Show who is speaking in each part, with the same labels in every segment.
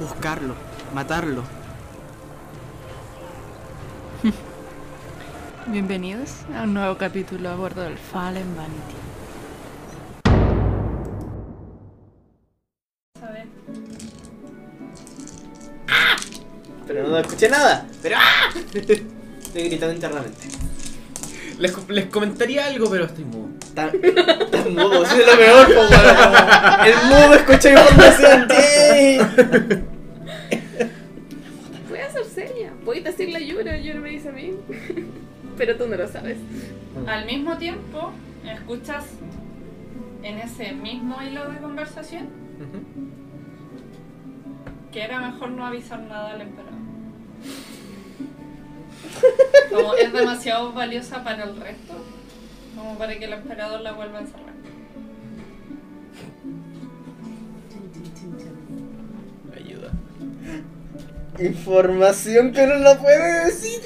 Speaker 1: buscarlo, matarlo.
Speaker 2: Bienvenidos a un nuevo capítulo a bordo del Fallen Vanity. A ver,
Speaker 1: Pero no escuché nada. Pero ¡ah! Estoy gritando internamente.
Speaker 3: Les, co- les comentaría algo, pero estoy mudo.
Speaker 1: Tan, tan mudo, eso es lo peor, po, weón. El mudo escucha información. ¡yay!
Speaker 4: Voy a ser seria. Voy a decirle a Yura, Yura me dice a mí. Pero tú no lo sabes.
Speaker 2: Al mismo tiempo, escuchas en ese mismo hilo de conversación
Speaker 1: Ujú.
Speaker 2: que era mejor no avisar nada al emperador. Como es demasiado valiosa para el resto, como para que el emperador la vuelva a encerrar.
Speaker 3: Ayuda.
Speaker 1: Información que no la puede decir.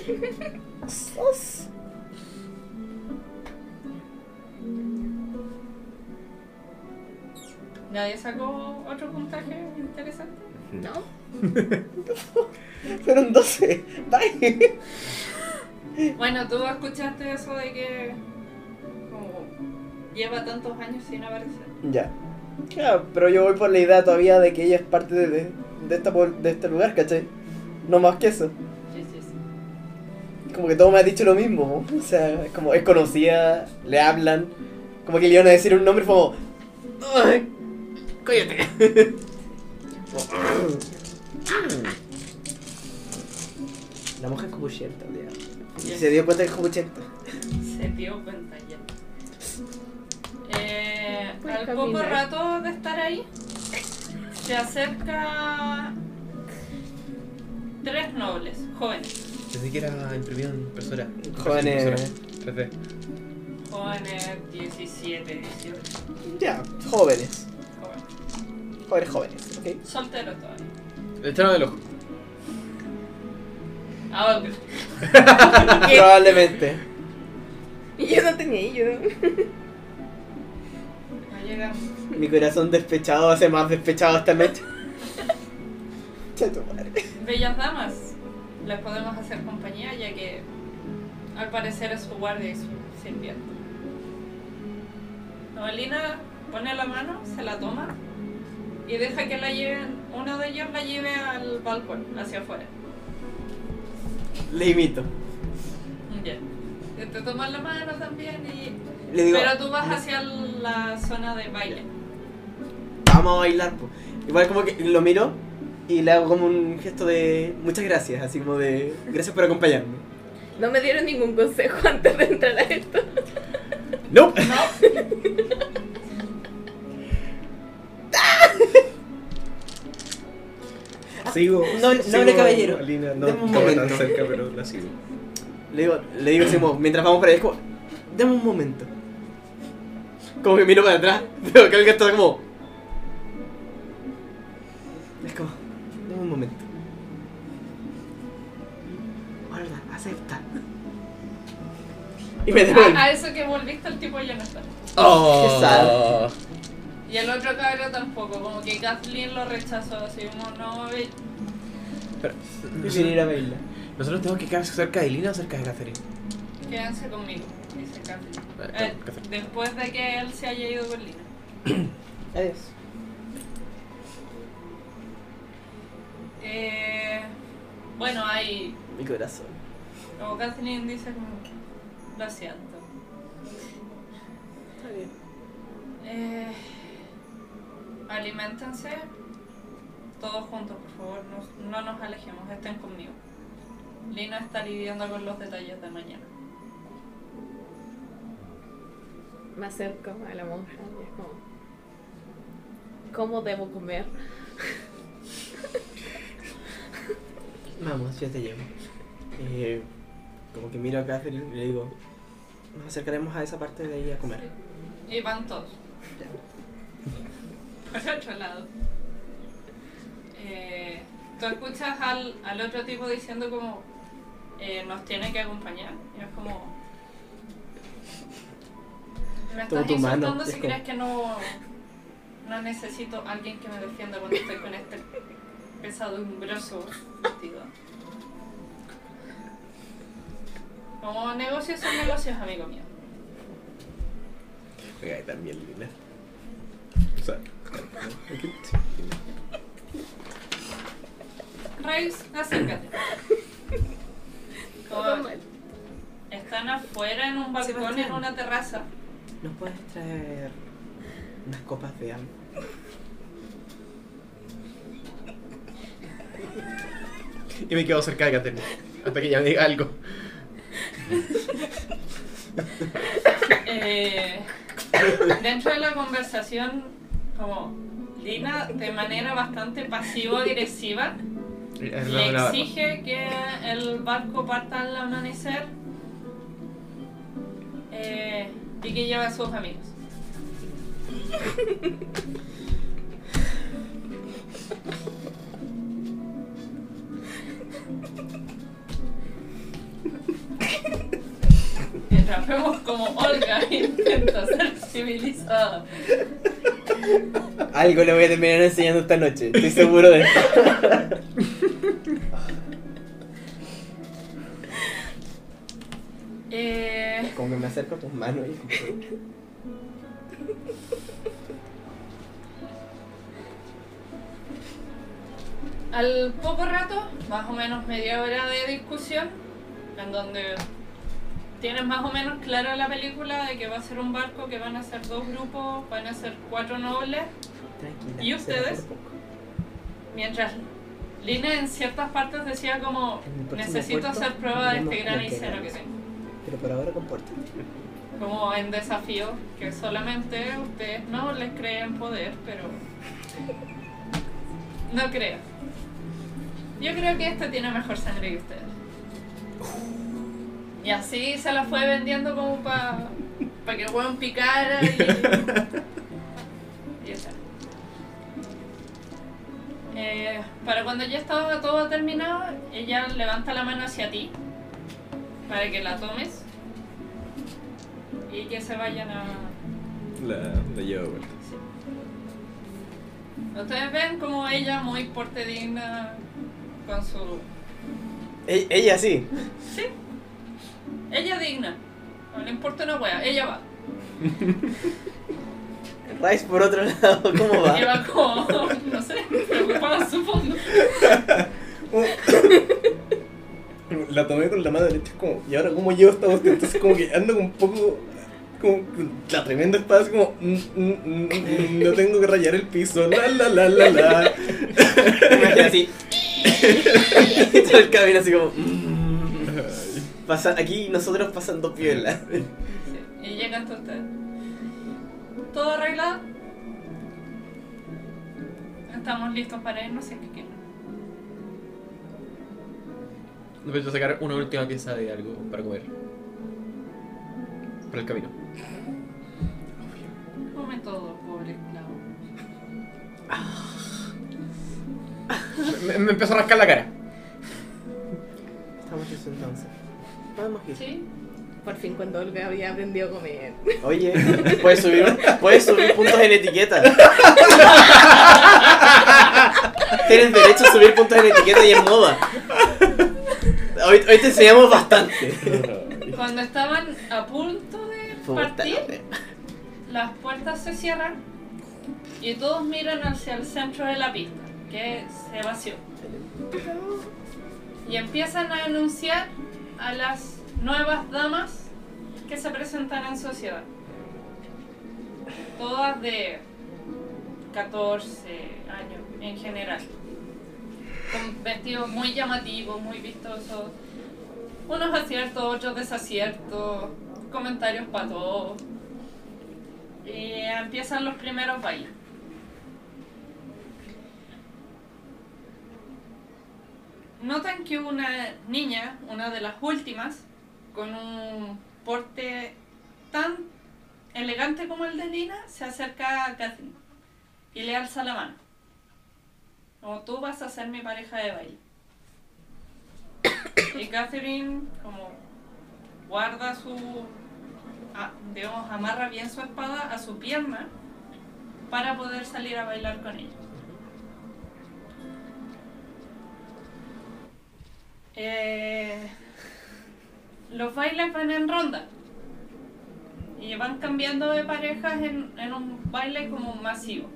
Speaker 1: Sos.
Speaker 2: Nadie sacó otro puntaje interesante.
Speaker 4: ¿No?
Speaker 1: Fueron 12. Bye.
Speaker 2: Bueno, tú escuchaste eso de que como lleva tantos años sin aparecer.
Speaker 1: Ya. Ya, pero yo voy por la idea todavía de que ella es parte de, de, de esta, pol- de este lugar, ¿cachai? No más que eso.
Speaker 2: Sí, sí, sí.
Speaker 1: Como que todo me ha dicho lo mismo. ¿no? O sea, es como es conocida, le hablan. Como que le iban a decir un nombre y fue como. "Ay, ¡Cállate! La mujer es copuchenta, Y se dio cuenta que es copuchenta.
Speaker 2: Se dio cuenta ya. Eh,
Speaker 4: Puedes
Speaker 2: al poco
Speaker 4: caminar.
Speaker 2: rato de estar ahí, se acerca tres nobles jóvenes.
Speaker 3: Desde que era imprimido en impresora.
Speaker 1: Jóvenes.
Speaker 3: Impresora 3D.
Speaker 2: Jóvenes 17, 18.
Speaker 1: Ya, jóvenes.
Speaker 2: jóvenes.
Speaker 1: Jóvenes, jóvenes, ¿ok?
Speaker 2: Solteros todavía.
Speaker 3: Le echaron el ojo.
Speaker 2: Ah, ok.
Speaker 1: Probablemente.
Speaker 4: Y yo no tenía ello.
Speaker 2: No llegan.
Speaker 1: Mi corazón despechado hace más despechado esta noche. Che tu madre.
Speaker 2: Bellas damas, les podemos hacer compañía ya que al parecer es su guardia y su sirviente. Novelina pone la mano, se la toma y deja que la lleven, uno de ellos la lleve al balcón, hacia afuera.
Speaker 1: Le imito.
Speaker 2: Bien. Te toman la mano también y...
Speaker 1: Le digo,
Speaker 2: Pero tú vas hacia la zona de baile.
Speaker 1: vamos a bailar. po". Igual como que lo miro y le hago como un gesto de muchas gracias, así como de gracias por acompañarme.
Speaker 4: No me dieron ningún consejo antes de entrar a esto.
Speaker 3: ¡No! Sigo.
Speaker 1: No- no
Speaker 3: sigo
Speaker 1: le caballero.
Speaker 3: Alina, no
Speaker 1: Deme un
Speaker 3: estaba tan
Speaker 1: momento.
Speaker 3: cerca, pero la sigo.
Speaker 1: Le digo, le digo así como, mientras vamos para allá, es como, dame un momento. Como que miro para atrás, veo que alguien está como... Es como, dame un momento. Guarda, acepta. Y me devuelvo.
Speaker 2: A, a eso que volviste el tipo ya no está.
Speaker 1: Oh. Qué sad.
Speaker 2: Y el otro cabrón tampoco, como que Kathleen lo rechazó, así como no, ve-
Speaker 1: Prefiero ir a bailar.
Speaker 3: Nosotros tenemos que quedarse cerca de Lina o cerca de Catherine.
Speaker 2: quédense conmigo, dice Kathleen.
Speaker 3: Eh,
Speaker 2: Eh,
Speaker 3: Catherine.
Speaker 2: después de que él se haya ido con Lina.
Speaker 1: Adiós.
Speaker 2: Eh, bueno, ahí,
Speaker 1: Mi corazón.
Speaker 2: como Kathleen dice, como, lo siento. Eh, alimentense todos juntos, por favor, no, no nos alejemos, estén conmigo. Lina está lidiando con los detalles de mañana.
Speaker 4: Me acerco a la monja y es como. ¿Cómo debo comer?
Speaker 1: Vamos, yo te llevo. Eh, como que miro a Catherine y le digo, nos acercaremos a esa parte de ahí a comer.
Speaker 2: Y van todos. Por otro lado. Eh, Tú escuchas al, al otro tipo diciendo como eh, nos tiene que acompañar. Y es como. Me
Speaker 1: Toma
Speaker 2: estás
Speaker 1: tu mano,
Speaker 2: insultando
Speaker 1: es
Speaker 2: si
Speaker 1: como-
Speaker 2: crees que no, no necesito alguien que me defienda cuando estoy con este pesadumbroso vestido. Como negocios son negocios, amigo mío.
Speaker 1: Me cae también linda.
Speaker 3: O sea,
Speaker 2: Reis, acércate.
Speaker 4: Todo
Speaker 2: Como
Speaker 4: mal.
Speaker 2: están afuera en un balcón, en
Speaker 1: Sebastián.
Speaker 2: una terraza.
Speaker 1: ¿Nos puedes traer unas copas de algo?
Speaker 3: Y me quedo cerca de Catherine. Hasta que ella me diga algo.
Speaker 2: Eh, dentro de la conversación, como Lina, de manera bastante pasivo-agresiva,
Speaker 3: Al lado de
Speaker 2: le
Speaker 3: la barba.
Speaker 2: exige que el barco parta al amanecer eh, y que lleve a sus amigos. Mientras vemos como Olga intenta ser civilizada.
Speaker 1: Algo le voy a terminar enseñando esta noche, estoy seguro de eso.
Speaker 2: Eh,
Speaker 1: Como que me acerco a tus manos y
Speaker 2: Al poco rato, más o menos media hora de discusión, en donde tienes más o menos clara la película de que va a ser un barco, que van a ser dos grupos, van a ser cuatro nobles,
Speaker 1: Tranquila.
Speaker 2: ¿Y
Speaker 1: será
Speaker 2: ustedes?
Speaker 1: por poco.
Speaker 2: mientras Lina en ciertas partes decía como
Speaker 1: En el próximo
Speaker 2: necesito
Speaker 1: puerto,
Speaker 2: hacer prueba de
Speaker 1: veremos
Speaker 2: este gran
Speaker 1: lo que
Speaker 2: hicero que
Speaker 1: hagamos".
Speaker 2: tengo,
Speaker 1: Pero por ahora compórtate.
Speaker 2: como en desafío que solamente ustedes no les creen poder, pero no creo. Yo creo que este tiene mejor sangre que ustedes. Y así se la fue vendiendo como para que el hueón picara y. y ya está. Eh, para cuando ya estaba todo terminado, ella levanta la mano hacia ti para que la tomes y que se vayan a.
Speaker 3: La, la llevo de vuelta.
Speaker 2: Ustedes ven como ella muy porte digna con su...
Speaker 1: E- ella sí.
Speaker 2: Sí. Ella digna. No le importa una wea. Ella va.
Speaker 1: Rice por otro lado, ¿cómo va?
Speaker 2: Ella va como... No sé. Preocupada supongo.
Speaker 3: La tomé con la mano derecha es como, y ahora como yo esta cuestión, entonces como que ando un poco como con la tremenda espada, así como, mm, mm, mm, mm, no tengo que rayar el piso, la la la la la.
Speaker 1: Imagina así. y todo el camino así como. mm.
Speaker 3: Ay.
Speaker 1: Pasa, aquí nosotros pasando piola.
Speaker 2: Sí. Y llegan todos ustedes. ¿Todo arreglado? Estamos listos para irnos si es que quieren.
Speaker 3: Necesito sacar una última pieza de algo para comer. Por el camino.
Speaker 2: Come todo, pobre esclavo.
Speaker 3: Me, me empezó a rascar la cara.
Speaker 1: Estamos listos entonces. Vamos ir.
Speaker 2: ¿Sí?
Speaker 4: Por fin cuando Olga había aprendido a comer.
Speaker 1: Oye, puedes subir, puedes subir puntos en etiqueta. Tienes derecho a subir puntos en etiqueta y en moda. Hoy, hoy te enseñamos bastante.
Speaker 2: Cuando estaban a punto de
Speaker 1: Puta
Speaker 2: partir,
Speaker 1: la wea.
Speaker 2: las puertas se cierran y todos miran hacia el centro de la pista, que se vació. Y empiezan a anunciar a las nuevas damas que se presentan en sociedad. Todas de 14 años en general. Con vestidos muy llamativos, muy vistosos. Unos aciertos, otros desaciertos. Comentarios para todos. Y Eh, empiezan los primeros bailes. Notan que una niña, una de las últimas, con un porte tan elegante como el de Nina, se acerca a Catherine y le alza la mano. Como tú vas a ser mi pareja de baile. Y Catherine, como guarda su. a- ah, digamos, amarra bien su espada a su pierna para poder salir a bailar con ella. Eh, los bailes van en ronda y van cambiando de parejas en, en un baile como masivo.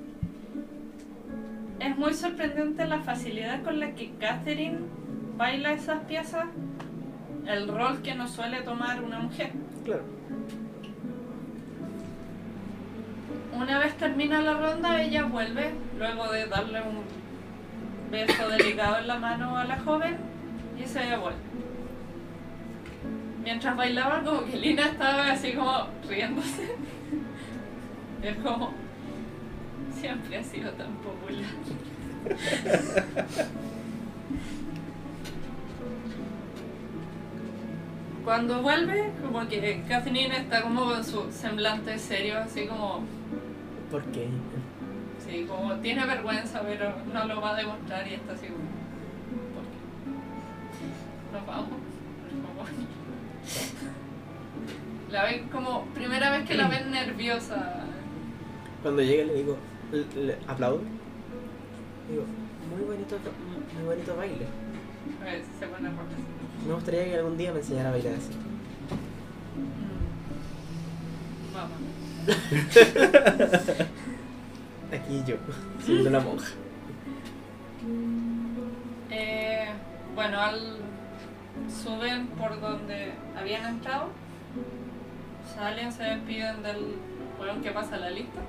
Speaker 2: Es muy sorprendente la facilidad con la que Catherine baila esas piezas, el rol que no suele tomar una mujer.
Speaker 3: Claro.
Speaker 2: Una vez termina la ronda, ella vuelve, luego de darle un beso delicado en la mano a la joven, y se devuelve. Mientras bailaba, como que Lina estaba así como riéndose. Es como, siempre ha sido tan popular. Cuando vuelve, como que Catherine está como con su semblante serio, así como
Speaker 1: ¿Por qué?
Speaker 2: Sí, como tiene vergüenza, pero no lo va a demostrar y está así como, ¿Por qué? Nos vamos, por favor. La ven como, primera vez que la ven nerviosa.
Speaker 1: Cuando llegue le digo, le, le aplaudo. Digo, muy bonito, muy bonito baile.
Speaker 2: A ver, se pone roja.
Speaker 1: Me gustaría que algún día me enseñara a bailar así.
Speaker 2: Mm. Vamos.
Speaker 1: Aquí yo, siendo una monja.
Speaker 2: Eh, bueno, al suben por donde habían entrado, salen, se despiden del weón que pasa la lista,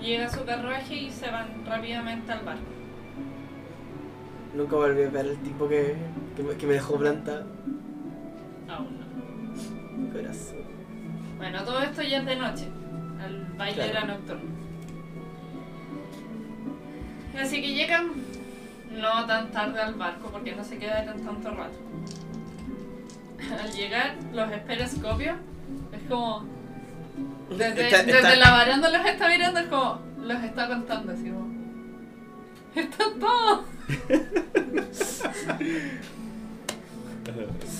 Speaker 2: llega su carruaje y se van rápidamente al barco.
Speaker 1: Nunca volví a ver al tipo que, que, me, que me dejó planta.
Speaker 2: Aún no.
Speaker 1: Corazón.
Speaker 2: Bueno, todo esto ya es de noche, al baile era nocturno. Así que llegan no tan tarde al barco porque no se quedaron tanto rato. Al llegar los espera Scopio, es como Desde,
Speaker 1: Está-
Speaker 2: desde
Speaker 1: está-
Speaker 2: la baranda los está mirando, es como. Los está contando, así como. ¡Están todos!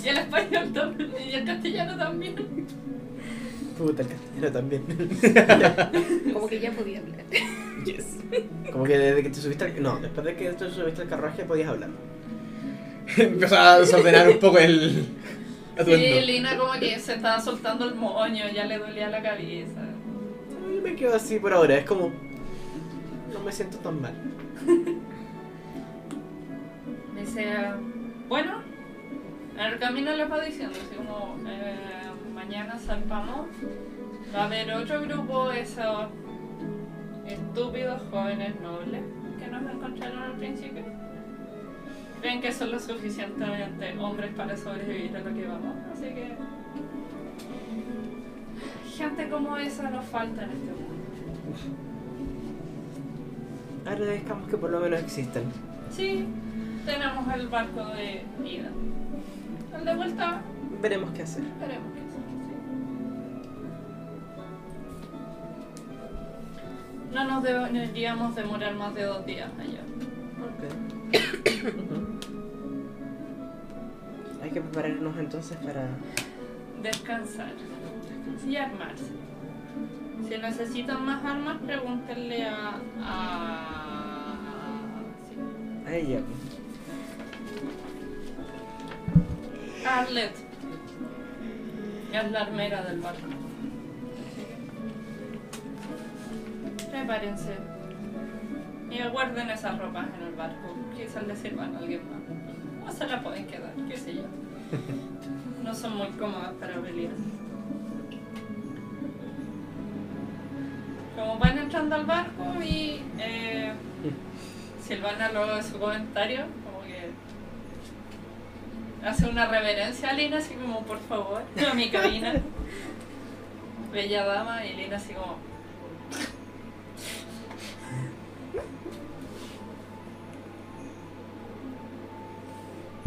Speaker 2: y el español también, y el castellano también.
Speaker 1: Puta, el castellano también.
Speaker 4: Como que ya podía hablar.
Speaker 1: Yes. Como que desde que te subiste al... No, después de que te subiste al carruaje podías hablar.
Speaker 3: Empezó a desordenar un poco el.
Speaker 2: Y
Speaker 3: atuendo.
Speaker 2: Lina, como que se estaba soltando el moño, ya le dolía la cabeza.
Speaker 1: Yo me quedo así por ahora, es como... No me siento tan mal.
Speaker 2: Me dice, bueno, en el camino les va diciendo, así como, eh, mañana salpamos, va a haber otro grupo, esos estúpidos jóvenes nobles que nos encontraron al principio. Creen que son lo suficientemente hombres para sobrevivir a lo que vamos, así que... Gente como esa nos falta en este mundo.
Speaker 1: Agradezcamos que por lo menos existan.
Speaker 2: Sí, tenemos el barco de ida. El de vuelta
Speaker 1: Veremos qué hacer.
Speaker 2: Esperemos que sí, sí. No nos deberíamos demorar más de dos días allá.
Speaker 1: Hay que prepararnos entonces para...
Speaker 2: Descansar y armarse. Si necesitan más armas, pregúntenle a. a... sí,
Speaker 1: A ella.
Speaker 2: a Arlette. Es la armera del barco. Prepárense. Y guarden esas ropas en el barco. Quizás les sirvan a alguien más. O se la pueden quedar, qué sé yo. No son muy cómodas para pelear. Como van entrando al barco y eh, Silvana luego de su comentario, como que hace una reverencia a Lina, así como por favor, a mi cabina. Bella dama, y Lina así como.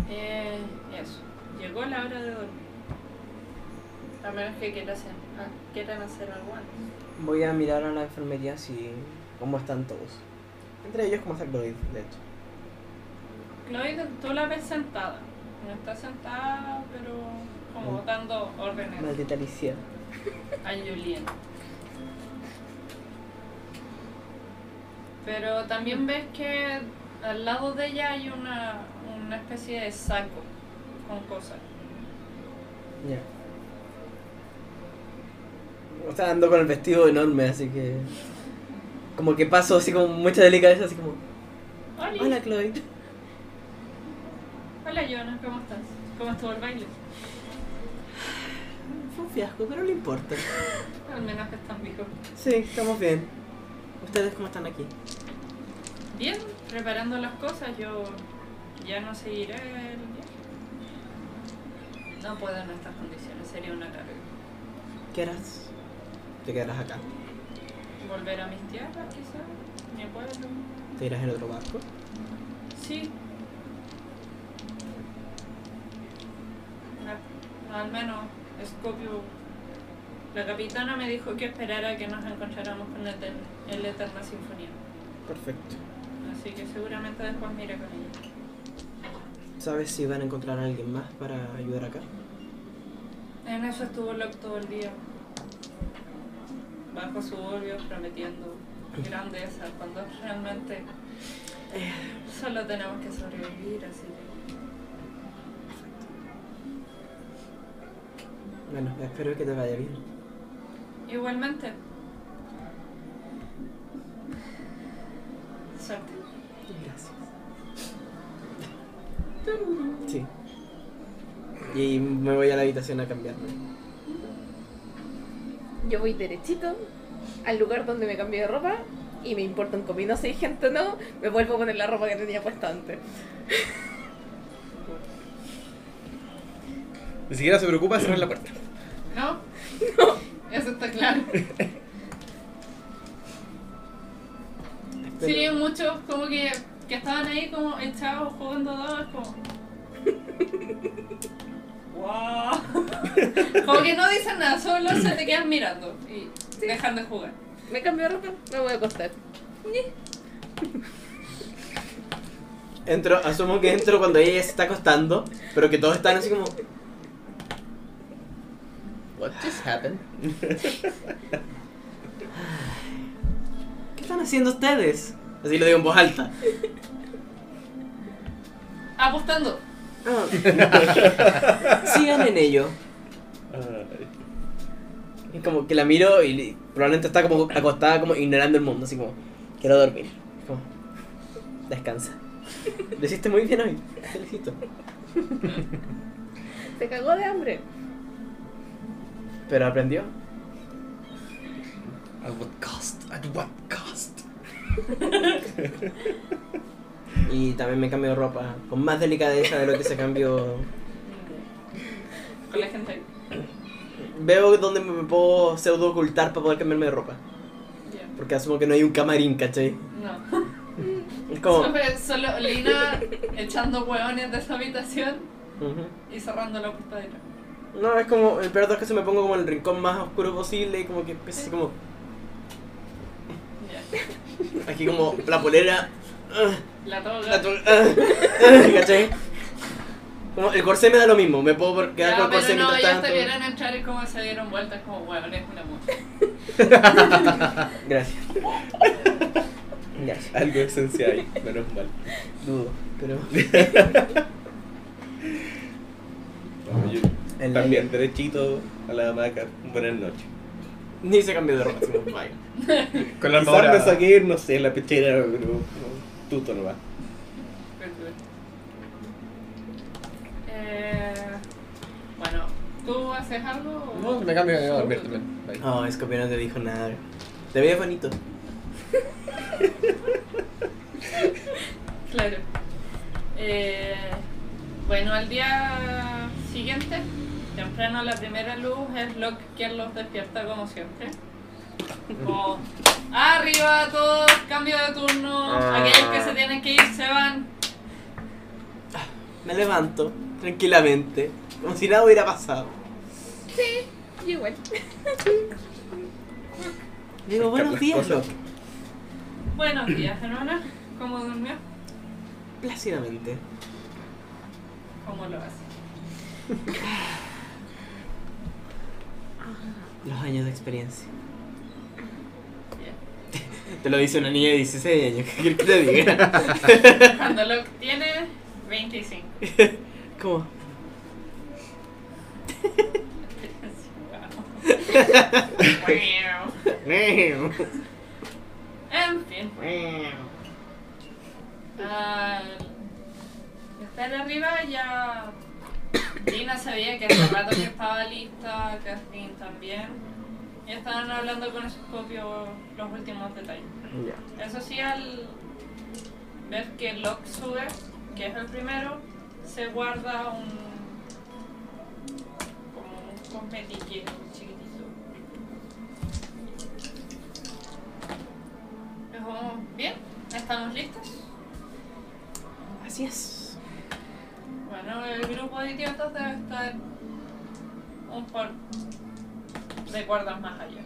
Speaker 2: "Eh, Eso. Llegó la hora de dormir. A menos que quieran hacer, ah, quieran hacer algo antes.
Speaker 1: Voy a mirar a la enfermería si. cómo están todos. Entre ellos, cómo está Gloid, de hecho.
Speaker 2: Chloe, tú la ves sentada. No está sentada, pero como dando órdenes
Speaker 1: Maldita Alicia.
Speaker 2: a Julien. Pero también ves que al lado de ella hay una, una especie de saco con cosas.
Speaker 1: Ya. O sea, ando con el vestido enorme, así que. Como que paso así con mucha delicadeza, así como.
Speaker 2: Oli.
Speaker 1: Hola, Chloe.
Speaker 2: Hola Jonas, ¿cómo estás? ¿Cómo estuvo el baile?
Speaker 1: Fue un fiasco, pero no importa.
Speaker 2: Al menos que están vivos.
Speaker 1: Sí, estamos bien. ¿Ustedes cómo están aquí?
Speaker 2: Bien, preparando las cosas, yo ya no seguiré el viaje. No puedo en estas condiciones, sería una carga.
Speaker 1: ¿Qué harás? Te quedarás acá.
Speaker 2: Volver a mis tierras, quizás, mi pueblo.
Speaker 1: Te irás en otro barco.
Speaker 2: Sí. Ah, Al menos Scopio, la capitana me dijo que esperara que nos encontráramos con el, el Eterna Sinfonía.
Speaker 1: Perfecto.
Speaker 2: Así que seguramente después mire con ella.
Speaker 1: ¿Sabes si van a encontrar a alguien más para ayudar acá?
Speaker 2: En eso estuvo Locke todo el día. Bajo suburbios prometiendo grandeza cuando realmente eh, solo tenemos que sobrevivir, así que
Speaker 1: Bueno, espero que te vaya bien.
Speaker 2: igualmente. Suerte.
Speaker 1: Gracias. Sí. Y me voy a la habitación a cambiarme.
Speaker 4: Yo voy derechito al lugar donde me cambié de ropa y me importa un comino si hay gente o no, me vuelvo a poner la ropa que tenía puesta antes.
Speaker 3: Ni siquiera se preocupa de cerrar la puerta.
Speaker 2: ¿No? No. Eso está claro. Sí, muchos como que, que estaban ahí como echados jugando dados, como... ¡Wow! Como que no dicen nada, solo se te quedan mirando y dejan de jugar.
Speaker 4: Me cambié de ropa, me voy a acostar.
Speaker 1: Entro, asumo que entro cuando ella ya se está acostando, pero que todos están así como. What just happened? ¿Qué están haciendo ustedes? Así lo digo en voz alta.
Speaker 2: Apostando.
Speaker 1: Sigan en ello.
Speaker 3: Ay.
Speaker 1: Y como que la miro y li- probablemente está como acostada, como ignorando el mundo, así como, quiero dormir. Como, descansa. Lo hiciste muy bien hoy, te felicito.
Speaker 4: Se cagó de hambre.
Speaker 1: Pero aprendió.
Speaker 3: At what cost? At what cost?
Speaker 1: Y también me cambió de ropa con más delicadeza de lo que se cambió.
Speaker 2: Con la gente.
Speaker 1: Veo dónde me puedo pseudo ocultar para poder cambiarme de ropa.
Speaker 2: Ya.
Speaker 1: Porque asumo que no hay un camarín, ¿cachai?
Speaker 2: No.
Speaker 1: Es como...
Speaker 2: Solo- Solo Lina echando hueones de su habitación
Speaker 1: Ujú.
Speaker 2: y cerrando la puerta de atrás.
Speaker 1: No, es como, el peor dos que se me pongo como en el rincón más oscuro posible y como que empiezo así como...
Speaker 2: Ya.
Speaker 1: Aquí como la polera... ah,
Speaker 2: La toga.
Speaker 1: La tol- ah, ah, ¿Cachai? Como el corsé me da lo mismo, me puedo por- quedar
Speaker 2: Ya,
Speaker 1: con el corsé
Speaker 2: pero no,
Speaker 1: mientras
Speaker 2: ellos
Speaker 1: tanto.
Speaker 2: te vieron entrar y como se dieron vueltas como hueones una mujer.
Speaker 1: Gracias. Gracias.
Speaker 3: Algo esencial, menos mal.
Speaker 1: Dudo, pero.
Speaker 3: No, yo
Speaker 1: En la-
Speaker 3: también derechito a la hamaca. Buenas noches.
Speaker 1: Ni se cambió de ropa, así como, vaya.
Speaker 5: Con la
Speaker 3: Quizás me
Speaker 5: armadura.
Speaker 3: saqué, no sé, la pechera, pero no, tuto nomás.
Speaker 2: Eh, bueno, ¿tú haces algo? o-
Speaker 3: No, me cambio de dormir también. Bye.
Speaker 1: No, Scorpio no te dijo nada. Te veía bonito.
Speaker 2: Claro. Eh, bueno, al día siguiente, temprano a la primera luz, es Locke quien los despierta como siempre. Como, arriba todos, cambio de turno, aquellos que se tienen que ir se van.
Speaker 1: Me me levanto tranquilamente, como si nada hubiera pasado.
Speaker 4: Y igual.
Speaker 1: Le digo, buenos días, Locke,
Speaker 2: Buenos días, Genona. ¿Cómo durmió?
Speaker 1: plácidamente.
Speaker 2: ¿Cómo lo hace?
Speaker 1: Los años de experiencia. Te lo dice una niña de 16 años, ¿qué quieres que te diga?
Speaker 2: Cuando Locke tiene 25.
Speaker 1: ¿Cómo?
Speaker 2: Wow. en fin. Al estar arriba ya Dina sabía que hace rato que estaba lista, Kathleen también. Y estaban hablando con Scopio los últimos detalles.
Speaker 1: Ya.
Speaker 2: Eso sí, al ver que Locke sube, que es el primero, se guarda un. como un cosmetiquito chiquitito. Es como, Bien, estamos listos.
Speaker 1: Así es.
Speaker 2: Bueno, el grupo de idiotas debe estar un par de cuerdas más allá.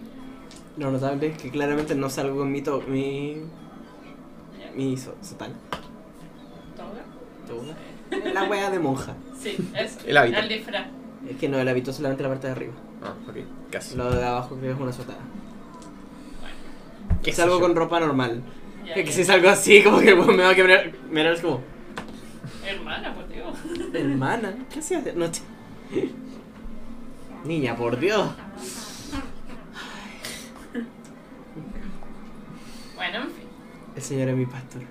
Speaker 1: Lo notable es que claramente no salgo con mi to mi,
Speaker 2: ¿Ya?
Speaker 1: mi so- sotana.
Speaker 2: ¿Toga?
Speaker 1: Toga. La wea de monja.
Speaker 2: Sí, eso.
Speaker 3: El hábito.
Speaker 2: El disfraz.
Speaker 1: Es que no, el hábito es solamente la parte de arriba.
Speaker 3: Ah, ok, casi.
Speaker 1: Lo de abajo creo que es una sotana.
Speaker 3: ¿Qué sé
Speaker 1: salgo
Speaker 3: yo?
Speaker 1: con ropa normal.
Speaker 2: Ya,
Speaker 1: Es que
Speaker 2: ya.
Speaker 1: si salgo así, como que me va a quebrar. Mirar es como,
Speaker 2: Hermana, pues, por Dios.
Speaker 1: hermana, ¿qué hacías de noche? Niña, por Dios.
Speaker 2: Bueno, en fin.
Speaker 1: El señor es mi pastor.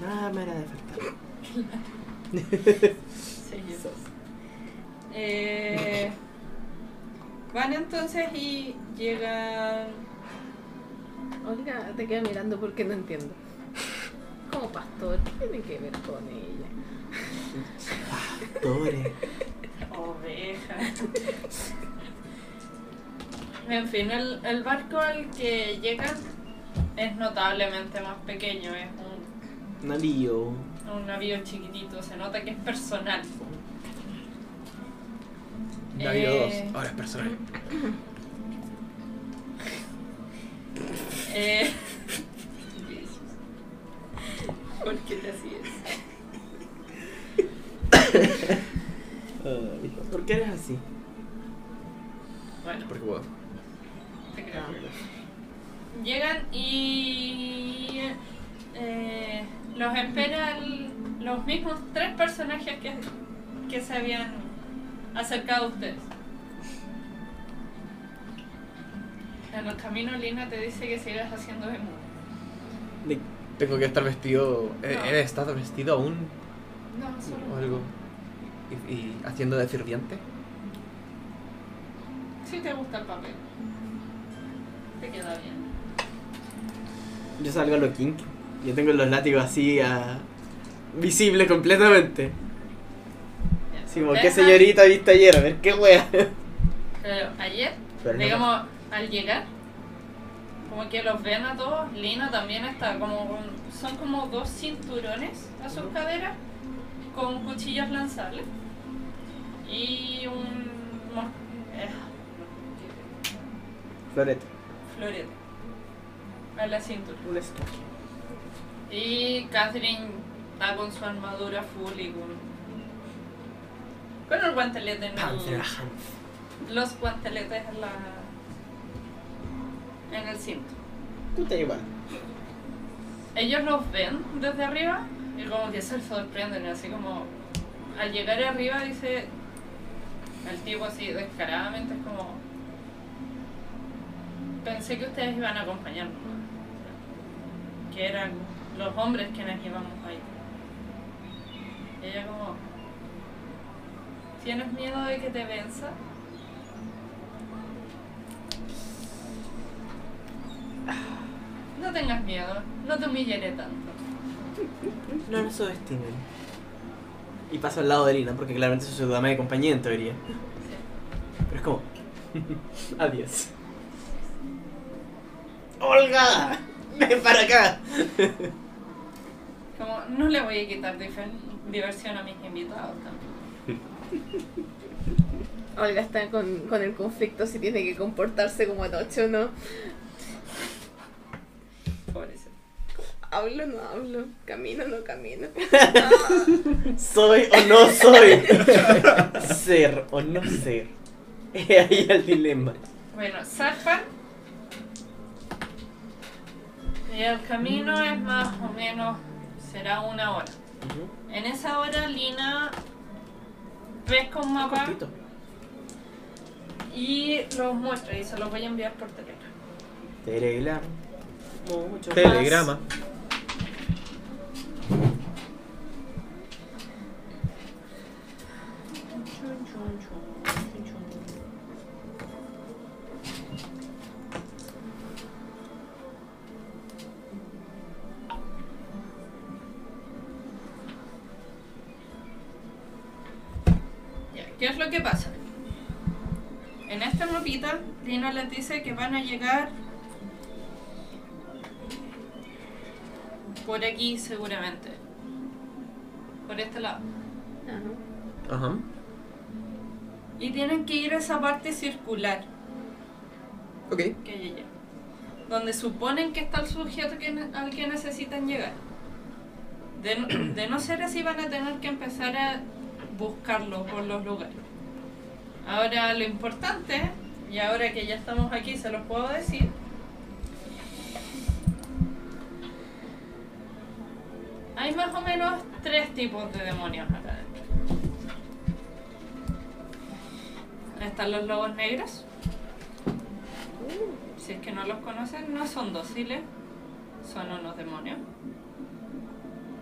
Speaker 1: Nada me hará de faltar.
Speaker 2: Sí, yo- Eh, van entonces y llegan.
Speaker 4: Olga te queda mirando porque no entiendo. Como pastor, ¿qué tiene que ver con ella?
Speaker 1: Dore.
Speaker 2: Oveja. En fin, el, el barco al que llegan es notablemente más pequeño, es un,
Speaker 1: No lío.
Speaker 2: un navío chiquitito, se nota que es personal.
Speaker 3: Navío
Speaker 2: Eh,
Speaker 3: 2. Ahora es personal.
Speaker 2: Eh, ¿Por qué te así es?
Speaker 1: ¿Por qué eres así?
Speaker 2: Bueno,
Speaker 3: Porque puedo.
Speaker 2: te creo. Llegan y eh, los esperan los mismos tres personajes que, que se habían acercado a ustedes. En el camino Lina te dice que sigas haciendo emo.
Speaker 1: De-
Speaker 3: Tengo que estar vestido. eh,
Speaker 2: No.
Speaker 3: ¿He de estar vestido aún
Speaker 2: No,
Speaker 3: o
Speaker 2: solo.
Speaker 3: algo? ¿Y, y haciendo de sirviente?
Speaker 2: Si te gusta el papel. Te queda bien.
Speaker 1: Yo salgo a lo kink. Yo tengo los látigos así a... visibles completamente.
Speaker 2: Ya.
Speaker 1: Así como, ¿qué
Speaker 2: Ustedes
Speaker 1: señorita viste ayer? A ver, qué wea.
Speaker 2: van- Pero ayer
Speaker 1: Pero no-
Speaker 2: digamos, al llegar, como que los ven a todos, Lina también está como con- son como dos cinturones a sus caderas con cuchillas lanzables y un mos- eh,
Speaker 1: Floreta.
Speaker 2: florete a la cintura. Y Catherine está con su armadura full y con con el guantelete en el-
Speaker 1: Pantera.
Speaker 2: los guanteletes en la en el cinto.
Speaker 1: Tú te igual.
Speaker 2: ellos los ven desde arriba y como que se sorprenden, así como al llegar arriba dice el tipo así descaradamente es como pensé que ustedes iban a acompañarnos que eran los hombres quienes íbamos ahí y ella como ¿tienes miedo de que te venza? no tengas miedo no te humillaré tanto
Speaker 1: No nos subestimen. Y paso al lado de Lina, porque claramente soy su dama de compañía en teoría. Pero es como. Adiós. ¡Olga! ¡Ven para acá!
Speaker 2: Como, no le voy a quitar difer- diversión a mis invitados también.
Speaker 4: Olga está con, con el conflicto si tiene que comportarse como anoche o no.
Speaker 2: Pobrecito.
Speaker 4: Hablo o no hablo, camino o no camino.
Speaker 1: ¿Soy o no soy? ser o no ser. He ahí el dilema.
Speaker 2: Bueno, zafan. Y el camino es más o menos, será una hora. En esa hora, Lina, ves con mapa
Speaker 1: Cortito.
Speaker 2: y los muestra y se los voy a enviar por teléfono.
Speaker 1: Telegrama. Mucho
Speaker 2: Telegrama. Ya, ¿Qué es lo que pasa? En esta mapita, Lino les dice que van a llegar por aquí seguramente. Por este lado.
Speaker 4: Ajá.
Speaker 1: Ajá.
Speaker 2: Y tienen que ir a esa parte circular
Speaker 1: Ok.
Speaker 2: que hay allá. Donde suponen que está el sujeto que ne- al que necesitan llegar. De no, de no ser así van a tener que empezar a buscarlo por los lugares. Ahora lo importante, y ahora que ya estamos aquí se los puedo decir, hay más o menos tres tipos de demonios acá adentro. Están los lobos negros. Si es que no los conocen, no son dóciles, son unos demonios.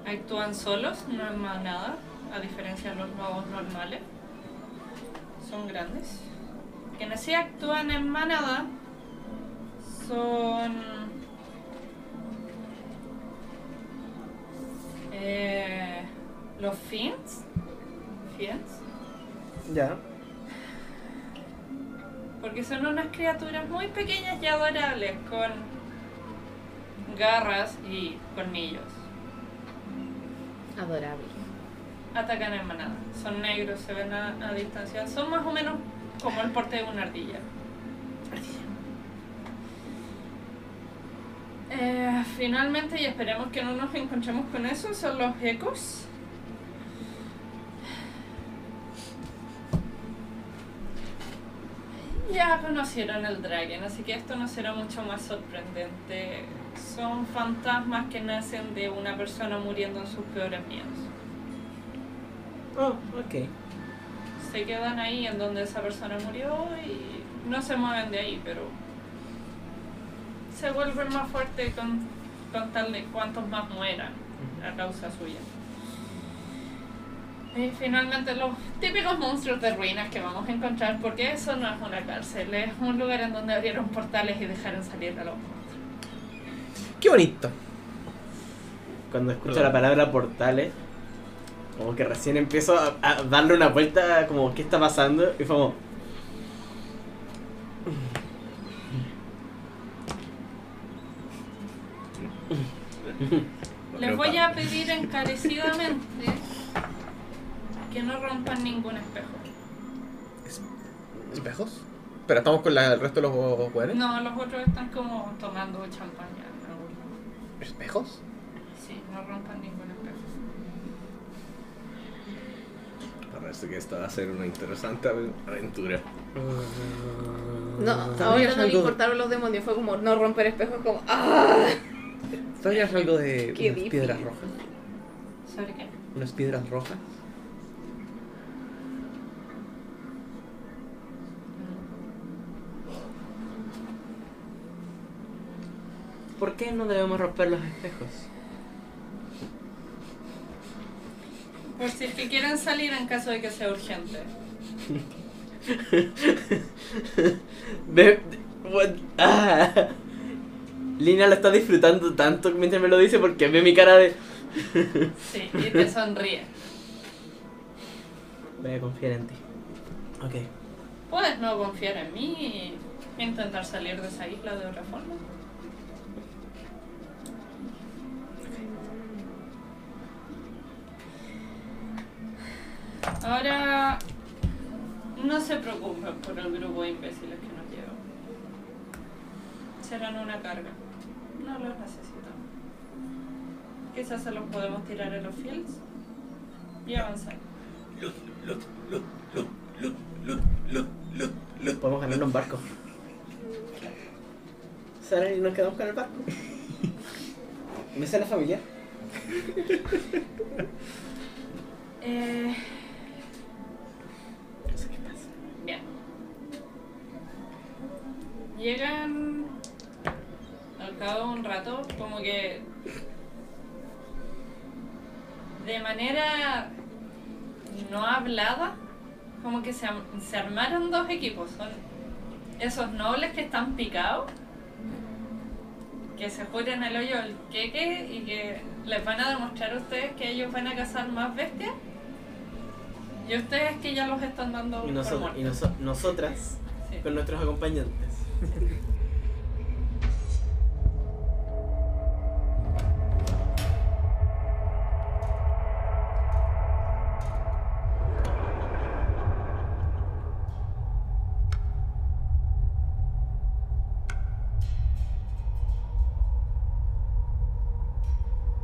Speaker 2: Actúan solos, no en manada, a diferencia de los lobos normales. Son grandes. Quienes sí actúan en manada son... eh, los fins. Fins.
Speaker 1: Ya.
Speaker 2: Porque son unas criaturas muy pequeñas y adorables con garras y colmillos.
Speaker 4: Adorable.
Speaker 2: Atacan en manada. Son negros, se ven a, a distancia. Son más o menos como el porte de una ardilla. Eh, finalmente, y esperemos que no nos encontremos con eso, son los ecos. Ya conocieron el Dragon, así que esto no será mucho más sorprendente. Son fantasmas que nacen de una persona muriendo en sus peores miedos.
Speaker 1: Oh, ok.
Speaker 2: Se quedan ahí en donde esa persona murió y no se mueven de ahí, pero se vuelven más fuertes con, con tal de cuantos más mueran a causa suya. Y finalmente los típicos monstruos de ruinas que vamos a encontrar, porque eso no es una cárcel, es un lugar en donde abrieron portales y dejaron salir a los monstruos.
Speaker 1: Qué bonito. Cuando escucho la palabra portales, como que recién empiezo a, a darle una vuelta, como, ¿qué está pasando? Y fue como.
Speaker 2: Les voy a pedir encarecidamente que no rompan ningún espejo.
Speaker 3: ¿Espejos? Pero estamos con la- el resto de los jugadores.
Speaker 2: No, los otros están como tomando champaña. ¿no?
Speaker 3: ¿Espejos?
Speaker 2: Sí, no rompan ningún espejo.
Speaker 3: Parece que esta va a ser una interesante aventura.
Speaker 4: No, ahora Ah. no le importaron los demonios, fue como no romper espejos, como ¡ah!
Speaker 1: ¿Todavía es algo de
Speaker 4: Qué Eh, unas piedras difícil.
Speaker 1: rojas?
Speaker 2: ¿Sobre qué?
Speaker 1: ¿Unas piedras rojas? ¿Por qué no debemos romper los espejos?
Speaker 2: Por si es que quieren salir en caso de que sea urgente.
Speaker 1: De- de- what- ah. Lina lo está disfrutando tanto mientras me lo dice porque ve mi cara de.
Speaker 2: Sí, y te sonríe.
Speaker 1: Voy a confiar en ti. Ok.
Speaker 2: Puedes no confiar en mí y intentar salir de esa isla de otra forma. Ahora, no se preocupen por el grupo de imbéciles que nos lleva. Serán una carga. No los necesitamos. Quizás se los podemos tirar en los fields y avanzar.
Speaker 1: Podemos ganarnos un barco. Salen y nos quedamos con el barco. ¿Me sale familiar?
Speaker 2: Eh,
Speaker 1: No sé qué pasa.
Speaker 2: Bien. Llegan al cabo de un rato, como que de manera no hablada, como que se, am- se armaron dos equipos. Son esos nobles que están picados, que se juran al hoyo el queque y que les van a demostrar a ustedes que ellos van a cazar más bestias. Y ustedes que ya los están dando
Speaker 1: Y,
Speaker 2: por
Speaker 1: nosotros, y
Speaker 2: muertos.
Speaker 1: noso- nosotras
Speaker 2: Sí.
Speaker 1: con nuestros acompañantes.
Speaker 2: A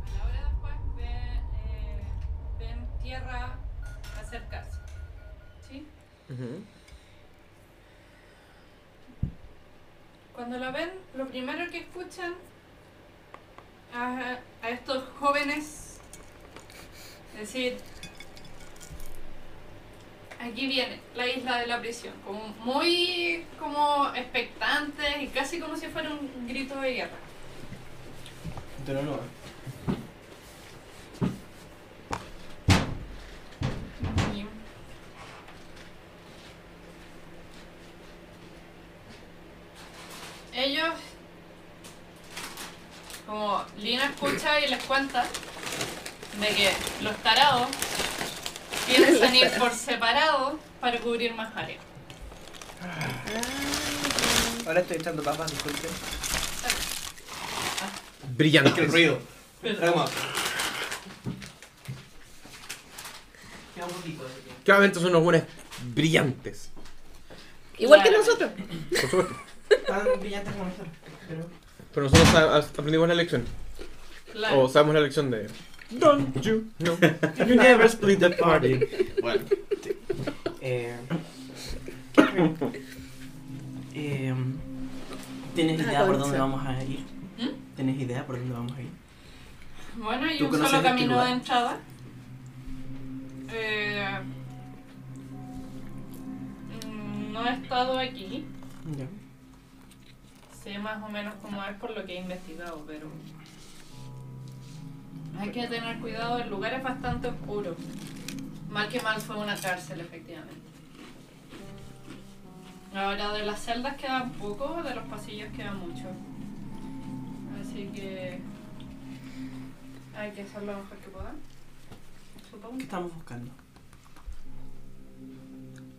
Speaker 2: Pues la hora después ve, eh, ven tierra acercarse. ¿sí? Cuando la ven, lo primero que escuchan a, a estos jóvenes decir, aquí viene la isla de la prisión, como muy como expectantes y casi como si fuera un grito de guerra.
Speaker 1: Pero no.
Speaker 2: Y- Ellos, como Lina escucha y les cuenta de que los tarados piensan ir por separado para cubrir más áreas.
Speaker 1: Ahora estoy echando papas, disculpen.
Speaker 3: Que el ruido. Era como-
Speaker 6: Claramente son unos buenos brillantes.
Speaker 4: Igual que
Speaker 2: Claro.
Speaker 4: nosotros.
Speaker 6: Por supuesto.
Speaker 1: Tan brillantes como nosotros. Pero...
Speaker 6: Pero nosotros a- a- aprendimos la lección.
Speaker 2: Claro.
Speaker 6: O sabemos la lección de. Don't you know? You never split the party.
Speaker 3: Bueno,
Speaker 1: Eh, eh, ¿Tienes
Speaker 4: Ah,
Speaker 1: idea por
Speaker 4: conexión.
Speaker 1: dónde vamos a ir?
Speaker 2: ¿Mm?
Speaker 1: ¿Tienes idea por dónde vamos a ir?
Speaker 2: Bueno, y
Speaker 1: ¿Tú
Speaker 2: un
Speaker 1: conoces este
Speaker 2: solo camino
Speaker 1: lugar?
Speaker 2: de entrada. Eh, mm, no he estado aquí. Sé más o menos cómo es por lo que he investigado, pero. Hay que tener cuidado, el lugar es bastante oscuro. Mal que mal fue una cárcel, efectivamente. Ahora, de las celdas quedan poco, de los pasillos quedan mucho. Así que. Hay que hacer lo mejor que puedan. Supongo.
Speaker 1: ¿Qué estamos buscando?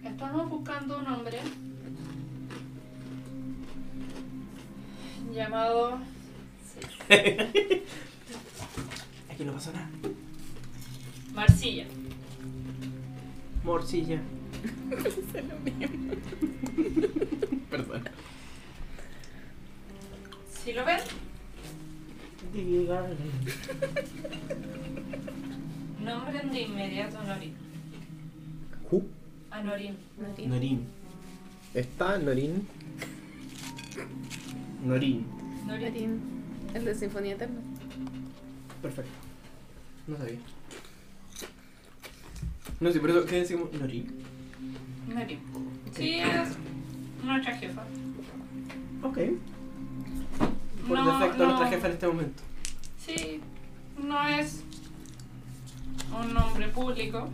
Speaker 2: Estamos buscando un hombre llamado.
Speaker 1: Aquí no pasó nada.
Speaker 2: Marcilla.
Speaker 1: Morcilla.
Speaker 3: perdón.
Speaker 2: Si lo ven,
Speaker 1: Dígale.
Speaker 2: nombren de inmediato a Norin.
Speaker 6: Who?
Speaker 2: A Norin.
Speaker 1: Norín.
Speaker 6: Está Norin.
Speaker 1: Norín.
Speaker 2: Norin.
Speaker 4: El de Sinfonía Eterna.
Speaker 1: Perfecto. No sabía. No sé, por eso, ¿qué decimos? Norín.
Speaker 2: Norin. Sí, es nuestra jefa.
Speaker 1: Ok. Por
Speaker 2: No,
Speaker 1: defecto,
Speaker 2: no.
Speaker 1: nuestra jefa en este momento.
Speaker 2: Sí, no es un nombre público.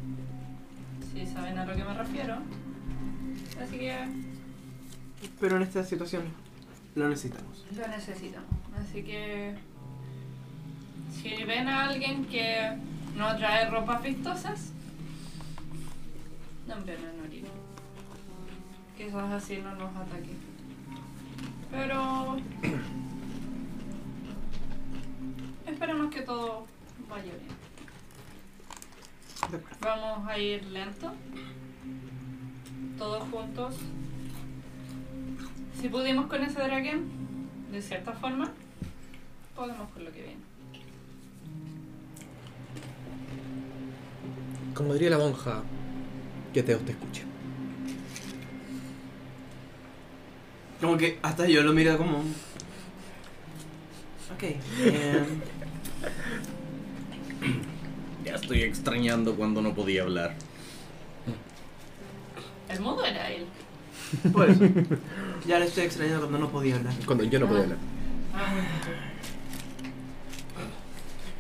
Speaker 2: Si saben a lo que me refiero. Así que
Speaker 1: Pero en esta situación lo necesitamos.
Speaker 2: Lo necesitamos. Así que. Si ven a alguien que no trae ropas vistosas, no a Norina. Quizás así no nos ataque. Pero. Esperemos que todo Vamos a ir lento. Todos juntos. Si pudimos con ese dragón, de cierta forma, podemos con lo que viene.
Speaker 7: Como diría la monja, que Teos te escuche.
Speaker 1: Como que hasta yo lo miro como. Ok. em,
Speaker 8: Ya estoy extrañando cuando no podía hablar.
Speaker 2: El mundo era él.
Speaker 1: por eso. Ya le estoy extrañando cuando no podía hablar.
Speaker 7: Cuando yo no podía hablar.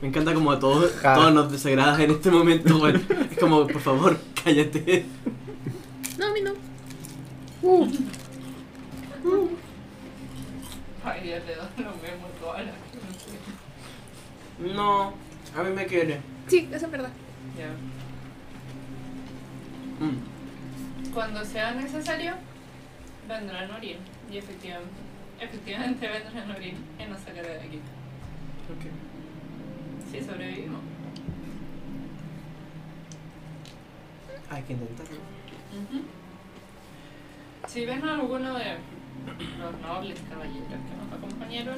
Speaker 1: Me encanta como a todos, todos nos desagradas en este momento, güey. Es como, por favor, cállate.
Speaker 4: No, a mí no.
Speaker 2: Ay, Dios, de dónde nos vemos todas las
Speaker 1: No, a mí me quiere.
Speaker 4: Sí, eso es verdad.
Speaker 2: Ya.
Speaker 1: Mm.
Speaker 2: Cuando sea necesario, vendrán a Orin. Y efectivamente, efectivamente vendrán a Orin y nos sacará de aquí. Si sobrevivimos.
Speaker 1: Hay que intentarlo.
Speaker 2: Ujú. Si ven a alguno de los nobles caballeros que nos acompañaron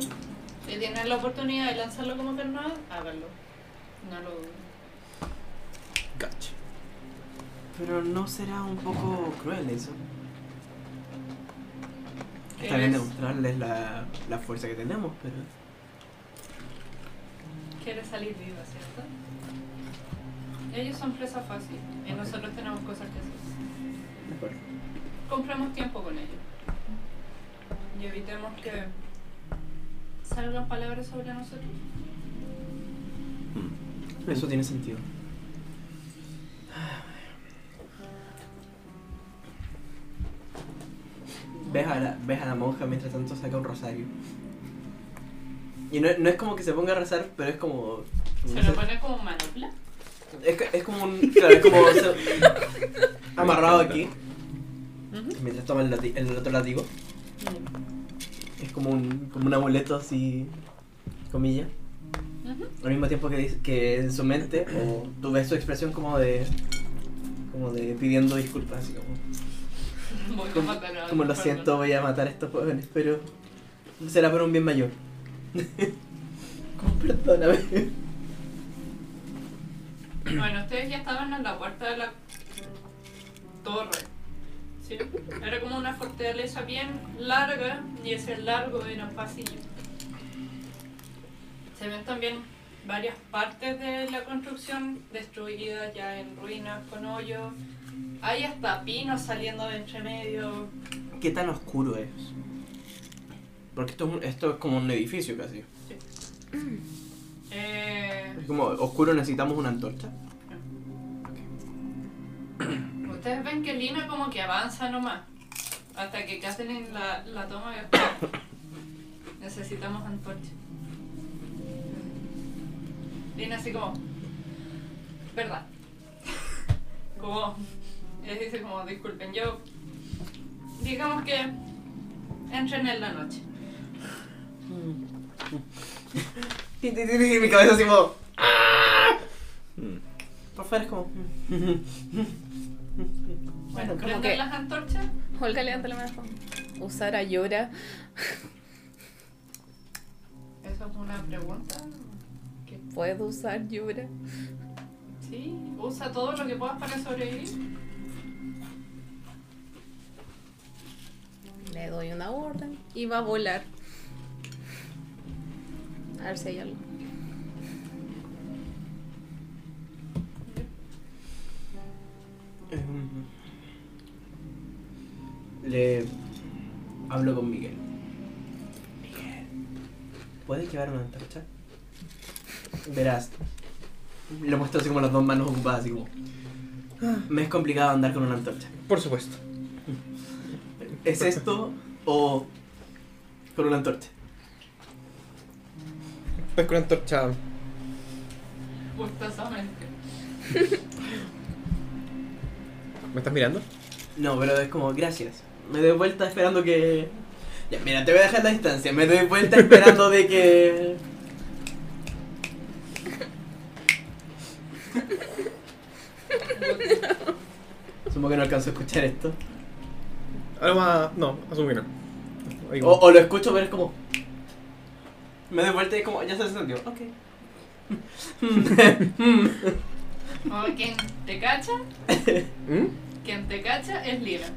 Speaker 2: y tienen la oportunidad de lanzarlo como carnada, háganlo. No lo duden.
Speaker 7: Gotcha.
Speaker 1: Pero no será un poco cruel eso. Está bien
Speaker 2: ¿Quieres,
Speaker 1: demostrarles la, la fuerza que tenemos, pero.
Speaker 2: quieres salir viva, ¿cierto? Ellos son presa fácil y nosotros tenemos cosas que hacer.
Speaker 1: De acuerdo.
Speaker 2: Compramos tiempo con ellos y evitemos que salgan palabras sobre nosotros.
Speaker 1: Eso tiene sentido. Ves a, la, ves a la monja mientras tanto saca un rosario. Y no, no es como que se ponga a rezar, pero es como.
Speaker 2: Se lo pone como manopla.
Speaker 1: es, que- es como un. Claro, es como. se- amarrado aquí. Mientras toma el, lati- el otro látigo. Mm. Es como un, como un amuleto así. Comilla.
Speaker 2: Ujú.
Speaker 1: Al mismo tiempo que, dice- que en su mente, o tú ves su expresión como de. como de pidiendo disculpas, así como.
Speaker 2: Voy a
Speaker 1: Como,
Speaker 2: matar a-
Speaker 1: como lo siento, voy a matar a estos jóvenes, pero. será por un bien mayor. como perdóname.
Speaker 2: Bueno, ustedes ya estaban en la puerta de la torre. ¿sí? Era como una fortaleza bien larga y ese largo era un pasillo. Se ven también varias partes de la construcción destruidas ya en ruinas, con hoyos. Hay hasta pinos saliendo de entre medio.
Speaker 1: ¿Qué tan oscuro es? Porque esto es, un- esto es como un edificio casi.
Speaker 2: Eh,
Speaker 1: Es como oscuro, necesitamos una antorcha.
Speaker 2: Ustedes ven que Lina como que avanza nomás. Hasta que Catherine la, la toma y está. Necesitamos antorcha. Lina así como. ¿Verdad? como. Ella dice como, disculpen, yo. Digamos que. Entren en la noche.
Speaker 1: Tin, tin, tin, tin, Mi cabeza así como. ¡ah! Por fuera es como. hmm.
Speaker 2: Bueno,
Speaker 4: como
Speaker 2: prenden
Speaker 4: que-
Speaker 2: las antorchas.
Speaker 4: Olga, levanta la mano. Usar a llora.
Speaker 2: Eso es una pregunta.
Speaker 4: ¿Puedo usar llora?
Speaker 2: Sí, usa todo lo que puedas para sobrevivir.
Speaker 4: Le doy una orden y va a volar. A ver si hay algo.
Speaker 1: Em, hmm. Le hablo con Miguel. Miguel, ¿puedes llevar una antorcha? Verás. Le muestro así como las dos manos ocupadas, así como. "Ah, Me es complicado andar con una antorcha.
Speaker 7: Por supuesto.
Speaker 1: ¿Es esto o con una antorcha?
Speaker 7: Pues con antorcha.
Speaker 2: Gustosamente.
Speaker 7: ¿Me estás mirando?
Speaker 1: No, pero es como, gracias. Me doy vuelta esperando que. Ya, mira, te voy a dejar la distancia. Me doy vuelta esperando de que. Supongo que no alcanzo a escuchar esto.
Speaker 7: Ahora va. No, asumo que no. Ahí
Speaker 1: O,
Speaker 3: Oh.
Speaker 7: va.
Speaker 1: o lo escucho, pero es como. Me doy vuelta y es como, ya se encendió. Ok.
Speaker 2: Oh, quien te cacha,
Speaker 7: ¿Mm?
Speaker 2: quien te cacha es Lila.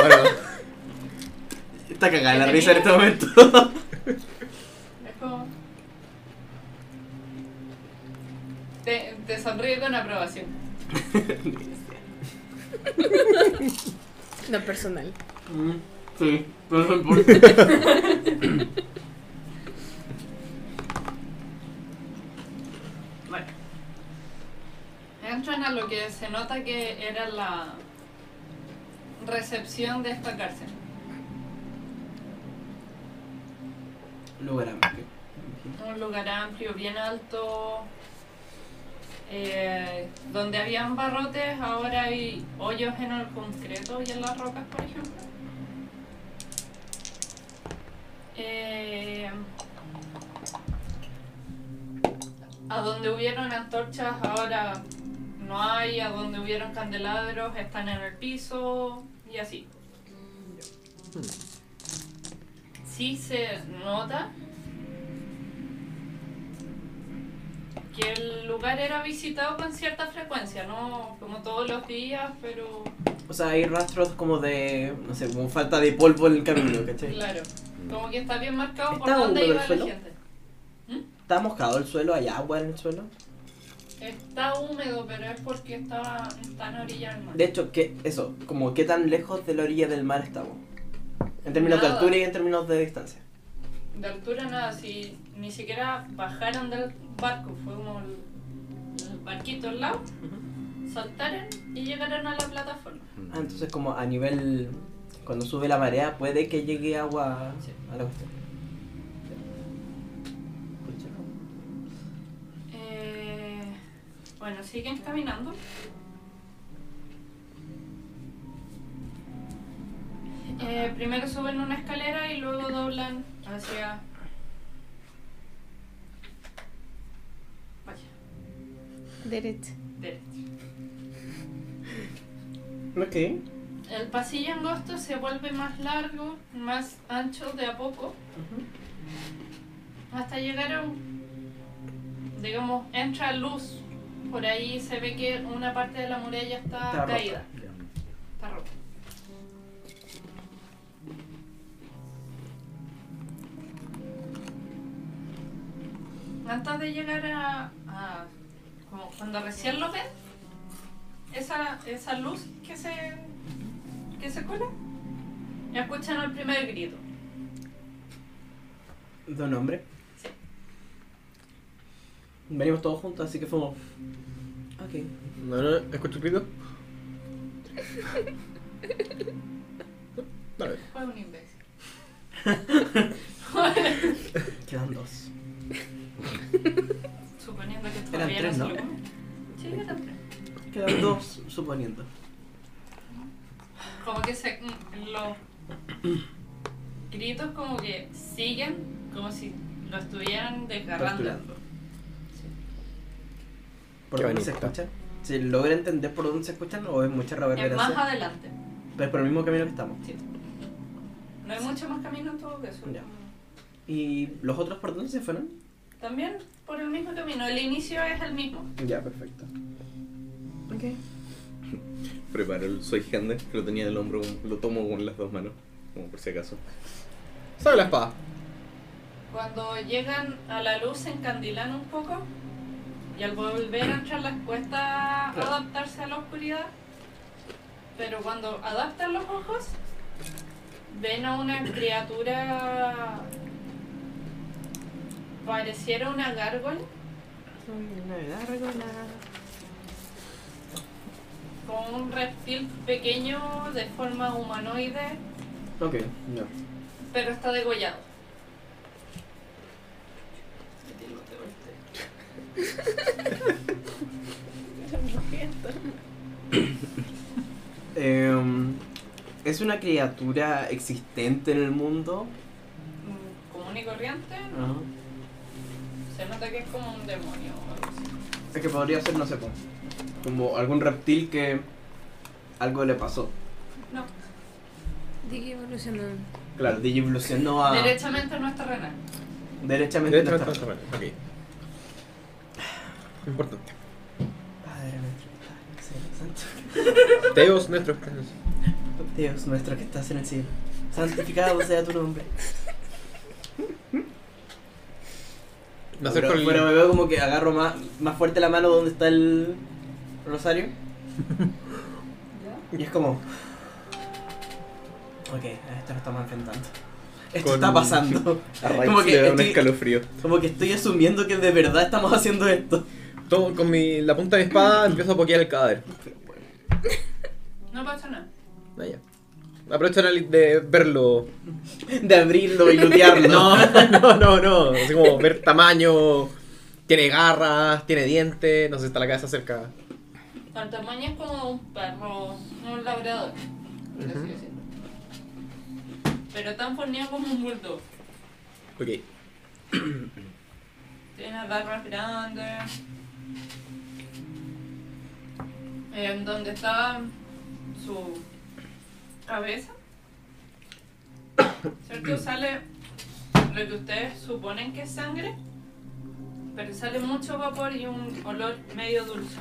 Speaker 7: Ahora va.
Speaker 1: Está cagada la risa en este momento.
Speaker 2: Es como. Te, te sonríe con aprobación.
Speaker 4: No personal.
Speaker 1: Mm, sí, pero no importa.
Speaker 2: Bueno. Entran a lo que se nota que era la recepción de esta cárcel.
Speaker 1: Lugar amplio.
Speaker 2: Un lugar amplio, bien alto, eh, donde habían barrotes, ahora hay hoyos en el concreto y en las rocas, por ejemplo. Eh, a donde hubieron antorchas, ahora no hay, a donde hubieron candelabros, están en el piso y así. Sí se nota que el lugar era visitado con cierta frecuencia, no como todos los días, pero
Speaker 1: O sea, hay rastros como de. No sé, como falta de polvo en el camino, ¿cachai?
Speaker 2: claro, como que está bien marcado por
Speaker 1: ¿Está
Speaker 2: dónde
Speaker 1: húmedo
Speaker 2: iba
Speaker 1: el
Speaker 2: la
Speaker 1: suelo?
Speaker 2: gente.
Speaker 1: ¿Está mojado el suelo? ¿Hay agua en el suelo?
Speaker 2: Está húmedo, pero es porque está, está en orilla del mar.
Speaker 1: De hecho, ¿qué, eso, como qué tan lejos de la orilla del mar estamos. En términos de
Speaker 2: Nada.
Speaker 1: altura y en términos de distancia.
Speaker 2: De altura nada, si ni siquiera bajaron del barco, fue como el, el barquito al lado, saltaron y llegaron a la plataforma.
Speaker 1: Ah, entonces como a nivel... Cuando sube la marea puede que llegue agua
Speaker 2: Sí.
Speaker 1: a la cuestión. Pucha.
Speaker 2: Eh, bueno, siguen caminando. Eh, primero suben una escalera y luego doblan hacia... Vaya,
Speaker 4: Derecha.
Speaker 2: derecha.
Speaker 1: Ok.
Speaker 2: El pasillo angosto se vuelve más largo, más ancho de a poco. Hasta llegar a un... Digamos, entra luz. Por ahí se ve que una parte de la muralla está,
Speaker 1: Está rota.
Speaker 2: caída. Está rota. Antes de llegar a... a- como cuando recién lo ven, esa, esa luz que se, que se cuela, escuchan el primer grito.
Speaker 1: ¿De un hombre?
Speaker 2: Sí.
Speaker 1: Venimos todos juntos, así que fuimos... Ok.
Speaker 7: No, no, ¿escucho el grito? Dale.
Speaker 2: Fue un imbécil.
Speaker 1: Quedan dos.
Speaker 2: Suponiendo que todavía
Speaker 1: tres,
Speaker 2: no
Speaker 1: ¿no?
Speaker 2: se lo comen. Sí, eran tres.
Speaker 1: Quedan dos, suponiendo.
Speaker 2: Como que se, mm, los gritos como que siguen como si lo estuvieran desgarrando.
Speaker 1: Torturando. ¿Por
Speaker 7: Qué
Speaker 1: dónde se
Speaker 7: bonito.
Speaker 1: escuchan? ¿Se logra entender por dónde se escuchan o es mucha
Speaker 2: Es más
Speaker 1: reverberación?
Speaker 2: adelante.
Speaker 1: Pero es Pues por el mismo camino que estamos.
Speaker 2: No hay mucho más camino en todo eso.
Speaker 1: Ya. ¿Y los otros por dónde se fueron?
Speaker 2: También por el mismo camino. El inicio es el mismo.
Speaker 3: Ya, perfecto.
Speaker 1: Ok.
Speaker 3: Preparo el Soy Hander, que lo tenía en el hombro, lo tomo con las dos manos, como por si acaso.
Speaker 7: Sabe la espada.
Speaker 2: Cuando llegan a la luz se encandilan un poco y al volver a entrar les cuesta adaptarse a la oscuridad, pero cuando adaptan los ojos ven a una criatura pareciera una gárgola con un reptil pequeño de forma humanoide,
Speaker 1: Ok.
Speaker 2: pero está degollado.
Speaker 1: Em, ¿Es una criatura existente en el mundo?
Speaker 2: Mm, Común y corriente, se nota que es como un demonio. o algo así.
Speaker 1: Es que podría ser, no sé cómo. Como algún reptil que algo le pasó.
Speaker 2: No,
Speaker 4: Digi evolucionó.
Speaker 1: Claro, evolucionó a.
Speaker 2: derechamente no es terrenal.
Speaker 1: Derechamente.
Speaker 7: Derecho
Speaker 1: nuestra-
Speaker 7: transparente, ok. Importante.
Speaker 1: Padre nuestro que estás en el cielo, santo.
Speaker 7: Teos nuestros casos.
Speaker 1: Dios nuestro que estás en el cielo, santificado sea tu nombre.
Speaker 7: Me acerco
Speaker 1: Pero,
Speaker 7: al.
Speaker 1: pero me veo como que agarro más, más fuerte la mano donde está el rosario. y es como. Ok, a esto lo estamos enfrentando. Esto
Speaker 7: Con-
Speaker 1: está pasando.
Speaker 3: A
Speaker 1: Como
Speaker 3: Raix
Speaker 1: que
Speaker 3: le da un
Speaker 1: estoy-
Speaker 3: escalofrío.
Speaker 1: Como que estoy asumiendo que de verdad estamos haciendo esto.
Speaker 7: Todo- con mi, la punta de mi espada empiezo a pokear el cadáver.
Speaker 2: No pasa nada.
Speaker 7: Ah, ya. Aprovecho la li- de verlo.
Speaker 1: De abrirlo y lutearlo.
Speaker 7: No, no, no, no. Así como ver tamaño. Tiene garras, tiene dientes. No sé, está la cabeza cerca.
Speaker 2: Al tamaño es como un perro, un labrador. por así decirlo. Pero tan fornido como un bulldog.
Speaker 7: Ok.
Speaker 2: Tiene garras grandes. En donde está su cabeza, ¿cierto? Sale lo que ustedes suponen que es sangre, pero sale mucho vapor y un olor medio dulce.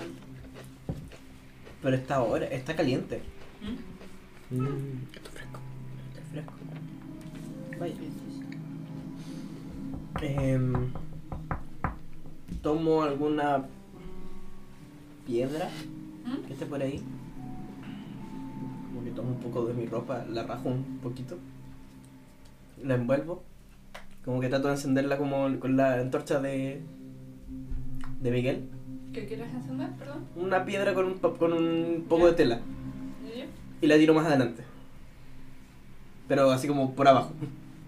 Speaker 1: Pero está ahora, está caliente.
Speaker 7: Mm, esto es fresco.
Speaker 1: Está fresco. Vaya. Em, tomo alguna piedra
Speaker 2: ¿Mm?
Speaker 1: que esté por ahí. Como que tomo un poco de mi ropa, la rajo un poquito. La envuelvo. Como que trato de encenderla como con la antorcha de, de Miguel.
Speaker 2: ¿Qué quieres encender? Perdón.
Speaker 1: Una piedra con un, pa- con un poco de tela.
Speaker 2: ¿Ya?
Speaker 1: Y la tiro más adelante. Pero así como por abajo.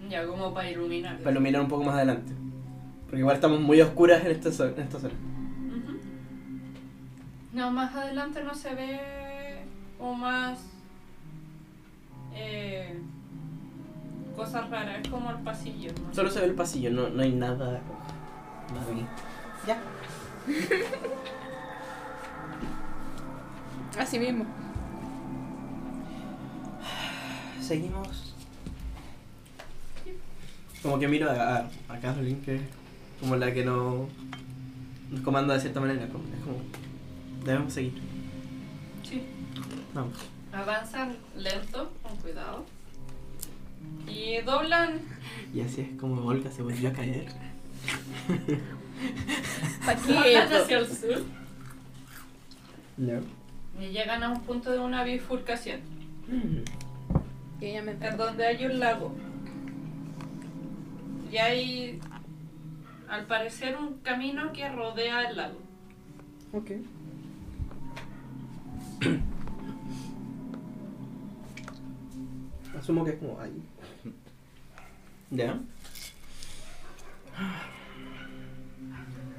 Speaker 2: Ya, como para iluminar.
Speaker 1: para iluminar un poco más adelante. Porque igual estamos muy a oscuras en esta, zo- en esta zona.
Speaker 2: Ujú. No, más adelante no se ve o más eh, cosas raras, es como el pasillo. ¿no?
Speaker 1: Solo se ve el pasillo, no, no hay nada más aquí. Ya.
Speaker 4: Así mismo.
Speaker 1: Seguimos. Como que miro a, a, a Caroline, que es como la que no, nos comanda de cierta manera. como- Es como, debemos seguir.
Speaker 2: Sí.
Speaker 1: Vamos.
Speaker 2: Avanzan lento, con cuidado. Y doblan.
Speaker 1: Y así es como Olga se volvió a caer.
Speaker 4: ¿Para qué?
Speaker 2: doblan hacia
Speaker 4: esto?
Speaker 2: el sur.
Speaker 1: No.
Speaker 2: Y llegan a un punto de una bifurcación,
Speaker 1: Mm.
Speaker 4: Y ella me
Speaker 2: en donde hay un lago. Y hay, al parecer, un camino que rodea el lago.
Speaker 4: Ok.
Speaker 1: Asumo que es como ahí. ¿Ya?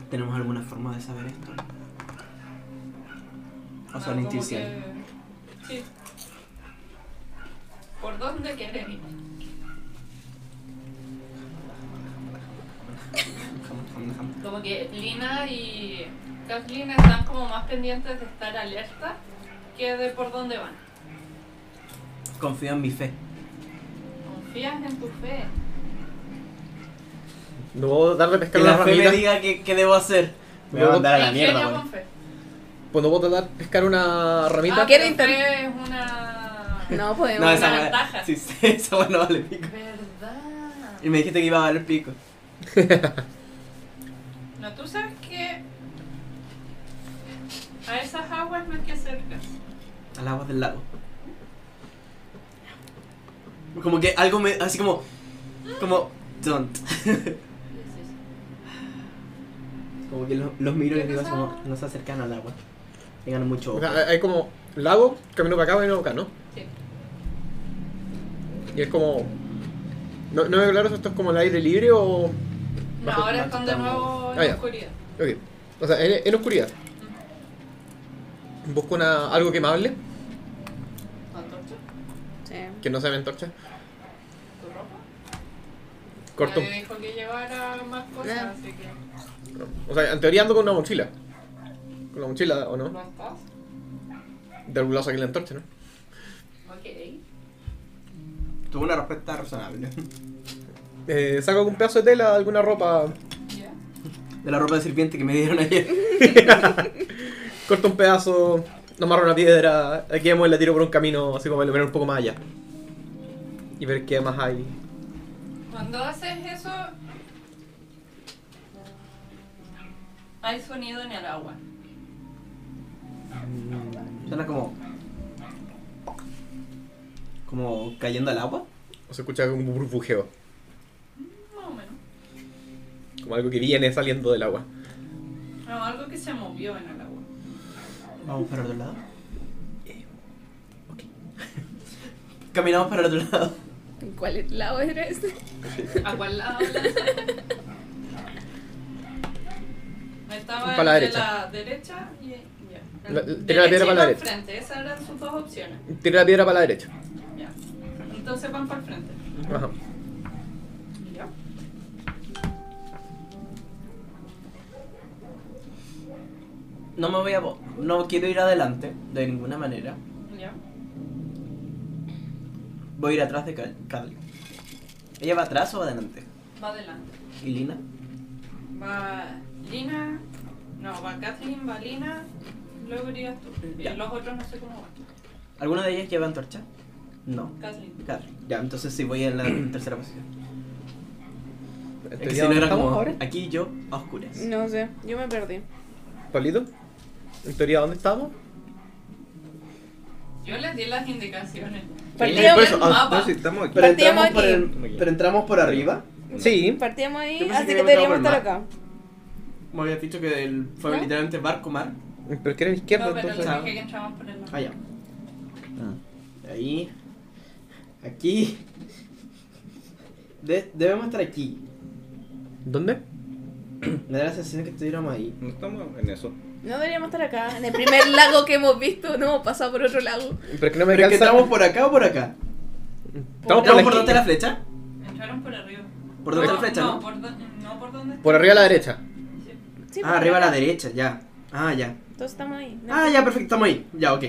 Speaker 1: ¿Tenemos alguna forma de saber esto? O sea, la
Speaker 2: Ah, como
Speaker 1: intuición.
Speaker 2: que- Sí. ¿Por dónde quieres ir? Como que Lina y Kathleen están como más pendientes de estar alerta que de por dónde van.
Speaker 1: Confío en mi fe.
Speaker 2: ¿Confías en tu fe?
Speaker 7: No puedo darle a
Speaker 1: Que
Speaker 7: pescar
Speaker 1: la
Speaker 7: las
Speaker 1: fe me
Speaker 7: ramitas.
Speaker 1: diga qué, qué debo hacer.
Speaker 7: Me va a mandar
Speaker 2: Ingenio con fe.
Speaker 7: Pues no puedo tratar de pescar una ramita.
Speaker 2: Ah,
Speaker 4: quiero
Speaker 2: pero
Speaker 4: intent-
Speaker 2: fe es una...
Speaker 4: No podemos.
Speaker 1: No, esa
Speaker 2: Una
Speaker 1: weá-
Speaker 2: ventaja.
Speaker 1: Sí, sí, esa weá no vale pico.
Speaker 2: ¿Verdad?
Speaker 1: Y me dijiste que iba a valer pico.
Speaker 2: No, tú sabes que a esas aguas no hay que acercarse.
Speaker 1: Al agua del lago. Como que algo me. Así como. Como. Don't. Como que los, los miro y les digo así como. No se acercan al agua. Tengan mucho
Speaker 7: O
Speaker 1: ojo.
Speaker 7: sea, hay- hay como lago, camino para acá, camino para acá, ¿no?
Speaker 2: Sí.
Speaker 7: Y es como. No, no me claro si esto es como el aire libre o.
Speaker 2: No,
Speaker 1: Bajo-
Speaker 2: ahora
Speaker 1: bajo
Speaker 2: están de
Speaker 1: tambor.
Speaker 2: nuevo en
Speaker 7: Ah, ya.
Speaker 2: oscuridad.
Speaker 7: Ok. O sea, en, en oscuridad. Busco una, algo quemable,
Speaker 2: ¿Antorcha?
Speaker 4: Sí.
Speaker 7: que no sea mi antorcha.
Speaker 2: ¿Tu ropa?
Speaker 7: Corto.
Speaker 2: Nadie dijo que llevara más cosas,
Speaker 4: Ah.
Speaker 2: así que...
Speaker 7: O sea, en teoría ando con una mochila. Con la mochila, ¿o
Speaker 2: ¿No
Speaker 7: no?
Speaker 2: estás?
Speaker 7: Del globo aquí la antorcha, ¿no?
Speaker 2: Ok.
Speaker 1: Tuvo una respuesta razonable.
Speaker 7: Eh, saco un pedazo de tela, alguna ropa,
Speaker 2: Ya.
Speaker 1: De la ropa de serpiente que me dieron ayer.
Speaker 7: corto un pedazo, amarro una piedra, aquí vemos y la tiro por un camino, así como para iluminar un poco más allá. Y ver qué más hay.
Speaker 2: Cuando haces eso, hay sonido en el agua.
Speaker 1: Suena como. como cayendo al agua.
Speaker 7: O se escucha como un burbujeo,
Speaker 2: Más o menos.
Speaker 7: como algo que viene saliendo del agua.
Speaker 2: No, algo que se movió en el agua.
Speaker 1: Vamos para el otro lado.
Speaker 7: Eh,
Speaker 1: Caminamos para el otro lado.
Speaker 4: ¿En cuál lado eres?
Speaker 2: ¿A cuál lado Estaba
Speaker 7: Para la
Speaker 2: el de
Speaker 7: derecha.
Speaker 2: la derecha y. ya. El
Speaker 7: La- la- tira la piedra para la
Speaker 2: y el
Speaker 7: derecha.
Speaker 2: frente, esas eran sus dos opciones.
Speaker 7: Tiro la piedra para la derecha.
Speaker 2: Ya. Entonces van para el frente.
Speaker 7: Ajá.
Speaker 2: Ya.
Speaker 1: No me voy a. no quiero ir adelante de ninguna manera.
Speaker 2: Ya.
Speaker 1: Voy a ir atrás de Cal- Cal. ¿Ella va atrás o va adelante?
Speaker 2: Va adelante.
Speaker 1: ¿Y Lina?
Speaker 2: Va Lina. No, va Kathleen, va Lina. Luego irías tú.
Speaker 1: Ya.
Speaker 2: Y los otros no sé cómo van.
Speaker 1: ¿Alguna de ellas lleva antorcha? No.
Speaker 2: Kathleen.
Speaker 1: Claro. Ya, entonces sí voy en la tercera posición. Es que
Speaker 7: Entonces,
Speaker 1: si
Speaker 7: ¿ya
Speaker 1: no
Speaker 7: dónde
Speaker 1: era
Speaker 7: estamos
Speaker 1: como
Speaker 7: ahora?
Speaker 1: aquí yo a oscuras.
Speaker 4: No sé, yo me perdí.
Speaker 7: Pablito, en teoría, ¿dónde estamos?
Speaker 2: Yo les di las indicaciones.
Speaker 4: Partíamos,
Speaker 2: por eso-
Speaker 6: No, si estamos aquí.
Speaker 3: Pero entramos,
Speaker 4: Partíamos
Speaker 3: por
Speaker 4: aquí.
Speaker 3: el- pero entramos por arriba.
Speaker 7: Sí.
Speaker 4: partíamos
Speaker 1: ah, Yo
Speaker 4: ahí,
Speaker 1: pensé
Speaker 4: así
Speaker 1: que
Speaker 4: que,
Speaker 1: habíamos
Speaker 4: deberíamos
Speaker 1: entrado por
Speaker 4: estar acá.
Speaker 1: Me habías dicho que el- fue
Speaker 4: ¿No?
Speaker 1: literalmente barco mar.
Speaker 7: Pero que era izquierda,
Speaker 2: No, pero les
Speaker 1: ah.
Speaker 7: entonces.
Speaker 2: dije que entramos por el lado.
Speaker 1: Allá. Ahí. Aquí. De- debemos estar aquí.
Speaker 7: ¿Dónde?
Speaker 1: Me da la sensación que estuviéramos ahí.
Speaker 6: No estamos en eso.
Speaker 4: No deberíamos estar acá, en el primer lago que hemos visto, no hemos pasado por otro lago.
Speaker 7: Pero que no me
Speaker 1: ¿Pero que
Speaker 7: alcanza-
Speaker 1: entramos por acá o por acá?
Speaker 7: Estamos por,
Speaker 1: ¿Entramos por
Speaker 7: la esquina.
Speaker 1: dónde está la flecha?
Speaker 2: Entraron por arriba.
Speaker 1: ¿Por dónde está la
Speaker 2: no,
Speaker 1: flecha, no?
Speaker 2: Por do- no, por dónde
Speaker 7: Por arriba a la derecha.
Speaker 2: Sí.
Speaker 4: Sí,
Speaker 1: Ah, arriba a la derecha, ya. Ah, ya.
Speaker 4: Entonces estamos ahí. ¿no?
Speaker 1: Ah, ya, perfecto, estamos ahí. Ya, ok.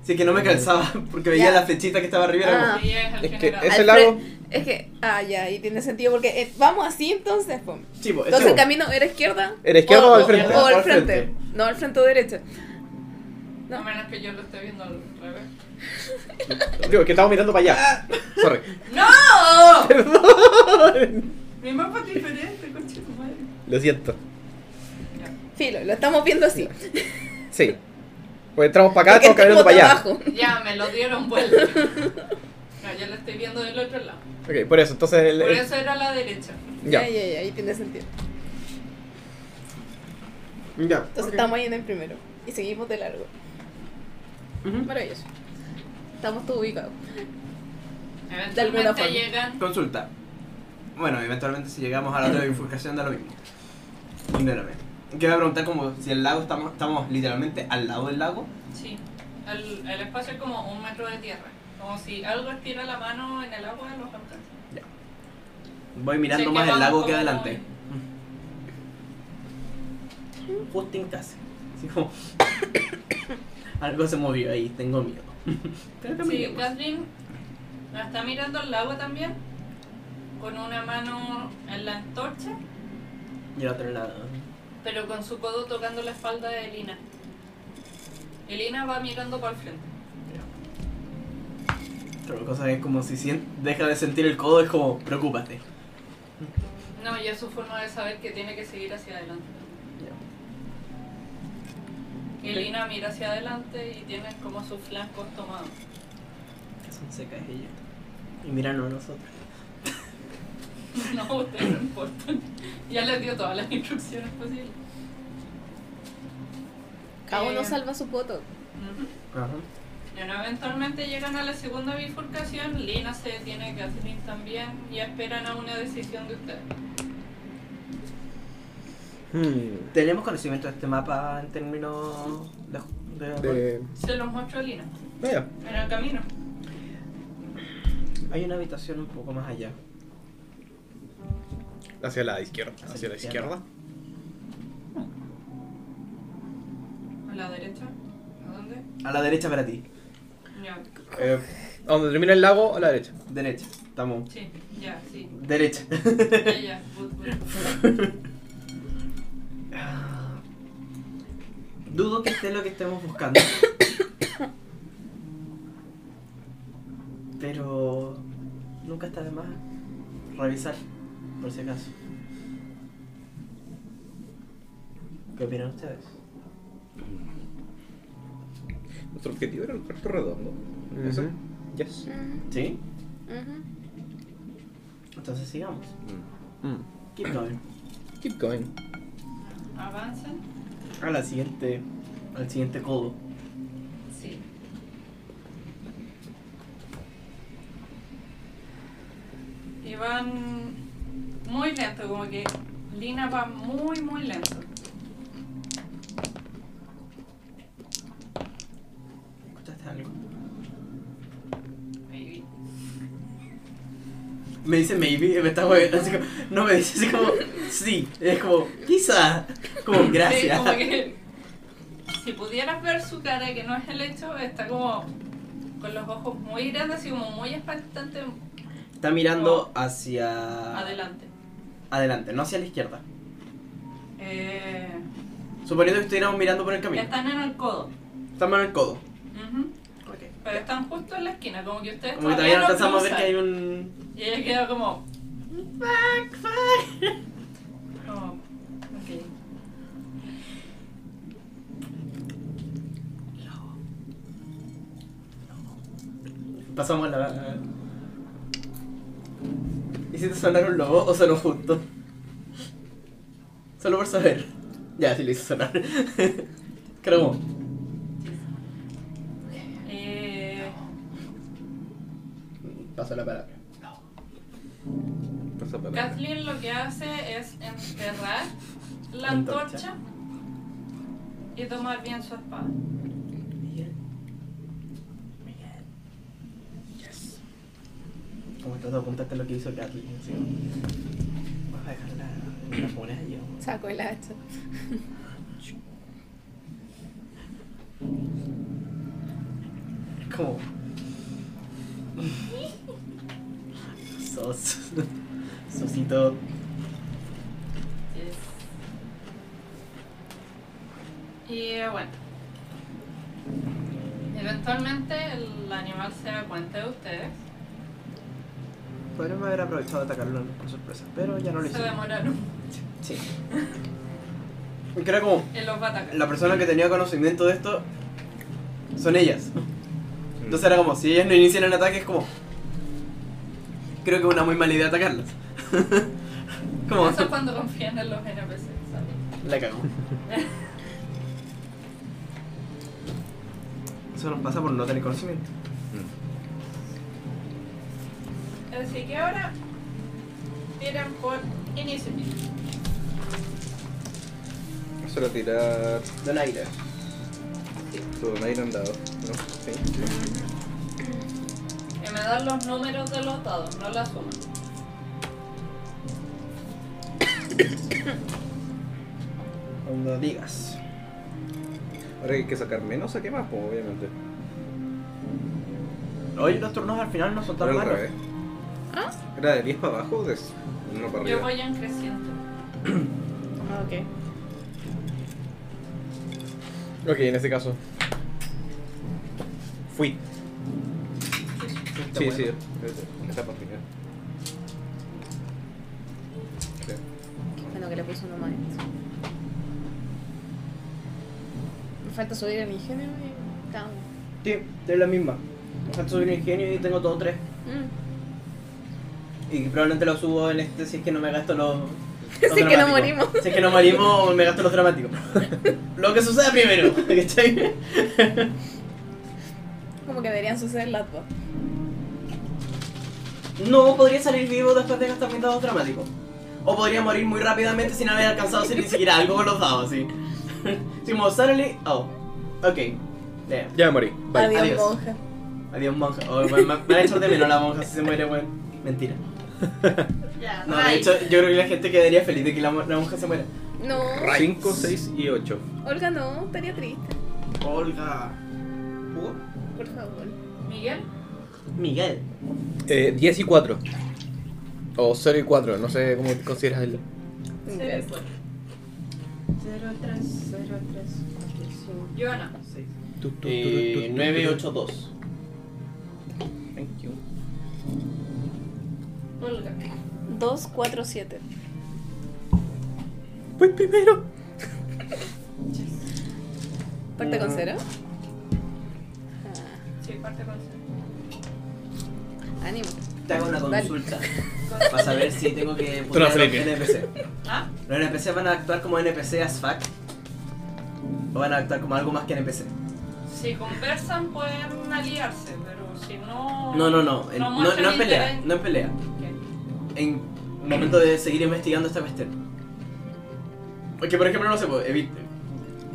Speaker 1: Así que no me calzaba porque veía
Speaker 4: Ya.
Speaker 1: la flechita que estaba arriba. y Era
Speaker 4: Ah.
Speaker 2: Sí, es el
Speaker 7: Es que
Speaker 2: general.
Speaker 7: ese
Speaker 4: Al
Speaker 7: lago.
Speaker 4: Es que, ah, ya, y tiene sentido porque eh, vamos así entonces, po.
Speaker 1: como, chivo,
Speaker 4: Entonces
Speaker 1: este-
Speaker 4: el camino era izquierda.
Speaker 7: ¿Era izquierda o al frente?
Speaker 4: O
Speaker 1: Al
Speaker 4: al
Speaker 1: frente.
Speaker 4: frente. No al frente o derecha.
Speaker 2: A menos que yo lo esté viendo al revés.
Speaker 7: Digo, que estamos mirando para allá. Sorry.
Speaker 2: ¡No! Mi mapa es diferente, coche tu madre.
Speaker 7: Lo siento.
Speaker 4: Filo, lo estamos viendo así.
Speaker 7: Sí. Pues entramos para acá,
Speaker 4: Porque
Speaker 7: estamos caminando
Speaker 4: estamos
Speaker 7: para allá.
Speaker 4: abajo.
Speaker 2: Ya, me lo dieron vuelta. No, yo lo estoy viendo del otro lado.
Speaker 7: Ok, por eso, entonces. el-
Speaker 2: Por
Speaker 7: el-
Speaker 2: eso era la derecha.
Speaker 7: Ya.
Speaker 4: Ya, ya, ya, ahí tiene sentido.
Speaker 3: Ya.
Speaker 4: Entonces estamos ahí en el primero. Y seguimos de largo. Maravilloso. Estamos todos ubicados.
Speaker 2: Eventualmente
Speaker 4: alguna forma.
Speaker 2: llegan.
Speaker 1: Consulta. Bueno, eventualmente si llegamos a la otra bifurcación da lo mismo. Ignórame. Que voy a preguntar como si el lago estamos, estamos literalmente al lado del lago.
Speaker 2: Sí. El, el espacio es como un metro de tierra. Como si algo estira la mano en el agua, los alcanza.
Speaker 1: Voy mirando
Speaker 2: Sí, que
Speaker 1: más el
Speaker 2: vamos
Speaker 1: lago que
Speaker 2: como-
Speaker 1: adelante. Justo en casa. Así como- Algo se movió ahí, tengo miedo. Pero
Speaker 2: Sí,
Speaker 1: caminemos.
Speaker 2: Kathleen la está mirando al agua también. Con una mano en la antorcha,
Speaker 1: Y al otro lado.
Speaker 2: pero con su codo tocando la espalda de Elina. Elina va mirando para el frente.
Speaker 1: Otra cosa es como si sien- deja de sentir el codo, es como, preocúpate.
Speaker 2: No, ya es su forma de saber que tiene que seguir hacia adelante. Y Lina mira hacia adelante y tiene como sus flancos tomados.
Speaker 1: Que son secas ellas. Y míranos a nosotros.
Speaker 2: No, ustedes no importan. Ya les dio todas las instrucciones posibles.
Speaker 4: Cada
Speaker 2: Eh,
Speaker 4: uno salva su poto.
Speaker 2: ujú.
Speaker 1: Ajá.
Speaker 2: Bueno, eventualmente llegan a la segunda bifurcación, Lina se detiene, Catherine también, y esperan a una decisión de ustedes.
Speaker 7: Hmm,
Speaker 1: ¿Tenemos conocimiento de este mapa en términos de... de-
Speaker 7: de-
Speaker 2: Se los muestro a Lina,
Speaker 7: Ah, ya.
Speaker 2: en el camino.
Speaker 1: Hay una habitación un poco más allá.
Speaker 7: Hacia la izquierda. Hacia la
Speaker 1: izquierda.
Speaker 7: izquierda.
Speaker 2: la derecha? ¿A dónde?
Speaker 1: A la derecha para ti.
Speaker 2: Ya,
Speaker 7: Eh, a donde termina el lago, a la derecha.
Speaker 1: Derecha. Estamos.
Speaker 2: sí, ya, sí.
Speaker 1: Derecha.
Speaker 2: Ya, ya, good, good.
Speaker 1: Dudo que esté lo que estemos buscando. Pero nunca está de más revisar, por si acaso. ¿Qué opinan ustedes?
Speaker 3: Nuestro objetivo era el cuarto redondo. ¿Eso?
Speaker 7: Ujú. Yes.
Speaker 1: ¿Sí?
Speaker 4: Ujú.
Speaker 1: Entonces sigamos.
Speaker 7: Mm.
Speaker 1: Keep going.
Speaker 7: Keep going.
Speaker 2: ¿Avancen?
Speaker 1: A la siguiente. Al siguiente codo.
Speaker 2: Sí. Y van muy lento, como que Lina va muy, muy lento.
Speaker 1: ¿Escuchaste algo?
Speaker 2: Maybe.
Speaker 1: Me dice maybe, y me está moviendo así como. No me dice así como. Sí. Es como. Quizá. Como
Speaker 2: Sí,
Speaker 1: gracias.
Speaker 2: como que si pudieras ver su cara, que no es el hecho, está como con los ojos muy grandes y como muy expectante
Speaker 1: Está mirando hacia.
Speaker 2: adelante.
Speaker 1: Adelante, no hacia la izquierda.
Speaker 2: Eh,
Speaker 1: Suponiendo que estuviéramos mirando por el camino.
Speaker 2: están en el codo.
Speaker 1: Estamos en el codo.
Speaker 2: Ujú. Pero están justo en la esquina, como que ustedes
Speaker 1: Como que todavía no alcanzamos a ver
Speaker 2: cruzan.
Speaker 1: que hay un.
Speaker 2: Y ella queda como. Fuck, fuck. Como. Ok.
Speaker 1: Pasamos la. ¿Y si te sonar un lobo o sonó justo? Solo por saber. Ya, sí lo hizo sonar. Cromo.
Speaker 2: Eh,
Speaker 1: Pasó la palabra.
Speaker 3: Pasa para acá.
Speaker 2: Kathleen lo que hace es enterrar la
Speaker 1: Antorcha.
Speaker 2: antorcha y tomar bien su espada.
Speaker 1: Miguel. Miguel. Yes. Como estás apuntaste lo que hizo Kathleen. así como, Vas a dejarla en la muralla.
Speaker 4: Saco el hacha.
Speaker 1: Como. Sos. Sosito.
Speaker 2: Y eh, bueno. Eventualmente el animal se da cuenta de ustedes.
Speaker 1: Podríamos haber aprovechado de atacarlo por sorpresa, pero ya no lo
Speaker 2: Se
Speaker 1: hicimos.
Speaker 2: demoraron.
Speaker 1: Sí. Que era como.
Speaker 2: Él los va a atacar.
Speaker 1: La persona que tenía conocimiento de esto son ellas. Entonces era como, si ellas no inician el ataque, es como. Creo que es una muy mala idea atacarlas. como.
Speaker 2: Eso es cuando confían en los NPC. ¿sabes?
Speaker 1: La cago. Eso nos pasa por no tener conocimiento.
Speaker 2: Así que ahora tiran por iniciativa.
Speaker 3: Eso era tirar
Speaker 1: Donaire.
Speaker 3: tu donaire andado. ¿no? Sí.
Speaker 2: Que me dan los números de los dados, no la suma.
Speaker 1: Cuando digas.
Speaker 3: Ahora hay que sacar menos, saqué más, pues, obviamente.
Speaker 1: Hoy los turnos al final no son
Speaker 3: Era
Speaker 1: tan
Speaker 3: al
Speaker 1: malos.
Speaker 3: revés. Era de 10 para abajo, de 1 para
Speaker 2: Yo
Speaker 3: arriba.
Speaker 2: voy en creciente.
Speaker 4: Ah, ok.
Speaker 7: Ok, en este caso. Fui.
Speaker 3: Sí, sí, es- esa partida. Sí.
Speaker 4: Bueno, que le puse uno más. Me falta subir a mi género y. Down.
Speaker 1: Sí, es la misma. Ojalá subir ingenio y tengo todo tres.
Speaker 4: Mm.
Speaker 1: Y probablemente lo subo en este si es que no me gasto los. los
Speaker 4: Si es que no
Speaker 1: dramáticos.
Speaker 4: morimos.
Speaker 1: Si es que no morimos, me gasto los dramáticos. lo que suceda primero. ¿Cachai?
Speaker 4: Como que deberían suceder las dos.
Speaker 1: No podría salir vivo después de gastar mis dados dramáticos. O podría morir muy rápidamente sin haber alcanzado a hacer ni siquiera algo con los dados, sí. Si como suddenly. Oh. Ok. Damn.
Speaker 7: Ya me morí. Bye.
Speaker 4: Adiós,
Speaker 1: adiós.
Speaker 4: monja.
Speaker 1: Adiós, monja. Oh, me, me- me van a echar de menos la monja si se muere, weón. Mentira.
Speaker 2: Ya,
Speaker 1: No, de hecho, yo creo que la gente quedaría feliz de que la, mo- la monja se muera.
Speaker 4: No,
Speaker 3: 5, 6 y 8.
Speaker 4: Olga no, estaría triste.
Speaker 1: Olga. ¿Hugo?
Speaker 4: Por favor.
Speaker 2: Miguel,
Speaker 1: Miguel.
Speaker 7: Eh, 10 y 4. O 0 y 4, no sé cómo consideras el.
Speaker 4: Miguel.
Speaker 2: 030345. Joana,
Speaker 7: tu, tu, tu,
Speaker 1: Eh,
Speaker 7: tu, tu, tu,
Speaker 3: 982.
Speaker 1: Thank you.
Speaker 2: Olga,
Speaker 4: 2, 4, 7.
Speaker 7: Voy primero.
Speaker 4: ¿Parte con cero?
Speaker 2: sí, parte con cero.
Speaker 4: Ah, ánimo.
Speaker 1: Te hago una
Speaker 4: Dale.
Speaker 1: consulta. Para saber si tengo que poner a los
Speaker 3: Felipe.
Speaker 1: NPC.
Speaker 2: ¿Ah?
Speaker 1: ¿Los NPC van a actuar como NPC as fuck? ¿O van a actuar como algo más que NPC?
Speaker 2: Si conversan pueden aliarse, pero si no...
Speaker 1: No, no, no. en- No, no,
Speaker 2: No muestran
Speaker 1: en pelea.
Speaker 2: interés.
Speaker 1: No en pelea.
Speaker 2: Ok.
Speaker 1: En momento de seguir investigando esta cuestión. Porque, por ejemplo, no sé, pues, evi-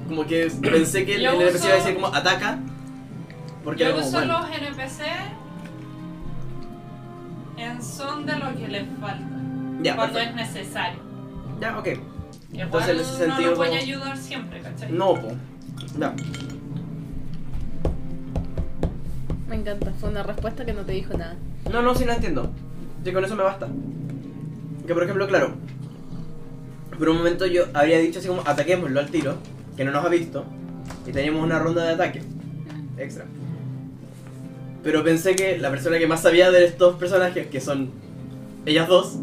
Speaker 1: como que pensé que el,
Speaker 2: Yo
Speaker 1: el NPC iba a
Speaker 2: uso-
Speaker 1: decir como ataca. Porque era
Speaker 2: Yo
Speaker 1: como,
Speaker 2: uso
Speaker 1: bueno.
Speaker 2: los NPC en son de lo que les falta,
Speaker 1: Ya,
Speaker 2: cuando
Speaker 1: perfecto.
Speaker 2: es necesario.
Speaker 1: Ya, ok.
Speaker 2: Igual
Speaker 1: Entonces, en ese
Speaker 2: no
Speaker 1: sentido,
Speaker 2: los voy a
Speaker 1: como-
Speaker 2: ayudar siempre, ¿cachai?
Speaker 1: No, po. Ya.
Speaker 4: Me encanta, fue una respuesta que no te dijo nada.
Speaker 1: No, no, sí, no entiendo. Sí, con eso me basta. Que por ejemplo, claro, por un momento yo habría dicho así como ataquémoslo al tiro, que no nos ha visto, y teníamos una ronda de ataque extra. Pero pensé que la persona que más sabía de estos personajes, que son ellas dos,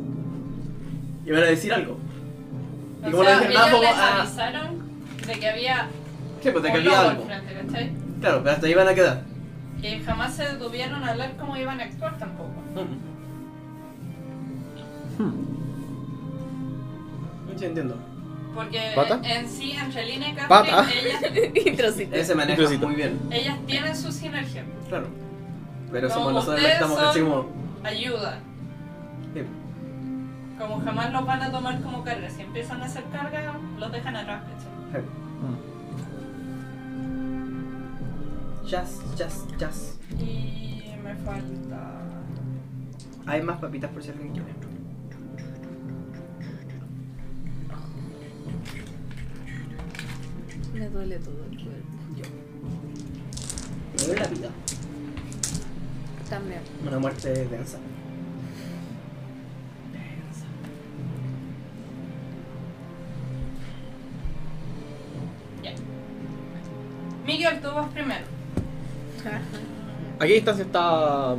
Speaker 1: iban a decir algo. Y
Speaker 2: O
Speaker 1: como
Speaker 2: sea,
Speaker 1: no dije
Speaker 2: ellos
Speaker 1: nada, como,
Speaker 2: les
Speaker 1: ah.
Speaker 2: avisaron de que había
Speaker 1: Sí, pues te
Speaker 2: un
Speaker 1: cambiaba
Speaker 2: lobo al
Speaker 1: algo.
Speaker 2: frente, ¿cachai?
Speaker 1: Claro, pero hasta ahí van a quedar.
Speaker 2: Que jamás se detuvieron a hablar cómo iban a actuar tampoco.
Speaker 1: Mm. Hmm. Sí, entiendo.
Speaker 2: Porque
Speaker 7: ¿Pata?
Speaker 2: en sí, Angelina y
Speaker 7: ¿Pata?
Speaker 2: Catherine, ellas,
Speaker 4: Introcito.
Speaker 1: Ese maneja
Speaker 7: Intrusito.
Speaker 1: muy bien,
Speaker 2: ellas tienen su sinergia.
Speaker 1: claro. Pero
Speaker 2: No,
Speaker 1: somos nosotros los que
Speaker 2: ustedes
Speaker 1: estamos
Speaker 2: son-
Speaker 1: así como...
Speaker 2: Ayuda.
Speaker 1: Sí.
Speaker 2: Como jamás los van a tomar como carga. Si empiezan a hacer carga, los dejan atrás, ¿cachai?
Speaker 1: Jazz, jazz, jazz.
Speaker 2: Y me falta...
Speaker 1: Hay más papitas por si alguien quiere.
Speaker 4: Me duele todo el cuerpo.
Speaker 1: Me duele la vida.
Speaker 4: También.
Speaker 1: Una muerte densa.
Speaker 2: Miguel, tú vas primero.
Speaker 7: ¿A qué distancia está.?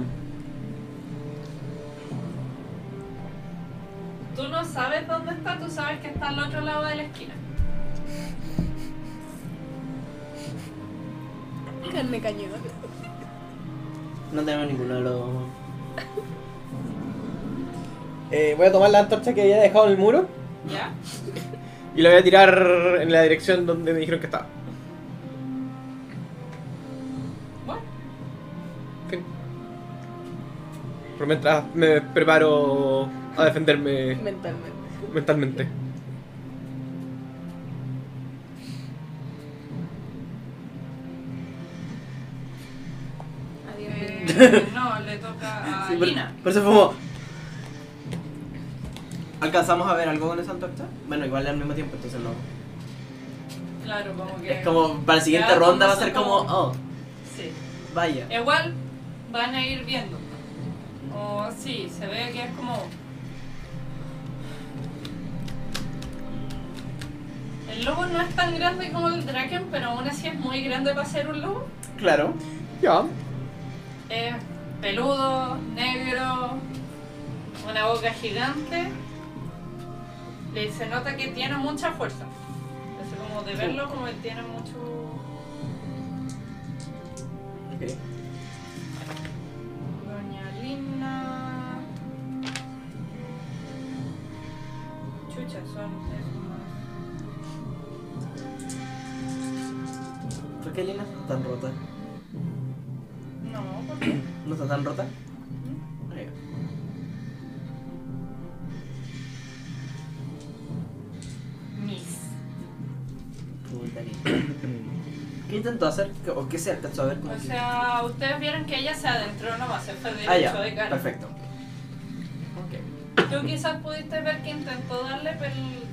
Speaker 2: Tú no sabes dónde está, tú sabes que está al otro lado de la esquina.
Speaker 4: Carne cañuda.
Speaker 1: No tenemos ninguno de los.
Speaker 7: Eh, voy a tomar la antorcha que había dejado en el muro
Speaker 2: ¿Ya?
Speaker 7: y la voy a tirar en la dirección donde me dijeron que estaba.
Speaker 2: Bueno,
Speaker 7: Ok. Pero mientras me preparo a defenderme
Speaker 4: Mentalmente.
Speaker 7: mentalmente.
Speaker 4: Adiós.
Speaker 2: eh, no, le toca a
Speaker 1: Sí,
Speaker 2: Lina.
Speaker 1: por, por eso fue como. ¿Alcanzamos a ver algo con esa antorcha? Bueno, igual al mismo tiempo, entonces no.
Speaker 2: Claro, como que...
Speaker 1: Es como, para la siguiente
Speaker 2: Ya,
Speaker 1: ronda va a
Speaker 2: son
Speaker 1: ser como,
Speaker 2: como- Eh.
Speaker 1: oh,
Speaker 2: Sí.
Speaker 1: vaya.
Speaker 2: Igual van a ir viendo. O sí, se ve que es como. El lobo no es tan grande como el Draken, pero aún así es muy grande para ser un lobo.
Speaker 1: Claro.
Speaker 7: Ya.
Speaker 2: Es peludo, negro, una boca gigante. Le se nota que tiene mucha fuerza. Es como de verlo como que tiene mucho.
Speaker 1: Ok.
Speaker 2: Doña Lina. Chucha, son tres más.
Speaker 1: ¿Por qué Lina no está tan rota?
Speaker 2: No, porque.
Speaker 1: ¿No está tan rota? Ahí va.
Speaker 2: Miss.
Speaker 1: Puta Lina. ¿Qué intentó hacer? ¿O qué se alcanzó a ver? Como
Speaker 2: O
Speaker 1: que-
Speaker 2: sea, ustedes vieron que ella se adentró nomás, se fue derecho
Speaker 1: ah, ya.
Speaker 2: de cara.
Speaker 1: Perfecto. Ok.
Speaker 2: Tú quizás pudiste ver que intentó darle, pero el,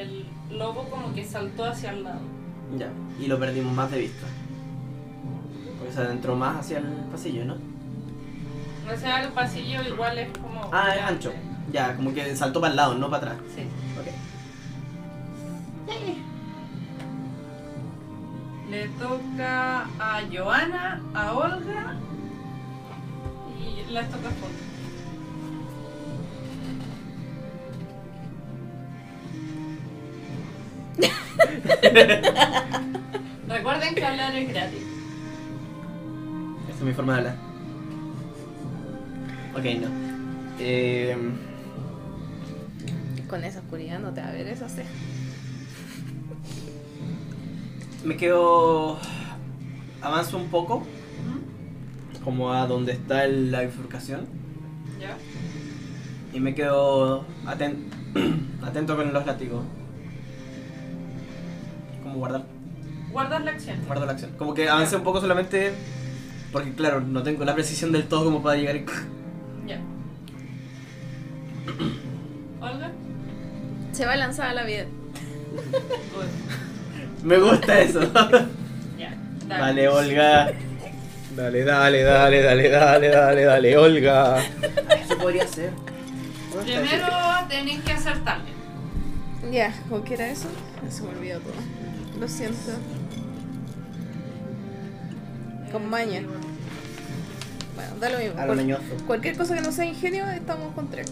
Speaker 2: el lobo como que saltó hacia el lado.
Speaker 1: Ya, y lo perdimos más de vista. Porque se adentró más hacia el pasillo, ¿no?
Speaker 2: O sea, el pasillo igual es como.
Speaker 1: Ah, es ancho. Ya, como que saltó para el lado, no para atrás.
Speaker 2: Sí.
Speaker 1: Ok.
Speaker 2: Le toca a Joana, a Olga y las toca fondo. Recuerden que hablar es gratis.
Speaker 1: Esa es mi forma de hablar. Ok, no. Eh,
Speaker 4: Con esa oscuridad no te va a ver esa ceja.
Speaker 1: me quedo. Avanzo un poco,
Speaker 2: Ujú,
Speaker 1: como a donde está el- la bifurcación.
Speaker 2: ¿Ya?
Speaker 1: Y me quedo aten- atento con los látigos. Como guardar,
Speaker 2: Guardas la acción.
Speaker 1: guardo la acción. Como que avance un poco solamente porque claro, no tengo la precisión del todo como para llegar y...
Speaker 2: Ya. Olga,
Speaker 4: Se va a lanzar a la vida.
Speaker 2: good.
Speaker 1: Me gusta eso.
Speaker 2: Ya.
Speaker 1: vale,
Speaker 2: dale.
Speaker 1: Olga.
Speaker 7: Dale, dale, dale, dale, dale, dale, dale, Olga.
Speaker 1: ¿Qué podría ser?
Speaker 2: Primero tenéis que acertarle.
Speaker 4: Ya, ¿o qué era eso? Se me olvidó todo. Lo siento. Con maña.
Speaker 2: Eh,
Speaker 4: Bueno, da lo mismo.
Speaker 1: A lo
Speaker 4: Cual-
Speaker 1: leñoso.
Speaker 4: Cualquier cosa que no sea ingenio, estamos con tres.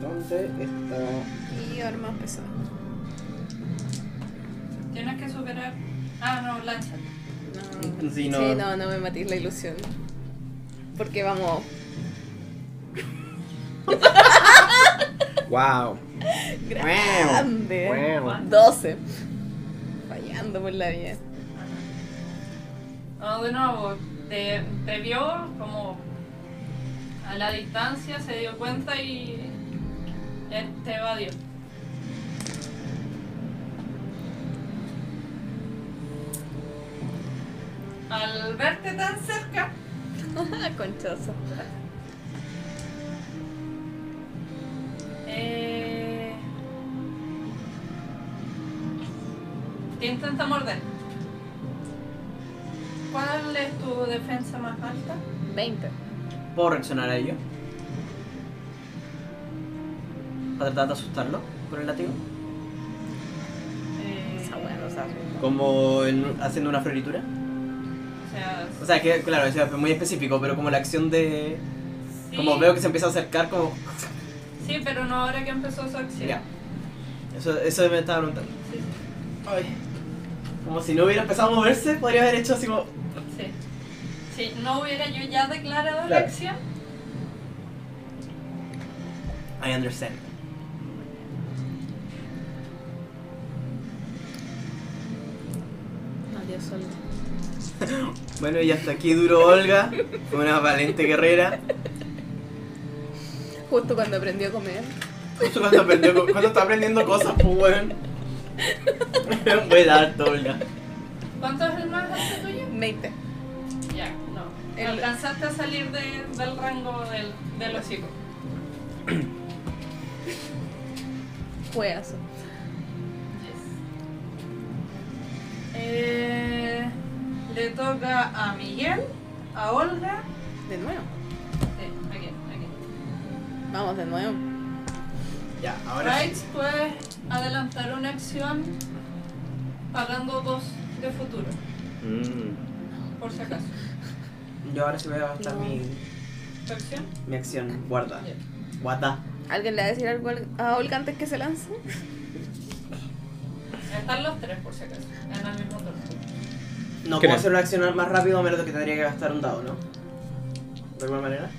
Speaker 3: ¿Dónde está?
Speaker 4: Y armas pesadas.
Speaker 2: Tienes que superar. Ah, no, lanza.
Speaker 4: No.
Speaker 1: Sí, no.
Speaker 4: Sí, no, no me matís la ilusión. Porque vamos.
Speaker 7: Wow.
Speaker 4: Grande.
Speaker 7: Wow.
Speaker 4: 12. Fallando por la vida.
Speaker 2: No, Ah, de nuevo, te, te vio como a la distancia, se dio cuenta y eh, te evadió. Al verte tan cerca,
Speaker 4: Ah, Conchoso.
Speaker 2: eh, te intenta morder. ¿Cuál es tu defensa más alta?
Speaker 4: 20.
Speaker 1: ¿Puedo reaccionar a ello? ¿Para tratar de asustarlo con el látigo?
Speaker 2: Eh,
Speaker 4: Esa wea no sabe.
Speaker 1: Como en- haciendo una floritura.
Speaker 2: o sea,
Speaker 1: O sea, que claro, eso es muy específico, pero como la acción de...
Speaker 2: sí.
Speaker 1: Como veo que se empieza a acercar, como...
Speaker 2: Sí, pero no ahora que empezó su acción.
Speaker 1: Ya. Eso, eso me estaba preguntando.
Speaker 2: Sí,
Speaker 1: Ay. Como si no hubiera empezado a moverse, podría haber hecho así como...
Speaker 2: sí. Si no hubiera yo ya declarado la
Speaker 1: Claro.
Speaker 2: acción,
Speaker 1: I understand.
Speaker 4: Adiós, solo.
Speaker 1: Bueno, y hasta aquí duró Olga, una valiente guerrera.
Speaker 4: Justo cuando aprendió a comer.
Speaker 1: Justo cuando, aprendió, co- cuando está aprendiendo cosas, pues, weón. Es un buen harto, Olga.
Speaker 2: ¿cuánto es el más alto tuyo?
Speaker 4: 20.
Speaker 2: Ya, no.
Speaker 4: El-
Speaker 2: Alcanzaste a salir de- del rango del, del hocico.
Speaker 4: Juegazo.
Speaker 2: Eh, le toca a Miguel, a Olga.
Speaker 4: De nuevo.
Speaker 2: Sí, aquí, aquí.
Speaker 4: Vamos de nuevo.
Speaker 1: Ya, ahora sí.
Speaker 2: Right, puedes adelantar una acción pagando dos de futuro,
Speaker 1: Mm.
Speaker 2: por si acaso.
Speaker 1: Yo ahora sí voy a gastar mi,
Speaker 2: ¿Tu acción?
Speaker 1: mi acción. Guarda.
Speaker 2: Ya.
Speaker 1: Guarda.
Speaker 4: ¿Alguien le va a decir algo al- a Olga antes que se lance?
Speaker 2: Están los tres, por si acaso, en el mismo turno.
Speaker 1: No
Speaker 7: Creo.
Speaker 1: puedo hacer una acción más rápido a menos que tendría que gastar un dado, ¿no? ¿De alguna manera?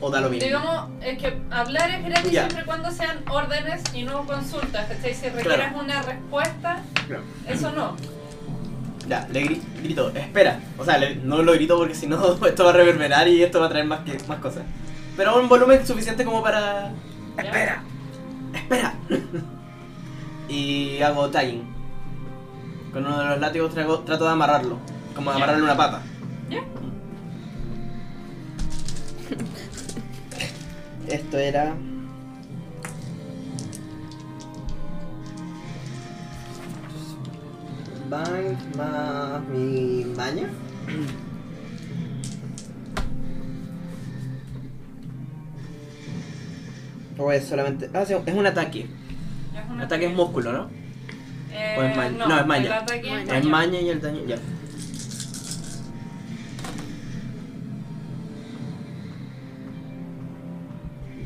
Speaker 1: ¿O da lo mismo?
Speaker 2: Digamos, es que hablar es gratis
Speaker 1: Ya.
Speaker 2: siempre y cuando sean órdenes y no consultas. ¿cachai? Si requieres una respuesta,
Speaker 1: Claro.
Speaker 2: eso no.
Speaker 1: Ya, le gri- grito, espera. O sea, le- no lo grito porque si no esto va a reverberar y esto va a traer más, que, más cosas. Pero a un volumen suficiente como para...
Speaker 2: Ya.
Speaker 1: Espera. Espera. y hago tagging. Con uno de los látigos trago- trato de amarrarlo. Como de
Speaker 2: Ya.
Speaker 1: amarrarle una pata.
Speaker 2: Ya.
Speaker 1: Esto era... Bind más mi maña. O es solamente. Ah, sí, es un ataque.
Speaker 2: Es un
Speaker 1: El ataque es músculo, ¿no?
Speaker 2: Eh,
Speaker 1: o es maña. No, es maña.
Speaker 2: el ataque es
Speaker 1: Es maña y el daño. Ya.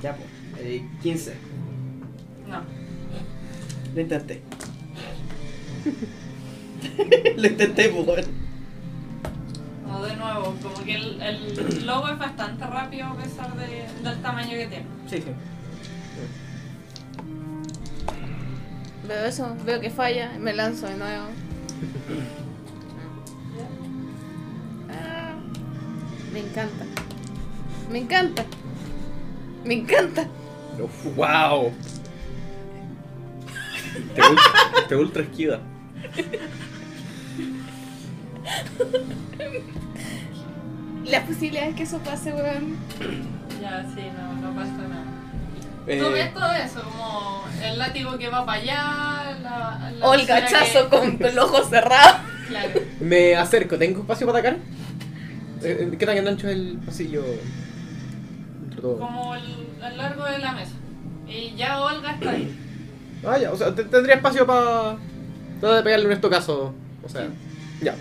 Speaker 1: Ya, pues. Eh, 15.
Speaker 2: No.
Speaker 1: Lo intenté. Lo intenté, pues.
Speaker 2: No, de nuevo, como que el, el logo es bastante rápido a pesar de- del tamaño que tiene.
Speaker 1: Sí, sí.
Speaker 4: Veo eso, veo que falla, me lanzo de nuevo. Ah, me encanta. Me encanta. Me encanta.
Speaker 3: ¡Wow! Te, ul- te ultra esquiva.
Speaker 4: Las posibilidades que eso pase, weón.
Speaker 2: Ya, sí, no, no pasa nada.
Speaker 3: Eh,
Speaker 2: Tú ves todo eso, como el látigo que va para allá, la, la
Speaker 4: O el
Speaker 2: visera que-
Speaker 4: gachazo con, con los ojos cerrados.
Speaker 2: Claro.
Speaker 7: Me acerco, ¿tengo espacio para atacar? Eh, eh, ¿Qué tan ancho es el pasillo? Entre todo.
Speaker 2: como el, el largo de la mesa. Y ya Olga está ahí.
Speaker 7: Ah, ya, o sea, te- tendría espacio para. Tratar de pegarle un estocazo. O sea, ya.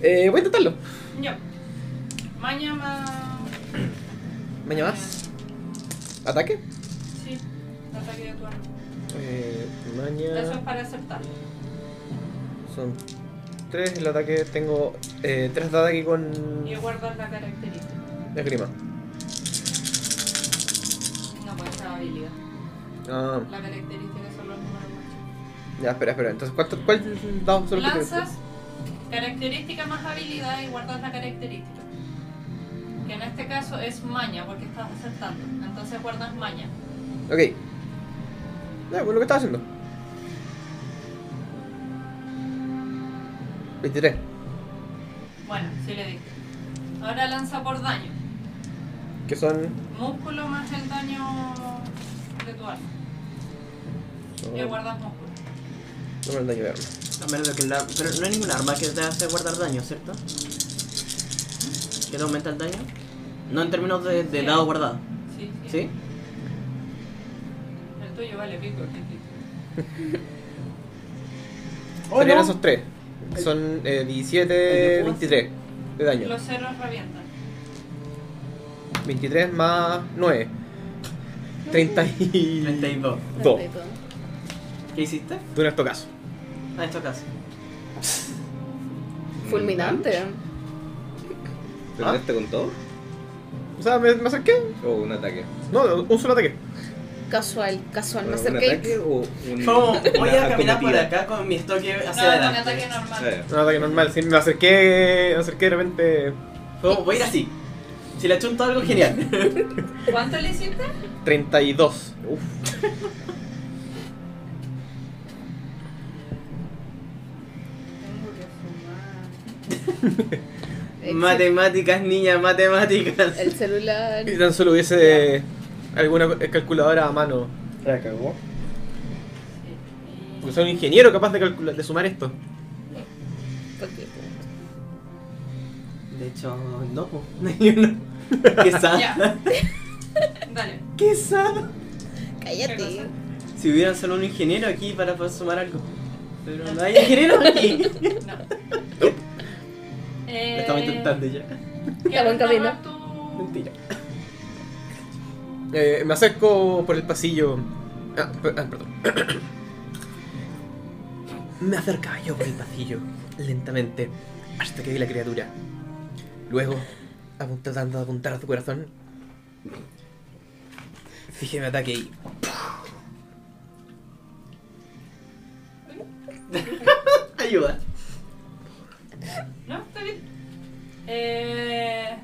Speaker 7: Eh, voy a intentarlo.
Speaker 2: Yo. Mañana.
Speaker 7: Mañana más. ¿Ataque?
Speaker 2: Sí, ataque de tu arma.
Speaker 7: Eh,
Speaker 2: Eso es
Speaker 7: mañana.
Speaker 2: para aceptar.
Speaker 7: Son tres. El ataque tengo eh, tres de ataque con.
Speaker 2: Y guardar la característica.
Speaker 7: Esgrima.
Speaker 2: No puede ser habilidad.
Speaker 7: Ah,
Speaker 2: La característica son los números mágicos.
Speaker 7: ya, espera, espera. Entonces, ¿cuánto, ¿cuál dado solo que
Speaker 2: Lanzas característica más habilidad y guardas la característica. Que en este caso es maña, porque estás aceptando. Entonces guardas maña.
Speaker 7: Ok. Ya, pues lo que estaba haciendo. 23.
Speaker 2: Bueno, sí le diste. Ahora lanza por daño.
Speaker 7: Que son.
Speaker 2: Músculo más el daño de tu arma.
Speaker 7: son-
Speaker 2: Y guardas músculo.
Speaker 7: No me dan daño de arma.
Speaker 1: A menos de que la... Pero no hay ningún arma que te hace guardar daño, ¿cierto? ¿Que te aumenta el daño? No en términos de, de
Speaker 2: Sí.
Speaker 1: dado guardado,
Speaker 2: Sí, sí.
Speaker 1: ¿sí?
Speaker 2: El tuyo vale pico. pico.
Speaker 7: Serían esos tres. Son eh, 17,
Speaker 1: Oh, El de púas.
Speaker 7: 23 de daño.
Speaker 2: Los ceros revientan.
Speaker 7: 23 más 9. 32
Speaker 1: 32.
Speaker 7: Dos.
Speaker 1: ¿Qué hiciste?
Speaker 7: de un estocazo.
Speaker 1: Ah, esto casi.
Speaker 4: Fulminante.
Speaker 3: ¿Te
Speaker 7: ¿Ah?
Speaker 3: tiraste con todo?
Speaker 7: O sea, me, me acerqué.
Speaker 3: ¿O un ataque?
Speaker 7: No, un solo ataque.
Speaker 4: Casual, casual. Me
Speaker 3: ¿Un
Speaker 4: acerqué.
Speaker 3: ataque o
Speaker 8: Mm.
Speaker 3: un.?
Speaker 1: ¿Cómo? Voy
Speaker 3: una
Speaker 1: a caminar por
Speaker 3: acometida?
Speaker 1: acá con mi estoque hacia
Speaker 2: No, es un
Speaker 1: adelante.
Speaker 2: ataque normal.
Speaker 3: Ah,
Speaker 7: Un ataque normal. Sí, me acerqué. Me acerqué de repente.
Speaker 1: ¿Cómo? Voy a ir así. Si le achunto algo, genial.
Speaker 2: ¿Cuánto le hiciste?
Speaker 7: 32. Uf.
Speaker 2: Tengo que fumar.
Speaker 4: Ex-
Speaker 1: matemáticas, niña, matemáticas.
Speaker 4: El celular.
Speaker 7: Y tan solo hubiese alguna calculadora a mano.
Speaker 3: La cagó.
Speaker 7: Porque soy un ingeniero capaz de, calcular, de sumar esto.
Speaker 4: Poquito.
Speaker 1: De hecho, no. po. Hay uno. Qué sad.
Speaker 2: Ya. Dale.
Speaker 1: Qué sad.
Speaker 2: ¿Qué
Speaker 4: Cállate.
Speaker 2: cosa?
Speaker 1: Si hubieran solo un ingeniero aquí para poder sumar algo. Pero no hay ingeniero aquí.
Speaker 2: No.
Speaker 1: Lo
Speaker 2: Eh,
Speaker 1: estamos intentando ya.
Speaker 4: Estaba en camino.
Speaker 2: narrar tu-
Speaker 1: Mentira.
Speaker 7: Eh, me acerco por el pasillo. Ah, per- ah, perdón. me acerca yo por el pasillo, lentamente, hasta que vi la criatura. Luego, apunt- tratando de apuntar a su corazón, fijé mi ataque y.
Speaker 1: Ayuda.
Speaker 2: No, está bien. Eh,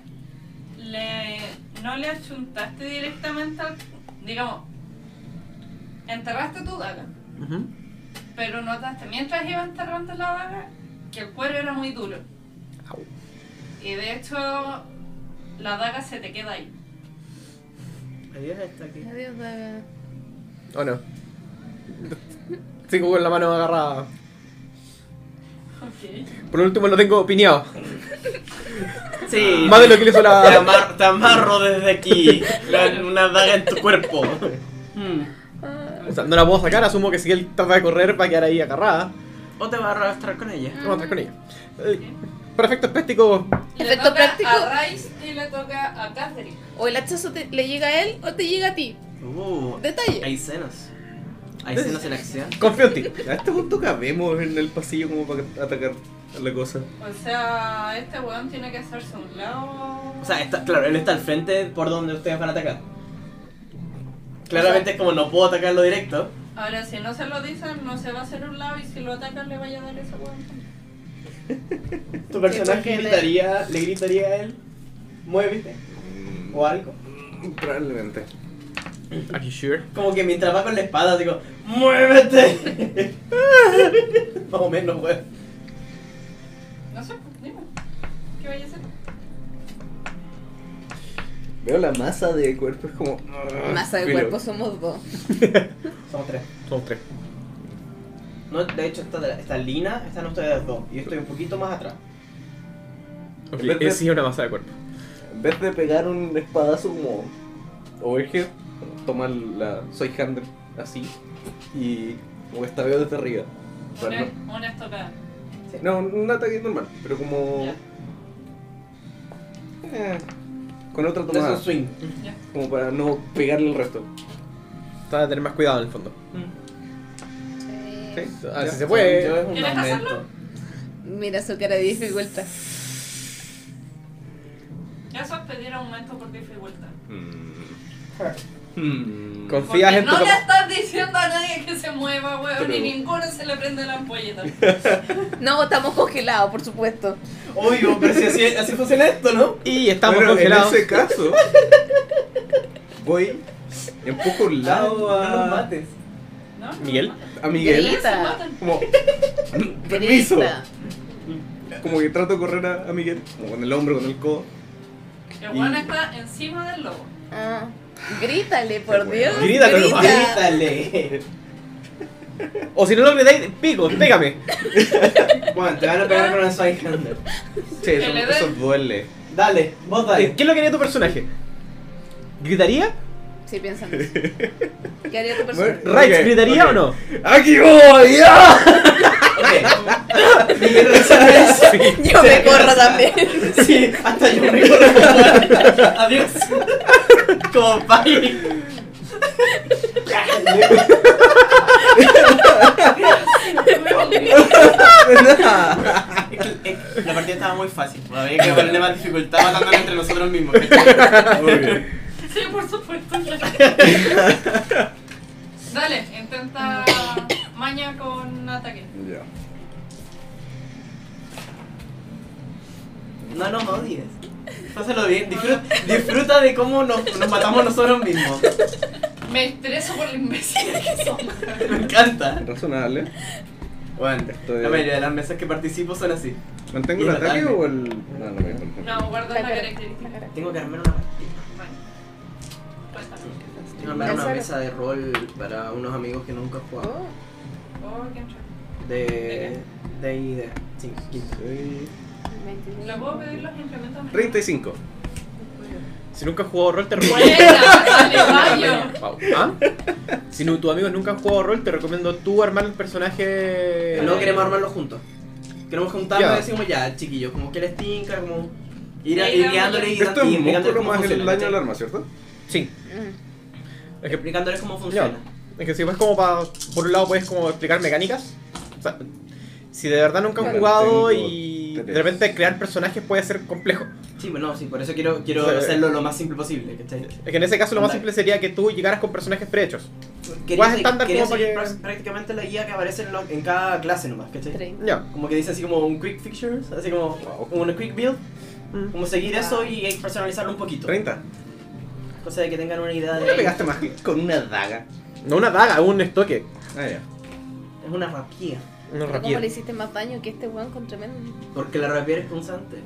Speaker 2: le- no le achuntaste directamente al. Digamos, enterraste tu daga. Pero notaste mientras iba enterrando la daga que el cuero era muy duro.
Speaker 7: Au.
Speaker 2: Y de hecho, la daga se te queda ahí.
Speaker 1: Adiós, está aquí.
Speaker 4: Adiós, Daga.
Speaker 7: Oh, ¿O no? Sigo con la mano agarrada. Por último lo tengo pineado.
Speaker 1: Sí.
Speaker 7: Más de lo que le hizo
Speaker 1: Te,
Speaker 7: la.
Speaker 1: amar- te amarro desde aquí. la- una daga en tu cuerpo.
Speaker 8: Hmm.
Speaker 7: O sea, no la puedo sacar, asumo que si él trata de correr va a quedar ahí agarrada.
Speaker 1: O te vas a arrastrar con ella.
Speaker 7: Vamos a entrar con ella. Eh, Para efectos prácticos,
Speaker 2: Le
Speaker 4: Efecto
Speaker 2: toca
Speaker 4: práctico.
Speaker 2: a Rice y le toca a Catherine.
Speaker 4: O el hachazo te- le llega a él o te llega a ti.
Speaker 1: Uh,
Speaker 4: Detalle.
Speaker 1: hay cenas. Hay cenas en acción.
Speaker 7: confío en ti.
Speaker 3: A este punto cabemos en el pasillo como para atacar a la cosa.
Speaker 2: O sea, este weón tiene que hacerse a un lado.
Speaker 1: O sea, está, claro, él está al frente por donde ustedes van a atacar. Claramente es como no puedo atacarlo directo.
Speaker 2: Ahora, si no se lo dicen, no se va a hacer a un lado y si lo atacan, le vaya a dar ese weón.
Speaker 1: Tu
Speaker 4: personaje porque le-
Speaker 1: gritaría, le gritaría a él, muévete
Speaker 3: Mm,
Speaker 1: o algo.
Speaker 3: Probablemente.
Speaker 7: Are you sure?
Speaker 1: Como que mientras va con la espada, digo, muévete. Más o menos, weón.
Speaker 2: No sé, dime. ¿Qué vaya a hacer?
Speaker 3: Veo la masa de cuerpo, es como.
Speaker 4: Masa de
Speaker 3: Ah, Filo.
Speaker 4: cuerpo somos dos.
Speaker 1: Somos tres.
Speaker 7: Somos tres.
Speaker 1: No, de hecho, está, está Lina, están ustedes dos. Y yo estoy un poquito más atrás.
Speaker 7: Ok,
Speaker 3: Verde.
Speaker 7: es sí es una masa de cuerpo.
Speaker 3: En vez de pegar un espadazo como overhead, toma la soy handle así y como que estabeo desde arriba. O sea, no-
Speaker 2: Una, una estocada.
Speaker 3: no, un ataque normal, pero
Speaker 7: Oh.
Speaker 3: como. Eh, con otra
Speaker 1: Entonces
Speaker 3: tomada,
Speaker 1: un swing.
Speaker 2: Ya.
Speaker 3: como para no pegarle el resto.
Speaker 7: Trata de tener más cuidado en el fondo. A
Speaker 3: Sí,
Speaker 7: ver si
Speaker 3: ya.
Speaker 7: Ah, se puede.
Speaker 1: Yo es un
Speaker 2: ¿Quieres
Speaker 1: aumento.
Speaker 2: hacerlo?
Speaker 4: Mira su cara de dificultad.
Speaker 2: Ya sos pedir aumento por dificultad.
Speaker 3: Mm.
Speaker 2: Porque
Speaker 7: Confías en tu
Speaker 2: no le
Speaker 7: capacidad.
Speaker 2: estás diciendo a nadie que se mueva, weón,
Speaker 3: Pero-
Speaker 2: ni ninguno se le prende la ampolleta.
Speaker 4: No, estamos congelados, por supuesto.
Speaker 1: Obvio, pero si así, así funciona esto, ¿no?
Speaker 7: Y estamos
Speaker 3: Bueno,
Speaker 7: Ah, congelados.
Speaker 3: En ese caso, voy, empujo a un lado
Speaker 1: Ah, No los
Speaker 3: a,
Speaker 1: mates.
Speaker 2: ¿No?
Speaker 7: Miguel.
Speaker 3: a Miguel,
Speaker 2: Ya se
Speaker 4: Grita.
Speaker 2: matan.
Speaker 3: como. Permiso.
Speaker 4: Grita.
Speaker 3: Como que trato de correr a, a Miguel, como con el hombro, con el codo.
Speaker 2: El weón está encima del lobo.
Speaker 4: Ah, grítale, por Dios.
Speaker 7: Grita con los
Speaker 4: grita.
Speaker 1: Grítale.
Speaker 7: O si no lo gritáis, pico, pégame.
Speaker 1: Bueno, te van a pegar con una side handle.
Speaker 3: Che,
Speaker 2: Que
Speaker 3: eso,
Speaker 2: le den.
Speaker 3: eso duele.
Speaker 1: Dale, vos
Speaker 7: ¿Qué
Speaker 1: dale.
Speaker 7: es lo que haría tu personaje? ¿Gritaría?
Speaker 4: Sí, piensa en eso. ¿Qué haría tu persona?
Speaker 3: Bueno,
Speaker 7: ¿Rights
Speaker 3: Ok,
Speaker 7: gritaría
Speaker 3: ok.
Speaker 7: o no?
Speaker 3: ¡Aquí voy! ¡Ah!
Speaker 1: Ok.
Speaker 4: Yo me corro también.
Speaker 1: Sí, hasta yo me corro. Adiós. Como bye. Es que- es que La partida estaba muy fácil. pues, Había que ponerle más dificultad matándonos entre nosotros mismos. ¿cachai?
Speaker 2: Sí, por supuesto. claro. Dale, intenta maña con ataque.
Speaker 3: Ya.
Speaker 1: No nos odies. Pásalo bien. Disfruta, disfruta de cómo nos, nos matamos nosotros mismos.
Speaker 2: Me estreso por la imbécil que somos.
Speaker 1: Me encanta.
Speaker 3: Razonable.
Speaker 1: Bueno,
Speaker 3: Estoy-
Speaker 1: la mayoría de las mesas que participo son así.
Speaker 3: ¿Mantengo
Speaker 1: Y
Speaker 3: el ataque
Speaker 1: totalmente.
Speaker 3: o el.? No, no me importa.
Speaker 2: No, guarda la
Speaker 4: La cara.
Speaker 2: característica.
Speaker 1: Tengo que armar una partida.
Speaker 2: Bueno. Cuéntame.
Speaker 1: Tengo que armar una
Speaker 4: Eso-
Speaker 1: mesa de rol para unos amigos que nunca han jugado.
Speaker 4: Oh,
Speaker 2: Oh, qué entra-
Speaker 1: De. De y de. Sí, quince.
Speaker 3: Soy
Speaker 2: ¿Le puedo pedir los implementos?
Speaker 3: 35.
Speaker 7: Si nunca has jugado rol, te recomiendo.
Speaker 2: ¡Buena! ¡Le
Speaker 7: Wow. ¿Ah? Si no, tus amigos nunca han jugado rol, te recomiendo tú armar el personaje.
Speaker 1: Pero luego queremos armarlo juntos. Queremos juntarnos
Speaker 7: Ya.
Speaker 1: y decimos ya, chiquillos, como que les tinca, como. Ir, a-
Speaker 2: Ya,
Speaker 1: ir
Speaker 2: ya,
Speaker 1: guiándoles y
Speaker 3: Esto es
Speaker 1: y explicándoles
Speaker 3: músculo
Speaker 1: cómo
Speaker 3: más el
Speaker 1: funciona,
Speaker 3: daño del
Speaker 1: ¿cachai?
Speaker 3: arma, ¿cierto?
Speaker 7: Sí.
Speaker 4: mm.
Speaker 7: Es que
Speaker 1: Explicándoles cómo funciona.
Speaker 7: Es que si vas como para. Por un lado puedes como explicar mecánicas. O sea, si de verdad nunca han
Speaker 3: Claro,
Speaker 7: jugado
Speaker 3: tengo
Speaker 7: y de
Speaker 3: tres.
Speaker 7: repente crear personajes puede ser complejo.
Speaker 1: Sí, bueno, sí, por eso quiero, quiero
Speaker 7: Sí.
Speaker 1: hacerlo lo más simple posible, ¿cachai?
Speaker 7: Es que en ese caso lo más
Speaker 1: Andai.
Speaker 7: simple sería que tú llegaras con personajes prehechos.
Speaker 1: Quería, se-
Speaker 7: estándar
Speaker 1: quería
Speaker 7: como
Speaker 1: seguir
Speaker 7: para que-
Speaker 1: prá- prácticamente la guía que aparece en, lo- en cada clase nomás, ¿cachai?
Speaker 4: Treinta.
Speaker 7: Ya.
Speaker 1: Como que dice así como un quick pictures, así como,
Speaker 3: Wow.
Speaker 1: como un quick build,
Speaker 7: Mm.
Speaker 1: como seguir eso y personalizarlo un poquito.
Speaker 3: 30.
Speaker 1: Cosa de que tengan una idea
Speaker 3: ¿Por qué
Speaker 1: de...
Speaker 3: le pegaste más con una daga?
Speaker 7: No una daga, un estoque.
Speaker 3: Ah, ya.
Speaker 1: Es una rapía,
Speaker 7: Una
Speaker 4: Pero ¿Cómo
Speaker 7: rapiera.
Speaker 4: le hiciste más daño que este weón con tremendo?
Speaker 1: porque la rapía es punzante,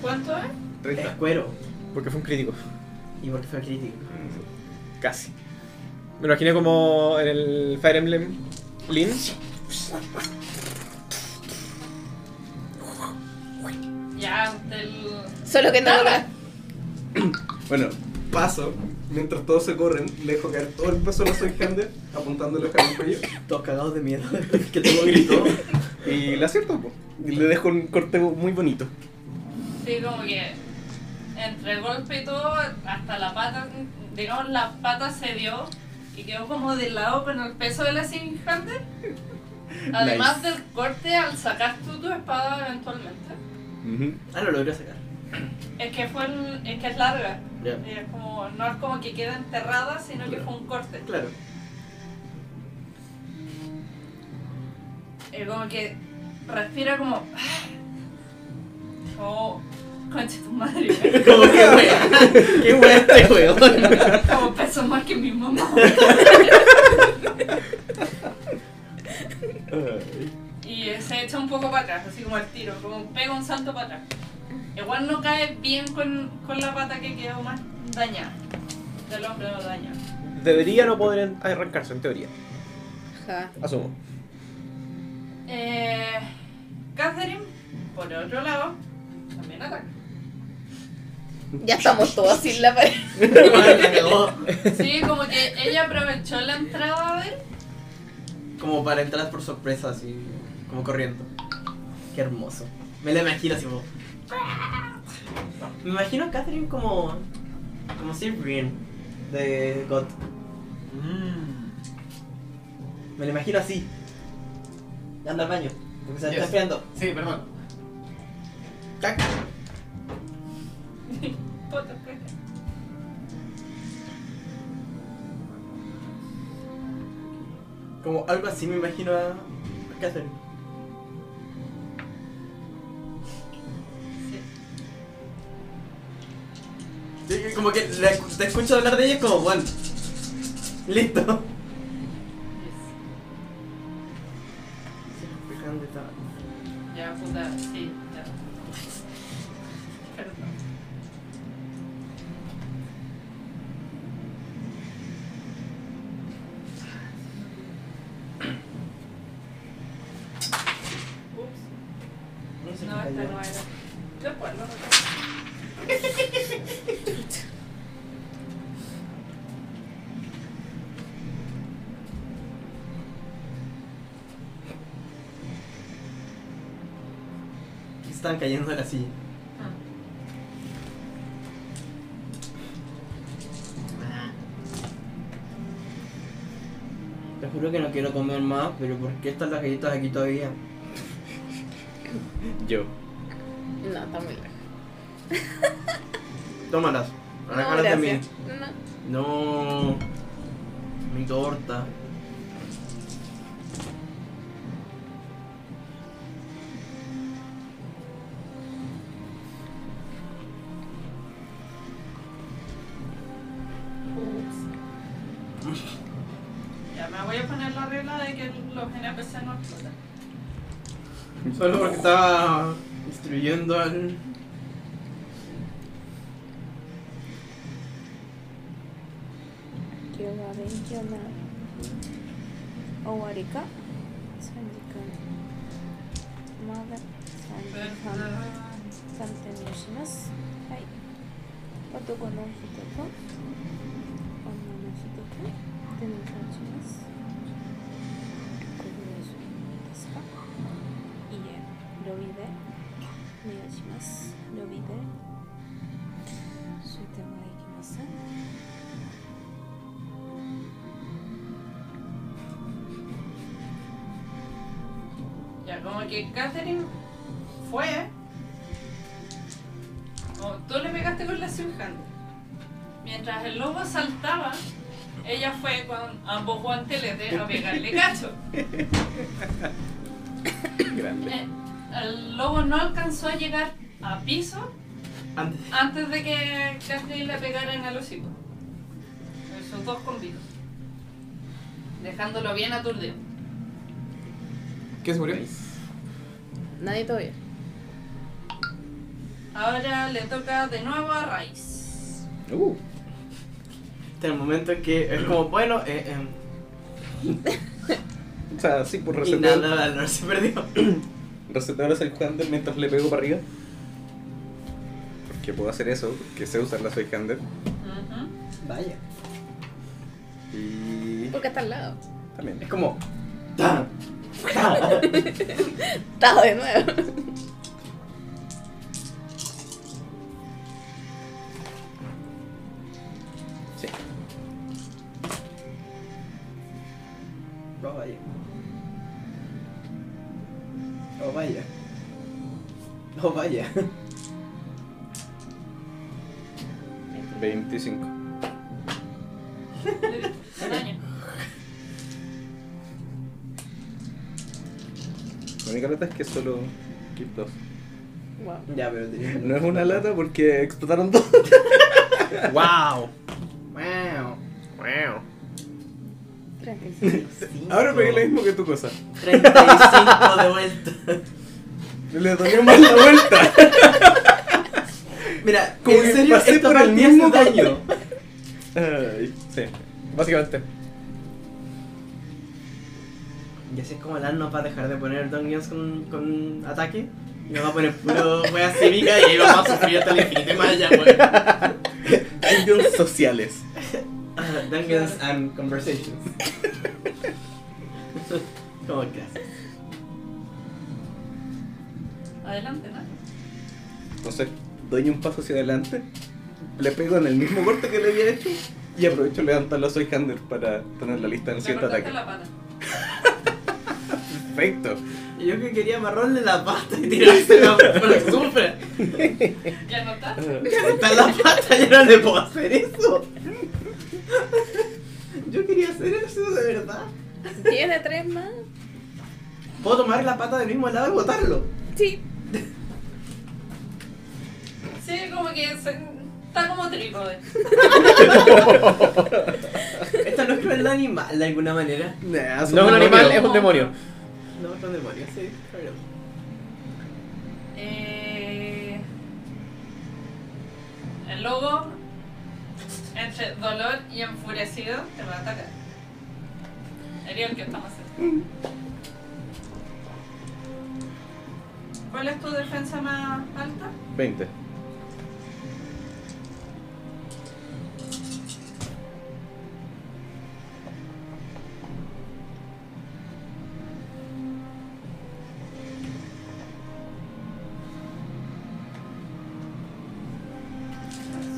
Speaker 2: ¿Cuánto es?
Speaker 7: Eh.
Speaker 1: es
Speaker 3: 30.
Speaker 1: cuero
Speaker 7: Porque fue un crítico.
Speaker 1: y porque fue crítico.
Speaker 7: Casi. Me imaginé como en el Fire Emblem Lin.
Speaker 2: el.
Speaker 4: Solo que no lo
Speaker 2: Nada.
Speaker 3: Bueno, paso. Mientras todos se corren, le dejo caer todo el peso de la Soyhander, apuntándole acá en el cuello.
Speaker 1: Todos cagados de miedo. que todo gritó.
Speaker 3: Y le acierto, po. Y le dejo un corte muy bonito.
Speaker 2: Sí, como que entre el golpe y todo, hasta la pata, digamos, la pata se dio y quedó como de lado con el peso de la Singhande. Además del corte, al sacar tú tu espada eventualmente.
Speaker 1: Ah, lo logré sacar.
Speaker 2: Es que, fue en- es, que es larga.
Speaker 1: Ya.
Speaker 2: Y es como, no es como que queda enterrada, sino que fue un corte.
Speaker 1: Claro.
Speaker 2: Es eh, como que respira como... Como... Concha tu madre.
Speaker 1: Como que wea. Qué wea este juego.
Speaker 2: Como peso más que mi mamá. y eh, se echa un poco para atrás, así como al tiro, como pega un salto para atrás. Igual no cae bien con, con la pata que quedó más dañada. Del hombre no dañado.
Speaker 7: Debería no poder en- arrancarse, en teoría.
Speaker 4: Ajá.
Speaker 7: Asumo.
Speaker 2: Eh, Catherine, por otro lado, también ataca.
Speaker 4: Ya estamos todos sin la pared.
Speaker 2: Sí, como que ella aprovechó la entrada de él.
Speaker 1: Como para entrar por sorpresa, así. Como corriendo. Qué hermoso. Me la imagino así como. Me imagino a Catherine como. Como Cyprian de God.
Speaker 6: Mm.
Speaker 1: Me la imagino así. Anda al baño. Porque se está
Speaker 6: Yes.
Speaker 1: enfriando.
Speaker 6: Sí, perdón.
Speaker 2: Puta, pues.
Speaker 1: Como algo así me imagino a, a Catherine.
Speaker 2: Sí.
Speaker 1: Sí, que Como que la- te escucho hablar de ella y es como, bueno. Listo.
Speaker 2: Ya, puta, sí, ya. Perdón. Ups,
Speaker 1: No sé
Speaker 2: no,
Speaker 1: qué
Speaker 2: esta
Speaker 1: cayó.
Speaker 2: no era. Después, no.
Speaker 1: Estaban cayendo de la silla. Ah. Te juro que no quiero comer más, pero ¿por qué están las galletas aquí todavía?
Speaker 3: Yo.
Speaker 4: No, está muy lejos.
Speaker 1: Tómalas. Ahora
Speaker 4: No,
Speaker 1: caras de mí.
Speaker 4: gracias. No, no.
Speaker 1: No. Mi torta.
Speaker 2: Ya me voy a poner la regla de que los NPC no explotan.
Speaker 1: Solo porque estaba destruyendo al.
Speaker 2: ah, Ya, como que Catherine fue. Como tú le pegaste con la Sunhand. Mientras el lobo saltaba, ella fue con ambos guanteletes a pegarle cacho.
Speaker 3: Grande.
Speaker 2: Eh, el lobo no alcanzó a llegar a piso
Speaker 1: Antes.
Speaker 2: antes de que Catherine le pegara en el hocico. Esos dos combinos. Dejándolo bien aturdido.
Speaker 7: ¿Quién se murió?
Speaker 4: Nadie todavía.
Speaker 2: Ahora le toca de nuevo a Raiz.
Speaker 3: Uh.
Speaker 1: Hasta el momento en que es como, bueno, eh, eh,
Speaker 3: O sea, sí, por
Speaker 1: y
Speaker 3: resetear.
Speaker 1: nada, nada, no se perdió.
Speaker 3: Resetear a Soyhander mientras le pego para arriba. que puedo hacer eso, que sé usar la Swifthander.
Speaker 2: Ujú.
Speaker 1: Vaya.
Speaker 3: Y.
Speaker 4: Porque está al lado.
Speaker 3: También.
Speaker 1: Es como. ¡Tan!
Speaker 4: Está de nuevo.
Speaker 3: Sí.
Speaker 1: Oh, vaya. Oh, vaya. Oh, vaya.
Speaker 3: 25.
Speaker 2: Daño.
Speaker 3: La única lata es que solo. Keep dos.
Speaker 4: Wow.
Speaker 1: Ya, pero tenía-
Speaker 3: No es una lata porque explotaron dos.
Speaker 7: ¡Wow!
Speaker 1: Wow.
Speaker 7: ¡Wow!
Speaker 4: 35.
Speaker 3: Ahora pegué lo mismo que tu cosa.
Speaker 1: 35 de vuelta.
Speaker 3: Le doy más la vuelta.
Speaker 1: Mira,
Speaker 3: Como
Speaker 1: en
Speaker 3: que
Speaker 1: serio,
Speaker 3: pasé
Speaker 1: esto
Speaker 3: por el
Speaker 1: no tiene
Speaker 3: mismo
Speaker 1: daño.
Speaker 3: Ay, sí.
Speaker 7: Básicamente.
Speaker 1: Y así es como Lan nos va a dejar de poner dungeons con, con ataque. Y nos va a poner puro wea cívica y ahí vamos a sufrir hasta el infinito y más pues. allá, weón.
Speaker 3: Dungeons sociales.
Speaker 1: Ah, Dungeons and conversations. ¿Cómo que haces?
Speaker 2: Adelante, ¿no?
Speaker 3: Entonces, doy un paso hacia adelante, le pego en el mismo corte que le había hecho y aprovecho levantar la Soy Hander para poner la lista en
Speaker 2: Le
Speaker 3: cierto
Speaker 2: cortaste
Speaker 3: ataque.
Speaker 2: la pata.
Speaker 3: Perfecto.
Speaker 1: Y Yo que quería amarrarle la pata y tirársela por la sufra.
Speaker 2: ¿Ya no está?
Speaker 1: Está en la pata, yo no le puedo hacer eso. Yo quería hacer eso de verdad.
Speaker 4: Tiene tres más.
Speaker 1: ¿Puedo tomar la pata del mismo lado y botarlo?
Speaker 4: Sí.
Speaker 2: Sí, como que se- está como trípode.
Speaker 1: Esta no es crueldad animal de alguna manera.
Speaker 3: Nah, son
Speaker 7: No es un
Speaker 3: demonios.
Speaker 7: animal, es un demonio.
Speaker 1: No, son demonios, sí, pero.
Speaker 2: Eh, el lobo, entre dolor y enfurecido, te va a atacar. Sería el que estamos haciendo. ¿Cuál es tu defensa más alta?
Speaker 3: 20.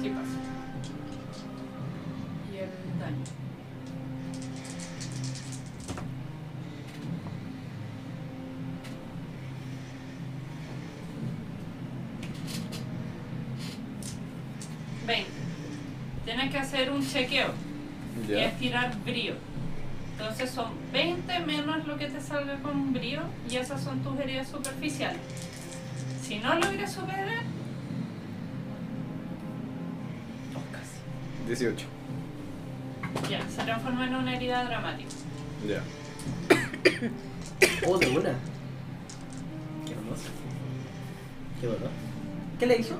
Speaker 2: Sí, pasa. Y el daño. Veinte. Tienes que hacer un chequeo y
Speaker 3: Ya.
Speaker 2: es tirar brío. Entonces son 20 menos lo que te salga con brío y esas son tus heridas superficiales. Si no logras superar, oh, casi.
Speaker 3: 18.
Speaker 2: Ya, se transforma en una herida dramática.
Speaker 3: Ya.
Speaker 1: Oh, de una. Qué hermoso. Qué dolor. ¿Qué le hizo?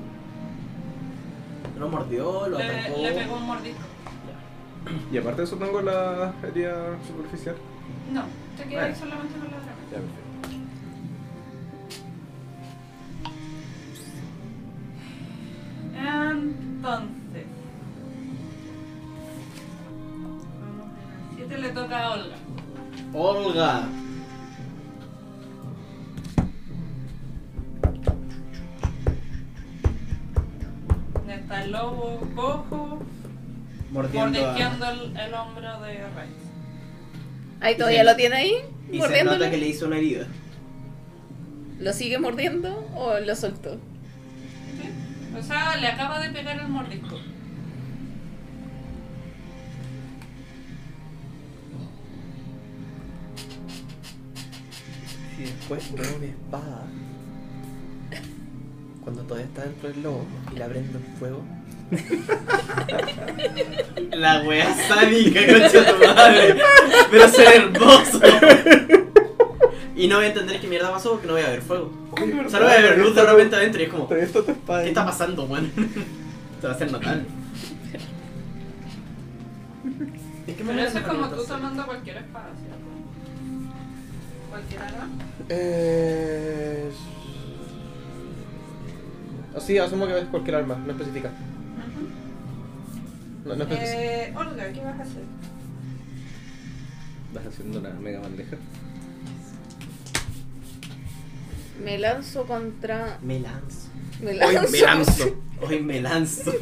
Speaker 1: Lo mordió, lo
Speaker 2: Le,
Speaker 1: atacó.
Speaker 2: le pegó un mordisco.
Speaker 3: Y aparte de eso tengo la herida superficial.
Speaker 2: No, te quedas
Speaker 3: Bueno.
Speaker 2: solamente con la dramática.
Speaker 3: Ya, perfecto.
Speaker 2: Entonces. Vamos a 7 le toca a Olga.
Speaker 1: Olga.
Speaker 2: Está el lobo cojo
Speaker 1: Mordiendo. a-
Speaker 2: mordisqueando el, el hombro de Rey.
Speaker 4: Ahí todavía lo tiene ahí,
Speaker 1: Y se
Speaker 4: mordiéndolo.
Speaker 1: nota que le hizo una herida.
Speaker 4: ¿Lo sigue mordiendo o lo soltó?
Speaker 2: O sea, le acaba de pegar el mordisco.
Speaker 1: Y después tomó mi espada. Cuando todavía está dentro del lobo y la prendo en fuego. La wea sádica, concha tu madre. Pero ser hermoso. Y no voy a entender qué mierda pasó porque no voy a ver fuego. Solo voy a ver luz de repente adentro y es como, ¿qué
Speaker 3: Todavía está tu espada ahí.
Speaker 1: está pasando, weón? Te va a hacer notar. Es que
Speaker 2: Pero eso es como tú
Speaker 1: notas.
Speaker 2: tomando cualquier espada, ¿cierto? Cualquier arma.
Speaker 3: Eh...
Speaker 7: Así asumo que es cualquier arma, no especifica. No, no especifica.
Speaker 2: Eh, Olga, ¿qué vas a hacer?
Speaker 3: Vas haciendo una mega bandeja.
Speaker 4: Me lanzo contra.
Speaker 1: Me lanzo.
Speaker 4: Me
Speaker 3: Hoy
Speaker 4: lanzo.
Speaker 3: me lanzo.
Speaker 1: Hoy me lanzo.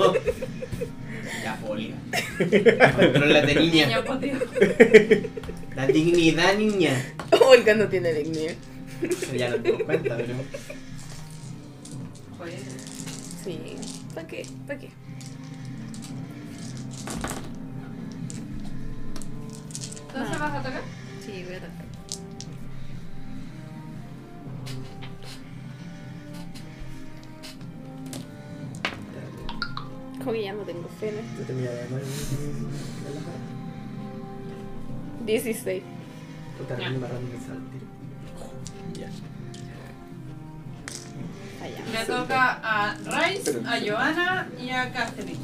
Speaker 1: ya, Olga. Controlate, niña.
Speaker 2: Niña, por Dios.
Speaker 1: La dignidad, niña.
Speaker 4: Olga no Oh, tiene dignidad.
Speaker 1: Ya no tengo cuenta, pero.
Speaker 2: Pues,
Speaker 4: Sí. ¿Para qué? ¿Para qué?
Speaker 2: Entonces vas a atacar.
Speaker 4: Sí, voy a atacar. Como que ya no tengo fe en esto. 16.
Speaker 1: Puta,
Speaker 2: Ya.
Speaker 1: me amarraron mi salte.
Speaker 4: Fallamos.
Speaker 2: Le toca a Rice, a Joana y a Catherine.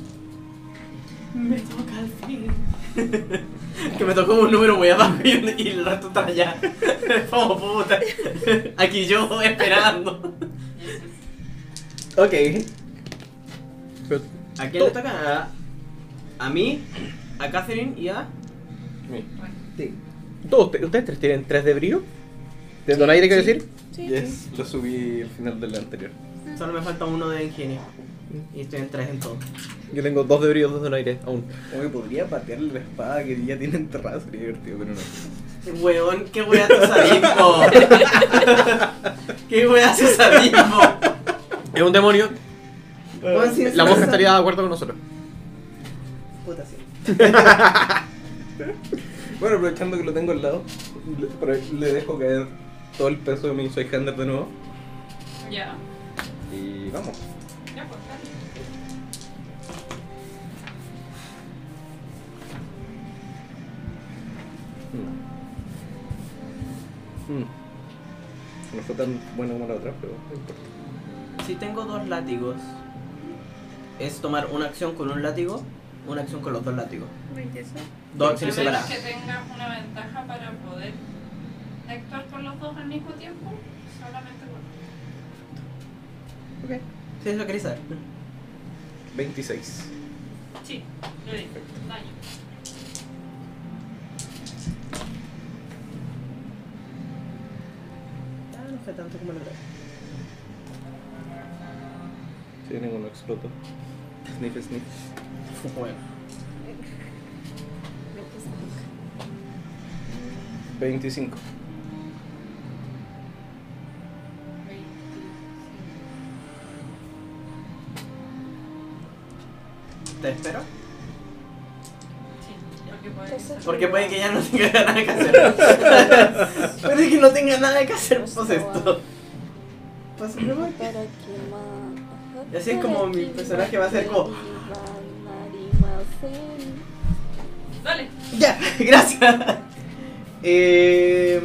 Speaker 1: Me toca al fin. que me tocó un número muy abajo y, y el resto está allá. Como puta. Aquí yo esperando.
Speaker 7: Ok. Pero-
Speaker 1: ¿A quién le toca? A, a mí, a Catherine y a.
Speaker 7: sí. Todos, te- ¿Ustedes tres tienen tres de brío? ¿De donaire quiero decir?
Speaker 4: Sí, sí.
Speaker 3: Yes, lo subí al final del anterior.
Speaker 1: Solo me falta uno de ingenio. Y estoy en tres en todo.
Speaker 7: Yo tengo dos de brío, dos de donaire aún.
Speaker 3: Oye, podría patearle la espada que ya tiene enterrada, sería divertido, pero no.
Speaker 1: Weón, qué wea tu sadismo. qué wea tu sadismo.
Speaker 7: Es un demonio.
Speaker 1: Weón, sí,
Speaker 7: La mosca estaría de acuerdo con nosotros.
Speaker 1: Puta, sí.
Speaker 3: Bueno, aprovechando que lo tengo al lado, le, pero le dejo caer todo el peso de mi Soy Hander de nuevo.
Speaker 2: Ya.
Speaker 3: Y vamos.
Speaker 2: Ya, pues, dale.
Speaker 3: Mm. Mm. No fue tan bueno como la otra, pero no importa.
Speaker 1: Si tengo dos látigos, es tomar una acción con un látigo, una acción con los dos látigos. Dos acciones
Speaker 2: A menos
Speaker 1: separadas.
Speaker 2: que tengas una ventaja para poder actuar con los dos al mismo tiempo, solamente con
Speaker 1: Sí, eso quería saber.
Speaker 3: 26.
Speaker 2: Sí, le di daño.
Speaker 1: Ah, no fue tanto como la otra.
Speaker 3: Sí, ninguno explotó. Sniff, sniff.
Speaker 1: Bueno,
Speaker 3: 25.
Speaker 2: 25.
Speaker 1: te espero.
Speaker 2: Sí, porque puede ser.
Speaker 1: Porque puede que ya no tenga nada que hacer. puede que no tenga nada que hacer, pues esto. Pues, ¿no? Y así es como mi personaje va a ser como-
Speaker 2: Dale.
Speaker 1: Ya, gracias. Em,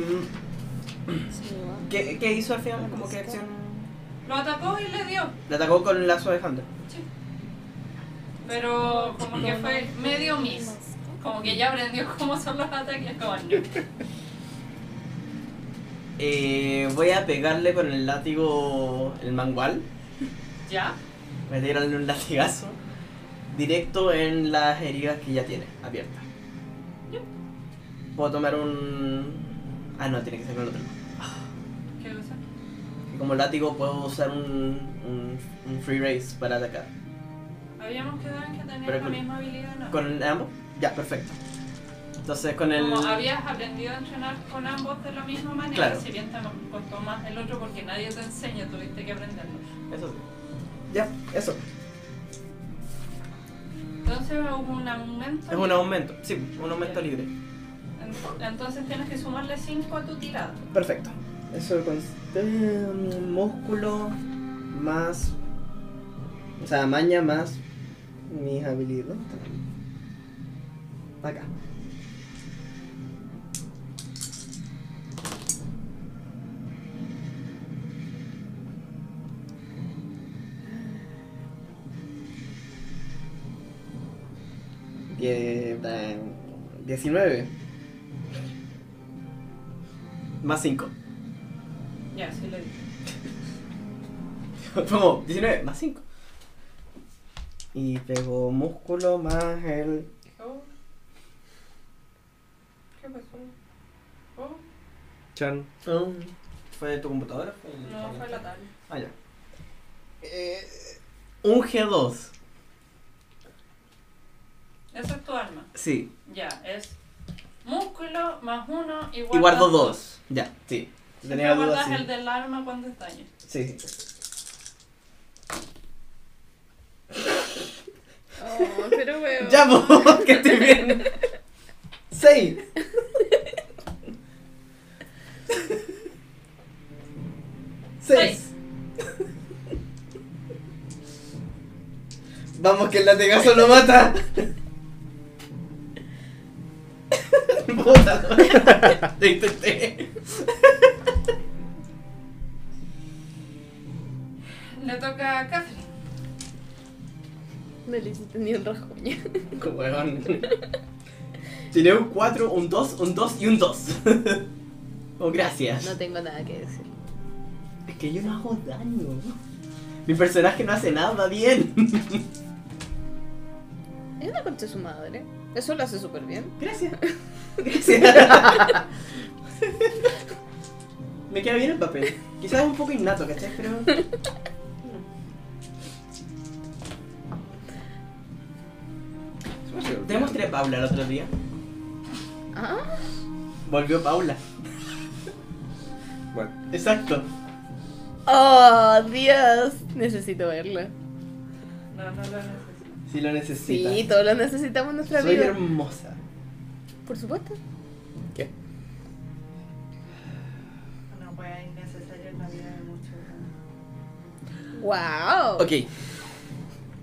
Speaker 1: ¿qué, qué hizo al final? ¿Cómo que acción?
Speaker 2: Lo atacó y le dio.
Speaker 1: La atacó con el lazo de Hunter.
Speaker 2: Sí. Pero como que fue medio miss. Como que ya aprendió cómo son los ataques como no.
Speaker 1: Eh, voy a pegarle con el látigo el mangual.
Speaker 2: ¿Ya?
Speaker 1: Voy a tirarle un latigazo directo en las heridas que ya tiene abiertas.
Speaker 2: Ya.
Speaker 1: Puedo tomar un. Ah, no, tiene que ser con el otro.
Speaker 2: ¿Qué cosa?
Speaker 1: Y como látigo puedo usar un, un, un free race para atacar.
Speaker 2: Habíamos quedado en que tenías
Speaker 1: Pero
Speaker 2: la
Speaker 1: con-
Speaker 2: misma habilidad, ¿no?
Speaker 1: ¿Con ambos? Ya, perfecto. Entonces con el.
Speaker 2: Como habías aprendido a entrenar con ambos de la misma manera,
Speaker 1: Claro.
Speaker 2: si bien te costó más el otro porque nadie te enseña, tuviste que aprenderlo.
Speaker 1: Eso sí. Ya, eso.
Speaker 2: Entonces hubo un aumento.
Speaker 1: Es un aumento. Sí, un aumento libre.
Speaker 2: En- Entonces tienes que sumarle 5 a tu tirada.
Speaker 1: Perfecto. Eso con eh, músculo más. O sea, maña más mis habilidades. Acá. Die- eh, 19 más 5.
Speaker 2: Ya, sí le dije.
Speaker 1: Como 19 Pues más 5.
Speaker 3: Y pegó músculo más el.
Speaker 2: Oh. ¿Qué pasó? Oh,
Speaker 7: Chan.
Speaker 1: ¿Fue tu computadora? ¿Fue el-
Speaker 2: no, fue la tarde.
Speaker 1: Ah, ya. Eh, un G2.
Speaker 2: Esa es tu arma.
Speaker 1: Sí.
Speaker 2: Ya, es músculo más uno y guardas
Speaker 1: Y guardo 2. Ya, sí.
Speaker 2: Siempre
Speaker 1: dudas,
Speaker 2: guardas
Speaker 1: sí.
Speaker 2: el del arma cuando es daño.
Speaker 1: Sí.
Speaker 4: Oh, pero weón.
Speaker 1: Ya, po, que estoy bien. 6.
Speaker 2: Seis.
Speaker 1: 6. Vamos, que el latigazo lo mata. Puta, lo- lo intenté.
Speaker 2: Le toca a Catherine.
Speaker 4: No le hiciste ni un rasguño.
Speaker 1: Weón. Tiré un 4, un 2, un 2 y un 2. Oh, gracias.
Speaker 4: No tengo nada que decir.
Speaker 1: Es que yo no hago daño. Mi personaje no hace nada bien.
Speaker 4: Es una concha de su madre. Eso lo hace súper bien.
Speaker 1: Gracias. Gracias. Me queda bien el papel. Quizás es un poco innato, ¿cachai? Pero. Te mostré a Paula el otro día.
Speaker 4: Ah,
Speaker 1: Volvió Paula.
Speaker 7: Bueno.
Speaker 1: Exacto.
Speaker 4: oh, Dios. Necesito verlo.
Speaker 2: No, no lo necesito.
Speaker 1: Si lo necesita.
Speaker 4: Sí, todos lo necesitamos en nuestra
Speaker 1: Soy
Speaker 4: vida.
Speaker 1: hermosa.
Speaker 4: Por supuesto.
Speaker 2: Una wea innecesaria pues, en la vida de muchos.
Speaker 4: Wow.
Speaker 1: Ok.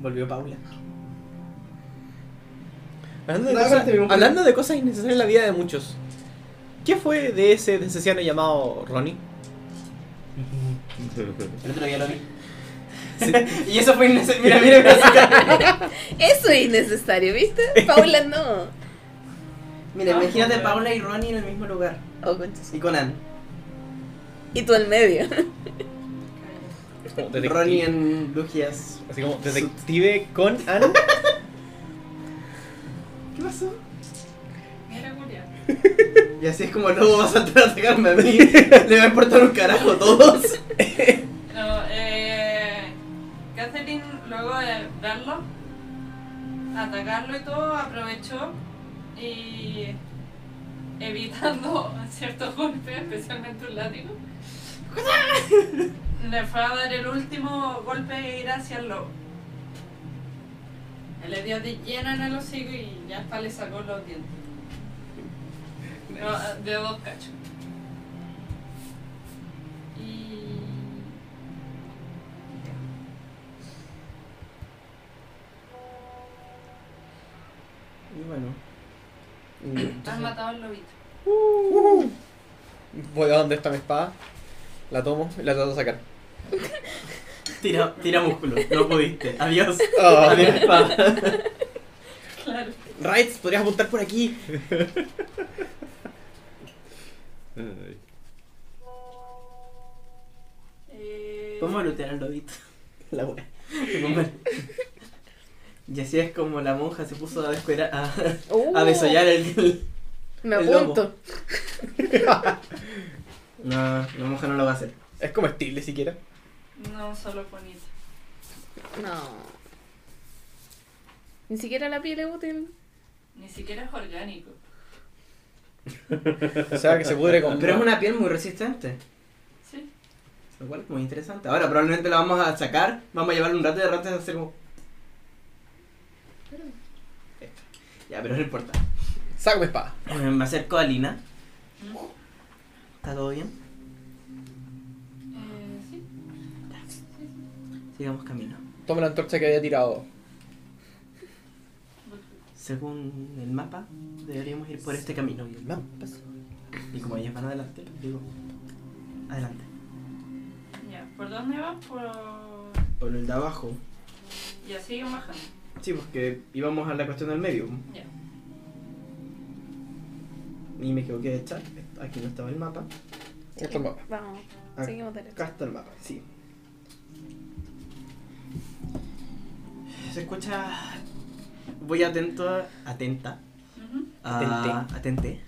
Speaker 1: Volvió Paula.
Speaker 7: Hablando de,
Speaker 1: No,
Speaker 7: cosas,
Speaker 1: espérate, un-
Speaker 7: hablando de cosas innecesarias en la vida de muchos. ¿Qué fue de ese decesiano llamado Ronnie?
Speaker 1: El otro día lo vi. y eso fue innecesario. Mira, mira, mira. mira.
Speaker 4: Eso es innecesario, ¿viste? Paula no.
Speaker 1: Mira,
Speaker 2: Ah,
Speaker 1: imagínate
Speaker 2: joder.
Speaker 1: Paula y Ronnie en el mismo lugar.
Speaker 4: Oh, concha de su-
Speaker 1: Y Conan.
Speaker 4: Y tú al medio.
Speaker 7: Como detective-
Speaker 1: Ronnie en Lugias.
Speaker 7: Así como detective con Anne.
Speaker 1: ¿Qué pasó?
Speaker 2: Mira, Julia.
Speaker 1: Y así es como el lobo va a saltar a atacarme a mí. Le va a importar un carajo a todos.
Speaker 2: No, eh. Catherine, luego de verlo, atacarlo y todo, aprovechó y. evitando ciertos golpes, especialmente un látigo, le fue a dar el último golpe e ir hacia el lobo. Él le dio de lleno en el hocico y ya hasta le sacó los dientes. No, de dos cachos. Y.
Speaker 1: Y bueno. Mm.
Speaker 2: Has matado al lobito.
Speaker 7: Voy a donde está mi espada. La tomo y la trato de sacar.
Speaker 1: Tira, tira músculo. No pudiste. Adiós.
Speaker 7: Ah,
Speaker 1: Adiós, espada.
Speaker 2: Claro.
Speaker 7: Raids, podrías apuntar por aquí.
Speaker 6: Ay.
Speaker 2: Eh,
Speaker 1: Vamos a lootear al lobito. La wea. Y así es como la monja se puso a descuera, a,
Speaker 4: Uh,
Speaker 1: a desollar el.
Speaker 4: Me
Speaker 1: el lobo.
Speaker 4: apunto.
Speaker 1: No, la monja no lo va a hacer.
Speaker 7: Es comestible siquiera.
Speaker 2: No, solo bonita.
Speaker 4: No. Ni siquiera la piel es útil.
Speaker 2: Ni siquiera es orgánico.
Speaker 7: O sea que se pudre con.
Speaker 1: Pero es una piel muy resistente.
Speaker 2: Sí.
Speaker 1: Lo cual es muy interesante. Ahora probablemente la vamos a sacar, vamos a llevarle un rato y de rato a hacer como. Esto. Ya, pero no importa.
Speaker 7: Saco mi espada.
Speaker 1: Eh, Me acerco a Lina. ¿Está todo bien?
Speaker 2: Eh, sí.
Speaker 1: Sigamos camino.
Speaker 7: Tomo la antorcha que había tirado.
Speaker 1: Según el mapa, deberíamos ir por este camino. Y, el mapa. y como ellas van adelante, les digo. Adelante.
Speaker 2: Ya. ¿Por dónde vas? Por...
Speaker 1: Por el de abajo.
Speaker 2: Ya siguen bajando.
Speaker 1: Sí, porque íbamos a la cuestión del medio.
Speaker 2: Ya.
Speaker 1: Y me equivoqué de chat. Aquí no estaba el mapa.
Speaker 7: Esto es mapa.
Speaker 4: Vamos,
Speaker 1: Ah,
Speaker 4: seguimos derecho.
Speaker 1: Acá está el mapa, sí. se escucha. Voy atento, atenta.
Speaker 2: Ujú.
Speaker 1: a- atente.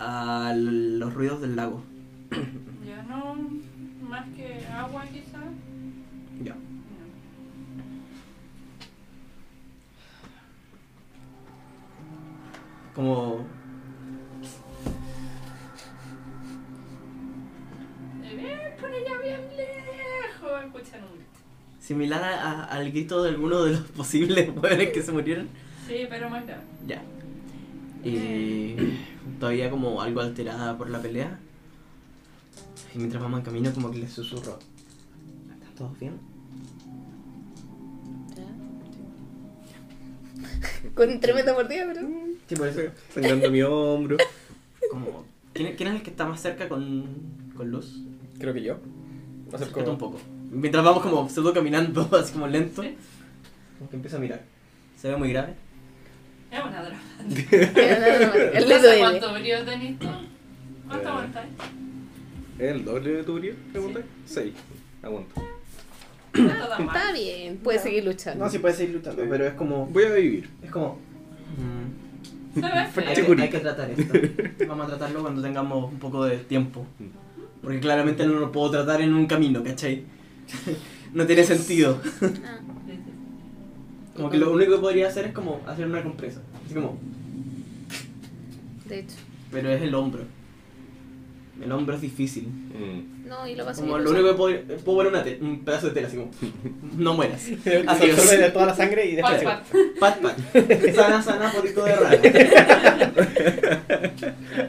Speaker 1: A los ruidos del lago.
Speaker 2: Ya no. Más que agua, quizás.
Speaker 1: Ya. Como.
Speaker 2: De ver por allá Eh, bien lejos. Escuchan un grito.
Speaker 1: Similar a- a- al grito de alguno de los posibles muebles que se murieron.
Speaker 2: Sí, pero más grave.
Speaker 1: Ya. Y todavía como algo alterada por la pelea. Y mientras vamos en camino como que les susurro. ¿Están todos bien?
Speaker 4: Con tremenda mordida, pero.
Speaker 1: Sí, por eso.
Speaker 7: Sangrando mi hombro.
Speaker 1: Como, ¿quién, quién es el que está más cerca con, con luz?
Speaker 7: Creo que yo. Va a ser
Speaker 1: Acércate un
Speaker 7: como.
Speaker 1: poco. Mientras vamos como pseudo caminando, así como lento.
Speaker 2: Sí.
Speaker 1: Como que empieza a mirar. Se ve muy grave.
Speaker 2: Es una drama.
Speaker 4: El
Speaker 2: No
Speaker 4: dedo
Speaker 2: sé
Speaker 4: de
Speaker 2: cuánto brío tenés tú. ¿Cuánto
Speaker 3: Eh.
Speaker 2: aguantáis?
Speaker 3: ¿El doble de tu brillo? Pregunta. Seis. Aguanta.
Speaker 2: No te da mal.
Speaker 4: Está bien, puedes seguir luchando.
Speaker 1: Ah, sí puede seguir luchando,
Speaker 3: pero
Speaker 1: es como.
Speaker 3: Voy a vivir.
Speaker 1: Es como.
Speaker 2: Se ve
Speaker 1: Hay
Speaker 2: feo.
Speaker 1: que, hay que tratar esto. Mm. Vamos a tratarlo cuando tengamos un poco de tiempo. Porque claramente no lo puedo tratar en un camino, ¿cachai? No tiene sentido.
Speaker 4: Ah,
Speaker 1: Como que lo único que podría hacer es como hacer una compresa. Así como,
Speaker 4: De hecho.
Speaker 1: pero es el hombro. El hombro es difícil.
Speaker 3: Mm.
Speaker 4: No, y lo vas a seguir
Speaker 1: Como lo único que puedo, puedo poner una te- un pedazo de tela, así como, no mueras.
Speaker 3: Absorbe
Speaker 1: Adiós.
Speaker 3: toda la sangre y
Speaker 2: Pat, pat.
Speaker 1: Pat, pat. Sana, sana, potito de rana.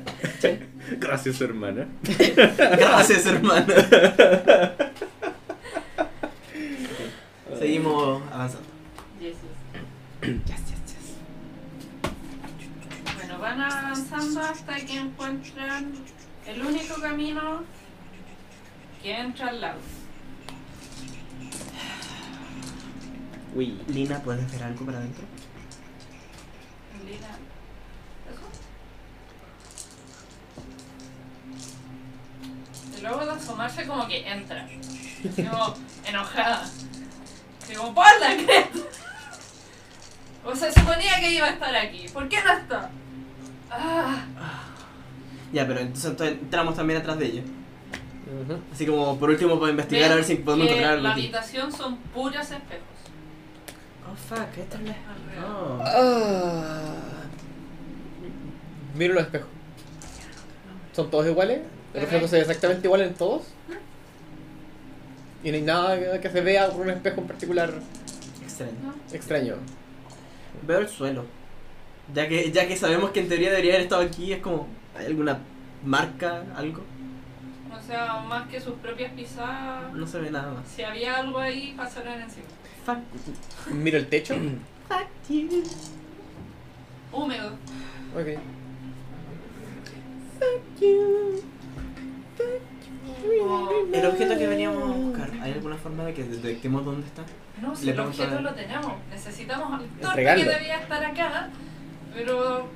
Speaker 3: Gracias, hermana.
Speaker 1: Gracias, hermano. Seguimos avanzando.
Speaker 2: Yes, Bueno, van avanzando hasta que encuentran el único camino que entra al lago.
Speaker 7: Uy.
Speaker 1: Lina, ¿puedes ver algo para adentro?
Speaker 2: Lina, ¿eso? Y luego de asomarse como que entra. Como enojada. Digo, ¡por la cresta! O sea, suponía que iba a estar aquí. ¿Por qué no está? Ah,
Speaker 1: Ya, pero entonces, entonces entramos también atrás de ella.
Speaker 7: Ujú.
Speaker 1: Así como por último para investigar a ver si
Speaker 2: ven eh,
Speaker 1: podemos
Speaker 2: que
Speaker 1: encontrar algo
Speaker 2: La
Speaker 1: aquí.
Speaker 2: habitación son puros espejos.
Speaker 1: Oh fuck, esta es la.
Speaker 2: Alrededor.
Speaker 1: No.
Speaker 7: Ah. Miro los espejos. ¿Son todos iguales? ¿El reflejo se ve exactamente igual en todos? Y no hay nada que- que se vea por un espejo en particular
Speaker 1: Extraño.
Speaker 7: extraño.
Speaker 1: Veo el suelo. Ya que, ya que sabemos que en teoría debería haber estado aquí, es como. ¿Hay alguna marca? ¿Algo?
Speaker 2: O sea, más que sus propias pisadas.
Speaker 1: Ah. No se ve nada más.
Speaker 2: Si había algo ahí, pasaron encima.
Speaker 1: Fuck.
Speaker 7: Miro el techo.
Speaker 1: Fuck you.
Speaker 2: Húmedo.
Speaker 7: Ok.
Speaker 2: Como-
Speaker 1: El objeto que veníamos a buscar, ¿hay alguna forma de que detectemos dónde está?
Speaker 2: No, si
Speaker 1: Le
Speaker 2: el
Speaker 1: pregunto
Speaker 2: objeto
Speaker 1: a-
Speaker 2: lo tenemos. Necesitamos al torpe que
Speaker 7: Entregarlo.
Speaker 2: debía estar acá. Pero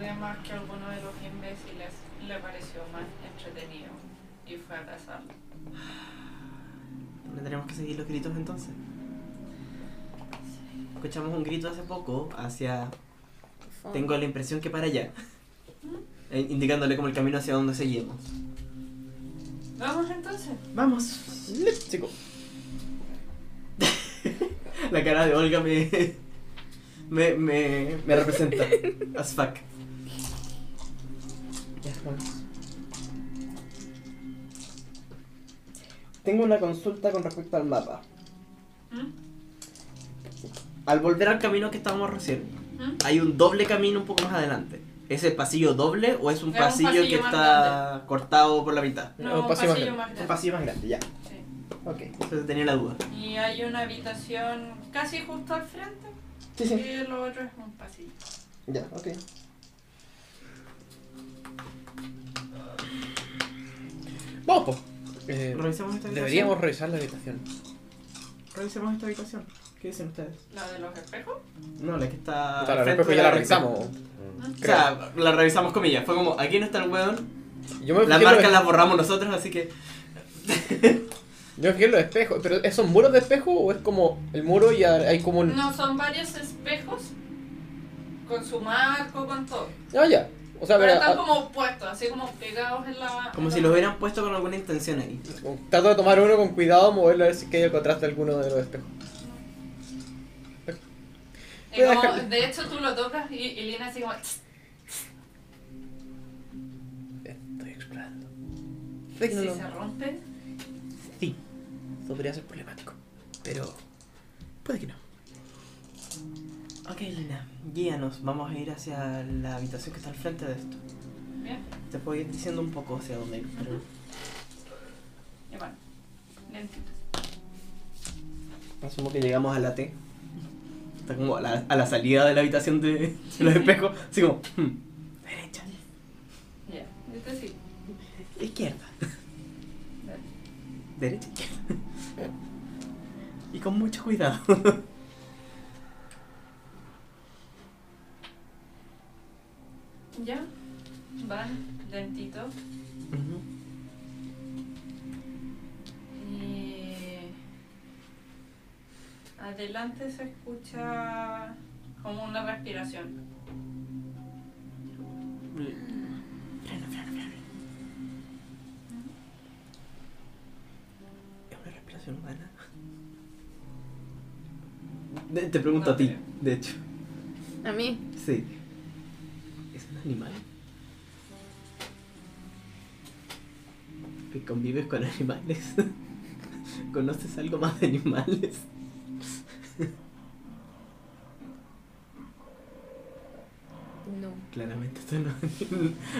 Speaker 2: además que alguno de los imbéciles le pareció más entretenido y fue a cazarlo.
Speaker 1: Tendremos que seguir los gritos entonces. Escuchamos un grito hace poco hacia. Tengo la impresión que para allá. Eh, Indicándole como el camino hacia donde seguimos.
Speaker 2: Vamos entonces.
Speaker 1: Vamos.
Speaker 7: Let's go.
Speaker 1: La cara de Olga me. me, me, me representa. As fuck. Ya vamos. Tengo una consulta con respecto al mapa.
Speaker 2: ¿Mm?
Speaker 1: Al volver al camino que estábamos recién,
Speaker 2: ¿Mm?
Speaker 1: hay un doble camino un poco más adelante. ¿es el pasillo doble o es un
Speaker 2: Es un
Speaker 1: pasillo, que
Speaker 2: pasillo más
Speaker 1: está cortado por la mitad?
Speaker 2: No,
Speaker 7: un
Speaker 2: un
Speaker 7: pasillo
Speaker 2: pasillo más
Speaker 7: más
Speaker 2: grande.
Speaker 1: pasillo más grande, ya.
Speaker 2: Sí.
Speaker 1: Ok. Entonces tenía la duda.
Speaker 2: Y hay una habitación casi justo al frente.
Speaker 1: Sí,
Speaker 2: Y lo otro es un pasillo.
Speaker 1: Ya, ok.
Speaker 7: Vamos, po. Eh,
Speaker 1: Revisemos esta habitación.
Speaker 7: deberíamos revisar la habitación.
Speaker 1: Revisemos esta habitación. ¿Qué dicen ustedes?
Speaker 2: La de los espejos.
Speaker 1: No, la que está.
Speaker 7: Claro,
Speaker 1: al
Speaker 7: el
Speaker 1: frente de
Speaker 7: espejo Ah, ya la
Speaker 1: habitación.
Speaker 7: revisamos.
Speaker 2: ¿Mm?
Speaker 1: O sea, la revisamos comillas. Fue como, aquí no está el weón.
Speaker 7: Yo
Speaker 1: Las
Speaker 7: me fijé en los-
Speaker 1: marcas las borramos nosotros, así que.
Speaker 7: Yo quiero los espejos, pero ¿es- ¿son muros de espejo o es como el muro y a- hay como un.
Speaker 2: No, son varios espejos con su marco, con todo.
Speaker 7: Ah, ya. O sea,
Speaker 2: Pero
Speaker 7: pero.
Speaker 2: están
Speaker 7: ah,
Speaker 2: como puestos, así como pegados en la.
Speaker 1: Como si los hubieran puesto con alguna intención ahí.
Speaker 7: Trato de tomar uno con cuidado, moverlo a ver si es que hay el contraste de alguno de los espejos.
Speaker 2: Y como- de hecho, tú lo tocas y, y Lina así como. "Tss".
Speaker 7: Estoy explorando.
Speaker 2: Y si se rompe,
Speaker 7: Sí, eso podría ser problemático. Pero. Puede que no.
Speaker 1: Ok, Lina, guíanos. Vamos a ir hacia la habitación que está al frente de esto.
Speaker 2: bien.
Speaker 1: Te puedo ir diciendo un poco hacia dónde ir, pero...
Speaker 2: Y bueno, lentito.
Speaker 1: Asumo que llegamos a la T. Está como a la, a la salida de la habitación de, de los espejos. Así como... hmm, derecha,
Speaker 2: Ya, este sí.
Speaker 1: izquierda, derecha, izquierda. Y con mucho cuidado.
Speaker 2: Ya, van lentito. Y adelante se escucha como una respiración.
Speaker 1: Frena, frena, frena. ¿Es una respiración humana? De- Te pregunto
Speaker 2: No
Speaker 1: a ti,
Speaker 2: creo.
Speaker 1: de hecho.
Speaker 4: A mí.
Speaker 1: Sí. ¿Es un animal? ¿Que convives con animales? ¿Conoces algo más de animales?
Speaker 4: No.
Speaker 1: Claramente esto no es...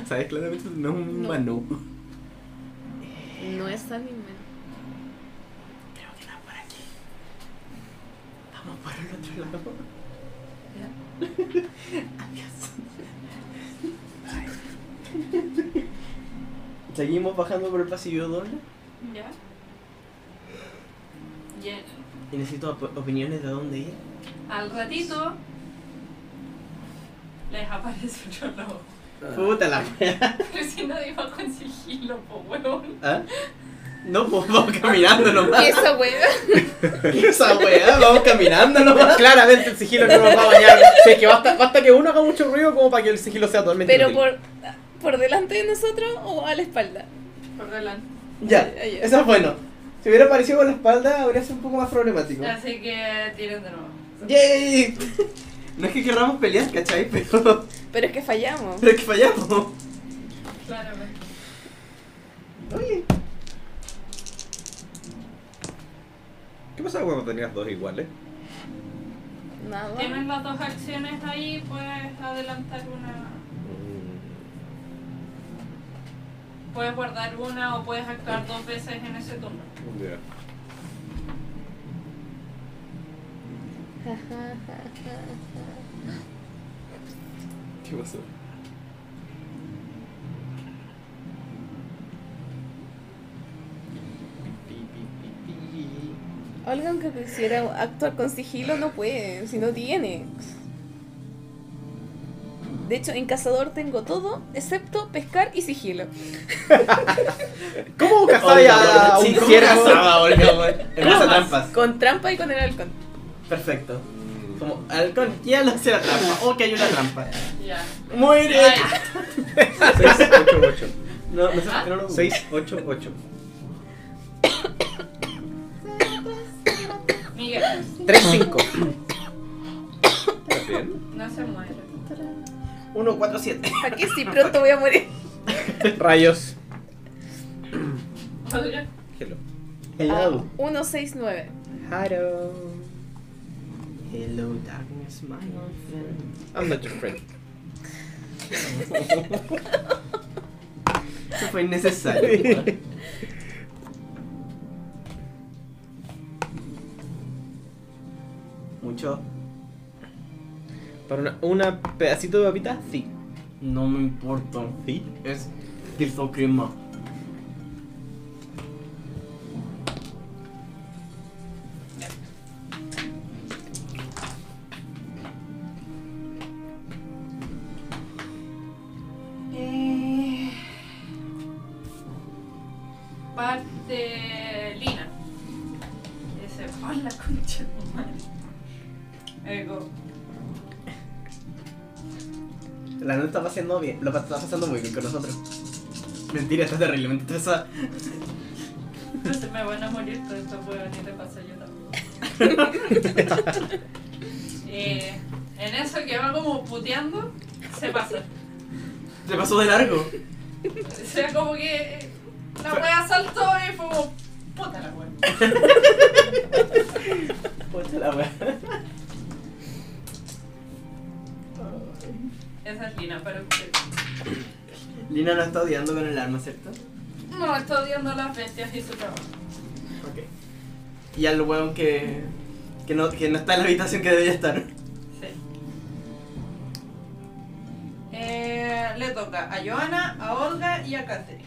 Speaker 1: ¿Sabes? Claramente esto no es un
Speaker 4: No.
Speaker 1: humano.
Speaker 4: No es animal.
Speaker 1: Creo que era por aquí. Vamos por el otro lado. Adiós. Seguimos bajando por el pasillo doble.
Speaker 2: Ya. Y el-
Speaker 1: Y necesito op- opiniones de dónde ir.
Speaker 2: al ratito les aparece otro lobo.
Speaker 1: Puta la wea.
Speaker 2: Pero si nadie va con sigilo, po huevón.
Speaker 1: ¿Ah? No, pues vamos caminando nomás.
Speaker 4: Esa wea.
Speaker 1: Esa weá, vamos caminando nomás.
Speaker 7: Claramente el sigilo no nos va a bañar. Si es que basta, basta que uno haga mucho ruido como para que el sigilo sea totalmente.
Speaker 4: Pero
Speaker 7: inútil.
Speaker 4: por, por delante de nosotros o a la espalda.
Speaker 2: Por delante.
Speaker 3: Ya, eso es bueno. Si hubiera aparecido con la espalda, habría sido un poco más problemático.
Speaker 2: Así que tiren de nuevo.
Speaker 1: ¡Yay! No es que querramos pelear, ¿cachai? Pero,
Speaker 4: Pero es que fallamos.
Speaker 1: pero es que fallamos.
Speaker 2: Claramente.
Speaker 3: ¿Qué pasaba cuando tenías dos iguales?
Speaker 4: Nada.
Speaker 2: Tienen las dos acciones ahí, puedes adelantar una. Puedes guardar una o puedes actuar dos veces en ese turno.
Speaker 3: Ya. ¿Qué pasó?
Speaker 4: Olga, aunque quisiera actuar con sigilo, no puede, si no tiene. De hecho, en cazador tengo todo, excepto pescar y sigilo.
Speaker 7: ¿Cómo cazáis
Speaker 1: Olga, Olga,
Speaker 7: a un
Speaker 1: sí, ¿cómo
Speaker 7: ciervo?
Speaker 1: cazaba, Olga, Olga? En base a trampas.
Speaker 4: Con trampa y con el halcón.
Speaker 1: Perfecto. Como halcón, ya no sea trampa. Ok, hay una trampa.
Speaker 2: Ya.
Speaker 1: Muy bien.
Speaker 2: Ay. Ah.
Speaker 3: 6, 8, 8.
Speaker 1: No, no sé por qué no lo
Speaker 3: 6, 8, 8.
Speaker 2: Miguel,
Speaker 7: 3-5.
Speaker 3: ¿Estás bien?
Speaker 2: no se muere.
Speaker 1: 1, 4, 7.
Speaker 4: ¿Para qué si pronto voy a morir?
Speaker 7: Rayos.
Speaker 2: Podría-
Speaker 3: Hello.
Speaker 1: Hello.
Speaker 4: 169.
Speaker 7: Hello.
Speaker 1: Hello, darkness, my old friend.
Speaker 7: I'm not your friend.
Speaker 1: Eso fue innecesario. Mucho.
Speaker 7: Para una, una pedacito de papita, sí.
Speaker 1: No me importa.
Speaker 7: Sí.
Speaker 1: Es queso crema.
Speaker 2: Eh, Parte Lina. Ego.
Speaker 1: La neta está pasando bien, lo pa- está pasando muy bien con nosotros. Mentira, está terriblemente estresada.
Speaker 2: Entonces me van a morir todos estos huevones de paso yo también. Eh, en eso que va como puteando, se pasa.
Speaker 1: Te pasó de largo.
Speaker 2: O sea, como que eh, la wea saltó y fue como, puta la wea.
Speaker 1: Puta la wea.
Speaker 2: Esa es Lina para usted.
Speaker 1: Lina no está odiando con el arma, ¿cierto?
Speaker 2: No, está odiando a las bestias y su trabajo.
Speaker 1: Ok. Y al weón que. que no, que no está en la habitación que debería estar.
Speaker 2: Sí. Eh, le toca a Joana, a Olga y a Catherine.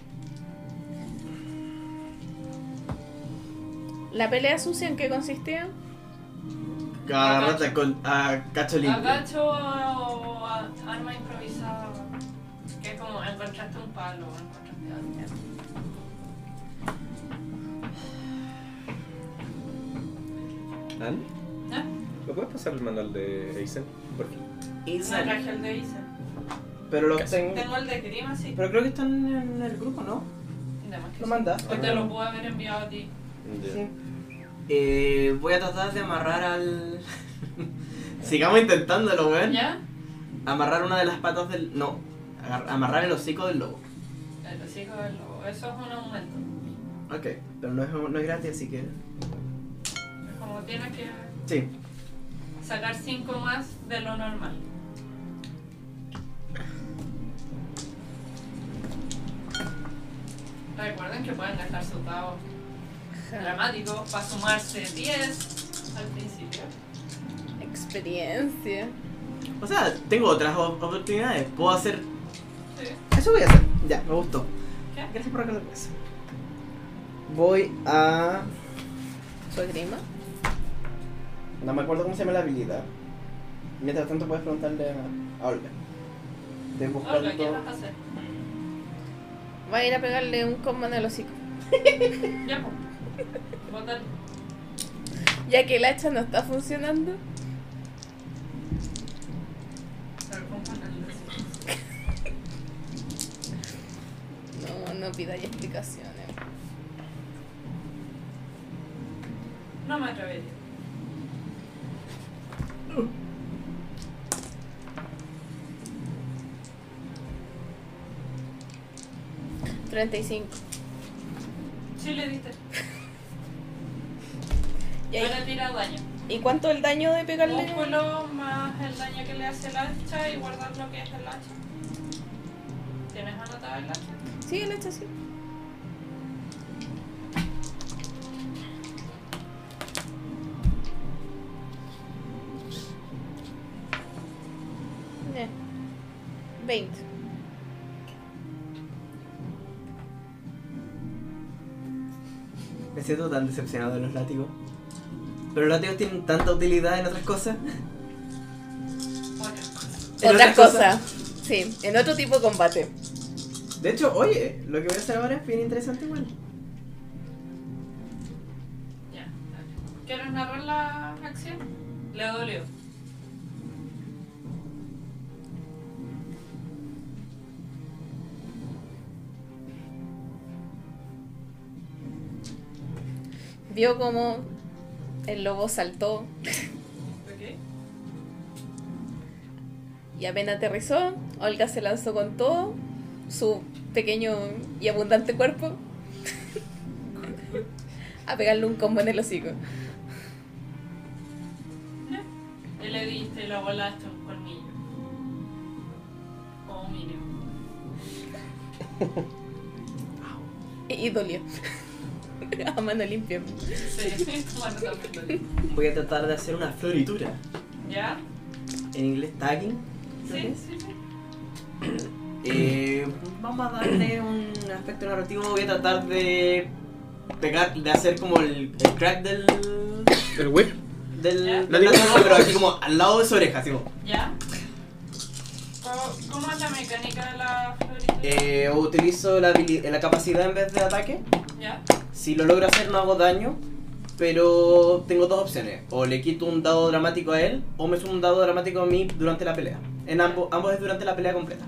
Speaker 4: La pelea sucia en qué consistía.
Speaker 1: Agárrate a, col- a Cacho Limpio.
Speaker 2: Agacho o a- arma improvisada. Que es como encontraste un palo, encontraste algo.
Speaker 3: ¿An?
Speaker 2: ¿Eh?
Speaker 3: ¿Me puedes pasar el manual de Eisen? Por fin.
Speaker 1: Y
Speaker 2: No
Speaker 1: sale.
Speaker 2: traje el de Isa.
Speaker 1: Pero lo
Speaker 3: Casi.
Speaker 1: tengo.
Speaker 2: Tengo el de Grima, sí.
Speaker 1: Pero creo que están en el grupo, ¿no?
Speaker 2: De más que
Speaker 1: Lo
Speaker 2: sí.
Speaker 1: mandaste.
Speaker 2: O te lo puedo haber enviado a ti.
Speaker 3: Ya.
Speaker 1: Sí. Eh, voy a tratar de amarrar al. Sigamos intentándolo, weón.
Speaker 2: ¿Ya?
Speaker 1: Amarrar una de las patas del. No. agar- Amarrar el hocico del lobo.
Speaker 2: El hocico del lobo. Eso es un aumento.
Speaker 1: Ok. Pero no es, no es gratis, así que.
Speaker 2: Como tienes que
Speaker 1: Sí.
Speaker 2: sacar 5 más de lo normal. Recuerden que pueden gastar su pavo dramático para sumarse 10 al principio.
Speaker 4: Experiencia.
Speaker 1: O sea, tengo otras o- oportunidades. Puedo hacer.
Speaker 2: Sí.
Speaker 1: Eso voy a hacer. Ya, me gustó.
Speaker 2: ¿Qué?
Speaker 1: Gracias por recordar eso. Voy a.
Speaker 4: ¿Fue grima?
Speaker 1: No me acuerdo cómo se llama la habilidad. Mientras tanto puedes preguntarle a, a Olga. Estoy
Speaker 2: Olga, ¿qué vas a hacer?
Speaker 4: Va a ir a pegarle un combo en el hocico.
Speaker 2: Ya, pues. Votar.
Speaker 4: Ya que el hacha no está funcionando.
Speaker 2: Pero compran el-
Speaker 4: No, no pidáis explicaciones.
Speaker 2: No me atrevería.
Speaker 4: ¿35?
Speaker 2: Sí le diste.
Speaker 4: ¿Y, ahí-
Speaker 2: Ahora tira daño.
Speaker 4: ¿y cuánto el daño de pegarle?
Speaker 2: Músculo más el daño que le hace el hacha y guardar lo que es el hacha. ¿Tienes anotado el hacha?
Speaker 4: Sí, el hacha sí. Eh, 20.
Speaker 1: Me siento tan decepcionado de los látigos. Pero los látigos tienen tanta utilidad en otras cosas.
Speaker 2: Otra cosa.
Speaker 1: En
Speaker 4: Otra
Speaker 1: otras
Speaker 4: cosa. Sí, en otro tipo de combate.
Speaker 1: De hecho, oye, lo que voy a hacer ahora es bien interesante igual.
Speaker 2: Ya. dale. ¿Quieres narrar la acción? Le dolió.
Speaker 4: Vio como el lobo saltó
Speaker 2: ¿Ok?
Speaker 4: y apenas aterrizó. Olga se lanzó con todo su pequeño y abundante cuerpo a pegarle un combo en el hocico.
Speaker 2: Y le diste y la volaste un colmillo. Como mínimo.
Speaker 4: Y, y dolió. A mano limpia.
Speaker 2: Sí, bueno, también dolió.
Speaker 1: Voy a tratar de hacer una floritura.
Speaker 2: ¿Ya?
Speaker 1: En inglés, tagging.
Speaker 2: Sí, sí, sí.
Speaker 1: Eh, vamos a darle un aspecto narrativo. Voy a tratar de pegar, de hacer como el, el crack del.
Speaker 7: El whip.
Speaker 1: del.
Speaker 2: Ya.
Speaker 1: del látigo, pero aquí como al lado de su oreja, así como.
Speaker 2: ¿Ya? ¿Cómo, cómo es la mecánica de la florita?
Speaker 1: Eh, utilizo la, habili- la capacidad en vez de ataque.
Speaker 2: ¿Ya?
Speaker 1: Si lo logro hacer, no hago daño. Pero tengo dos opciones. O le quito un dado dramático a él, o me sumo un dado dramático a mí durante la pelea. En ambos, ambos es durante la pelea completa.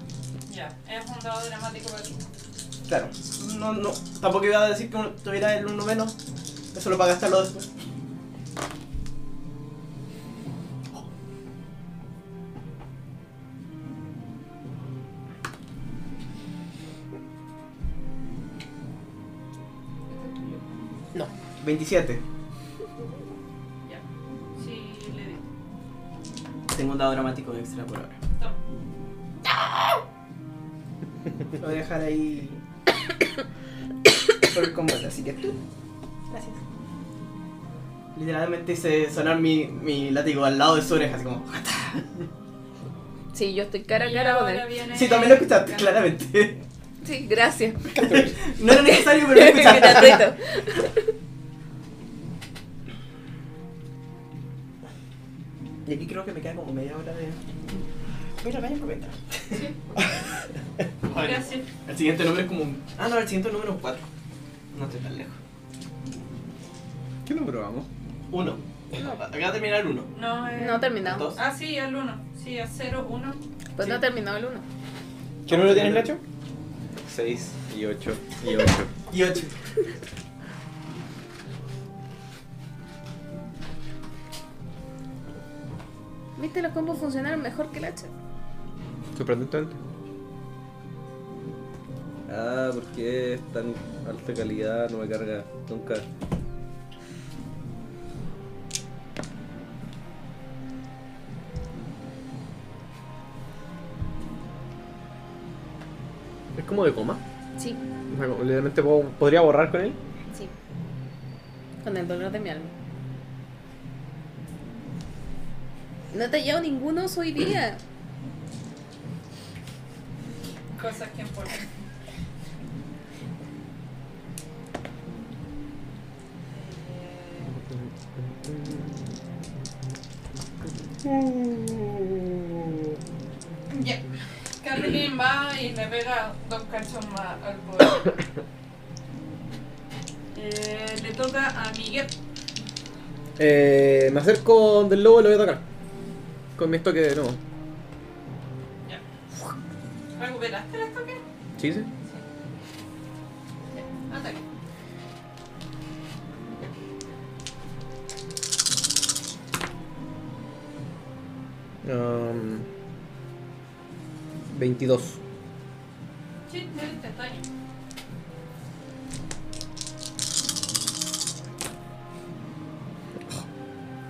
Speaker 2: Ya, es un dado dramático para ti.
Speaker 1: Claro. No, no. Tampoco iba a decir que uno- tuviera el uno menos. Eso lo para gastarlo después. No. 27.
Speaker 2: Ya. Sí, le di.
Speaker 1: Tengo un dado dramático extra por ahora.
Speaker 2: Toma.
Speaker 1: Lo voy a dejar ahí por el combate, así que tú.
Speaker 4: Gracias.
Speaker 1: Literalmente hice sonar mi, mi látigo al lado de su oreja, así como.
Speaker 4: Sí, yo estoy cara a
Speaker 2: Y
Speaker 4: cara con
Speaker 2: ahora
Speaker 4: él.
Speaker 2: viene-
Speaker 1: Sí, también lo escuchaste, claramente.
Speaker 4: Sí, gracias.
Speaker 1: No era necesario, pero lo escuchaste.
Speaker 4: Gratuito.
Speaker 1: Y aquí creo que me queda como media hora de. Mira, vaya por venta.
Speaker 2: Gracias.
Speaker 1: El siguiente número es como. un- Ah, no, el siguiente número es 4. No estoy tan lejos.
Speaker 3: ¿Qué número vamos?
Speaker 1: Uno. Acaba de terminar el uno.
Speaker 2: No, eh,
Speaker 4: No terminamos.
Speaker 1: Dos.
Speaker 2: Ah, sí, al 1. Sí, a 0, 1.
Speaker 4: Pues no terminó el uno.
Speaker 7: ¿Qué número tienes, Nacho?
Speaker 3: 6 y 8 y 8.
Speaker 1: Y ocho.
Speaker 4: ¿Viste los combos funcionaron mejor que el hacha?
Speaker 7: Sorprendentemente.
Speaker 3: Ah, ¿por qué es tan alta calidad? No me carga nunca.
Speaker 7: Es como de coma.
Speaker 4: Sí,
Speaker 7: Bueno, literalmente puedo- podría borrar con él.
Speaker 4: sí. Con el dolor de mi alma. No he tallado ninguno hoy día.
Speaker 2: Cosas que importan. Ya. Carolyn va y le pega dos cachos más al poder. Eh, le toca a Miguel.
Speaker 7: Eh, me acerco donde el lobo y lo voy a atacar. Con mi estoque de nuevo.
Speaker 2: Ya. ¿Recuperaste el ataque?
Speaker 7: ¿Sí, sí?
Speaker 2: Ya, Ataque.
Speaker 7: Um, 22.
Speaker 2: Sí, me diste daño.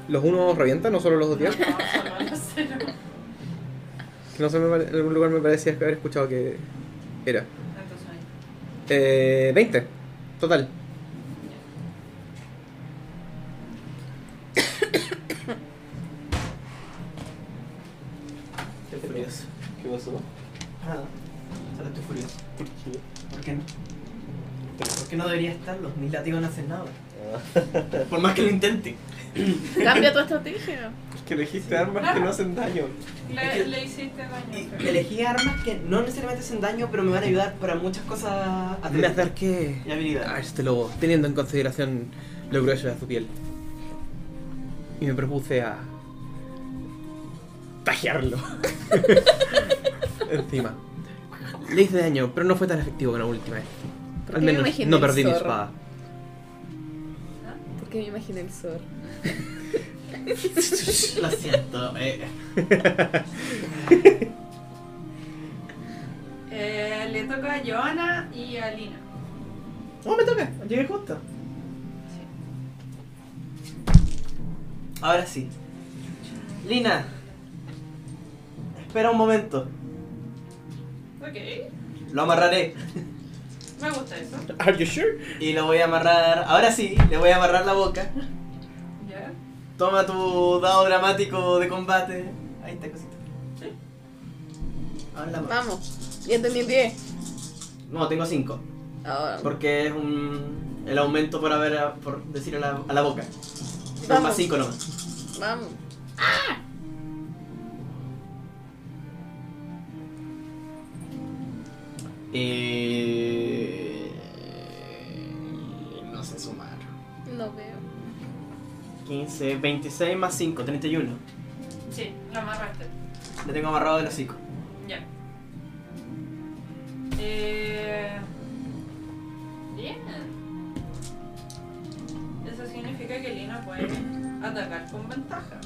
Speaker 7: ¿Los unos revientan, no solo los dos
Speaker 2: No,
Speaker 7: días?
Speaker 2: no, solo los cero.
Speaker 7: Que no sé, me pare- en algún lugar me parecía haber escuchado que era.
Speaker 2: Entonces, ahí.
Speaker 7: Eh, 20, total.
Speaker 1: Estoy furioso.
Speaker 3: ¿Qué pasó?
Speaker 1: Nada. Solo estoy furioso. ¿Por qué no? ¿Por qué no debería estarlo? Mis látigos no hacen nada.
Speaker 7: Ah.
Speaker 1: Por más que lo intente.
Speaker 4: Cambia tu estrategia.
Speaker 3: Que elegiste armas que no hacen daño.
Speaker 1: Es que-
Speaker 2: Le, le hiciste daño.
Speaker 1: Y
Speaker 2: pero-
Speaker 1: Elegí armas que no necesariamente hacen daño, pero me van a ayudar para muchas cosas
Speaker 7: Me
Speaker 1: atléticas
Speaker 7: acerqué
Speaker 1: y habilidades.
Speaker 7: a este lobo, teniendo en consideración lo grueso de su piel. Y me propuse a. tajearlo. Encima. Le hice daño, pero no fue tan efectivo que la última vez.
Speaker 4: ¿Por
Speaker 7: Al
Speaker 4: qué me
Speaker 7: menos
Speaker 4: imaginé
Speaker 7: no
Speaker 4: el
Speaker 7: perdí mi
Speaker 4: zorro?
Speaker 7: espada.
Speaker 4: Porque me imaginé el sol.
Speaker 1: Lo siento. eh.
Speaker 2: Eh, le toca a Joana y a Lina.
Speaker 1: No, me toca. Llegué justo. Ahora sí. Lina. Espera un momento.
Speaker 2: Ok,
Speaker 1: Lo amarraré.
Speaker 2: me gusta eso.
Speaker 7: Are you sure?
Speaker 1: Y lo voy a amarrar. Ahora sí, le voy a amarrar la boca.
Speaker 2: Ya.
Speaker 1: Toma tu dado dramático de combate. Ahí está, cosita. Ahora la amarro.
Speaker 4: Vamos. Ya entendí Ah, 10.
Speaker 1: No, tengo 5.
Speaker 4: Ahora.
Speaker 1: Porque es un, el aumento por, haber, por decir a la, a la boca. Son más 5 nomás.
Speaker 4: Vamos.
Speaker 1: Eh, no sé sumar.
Speaker 4: No veo.
Speaker 1: 15, 26 más 5, 31.
Speaker 2: Sí, lo amarraste.
Speaker 1: Le tengo amarrado de los 5.
Speaker 2: Ya. Eh... Bien. Eso significa que Lina puede atacar con ventaja.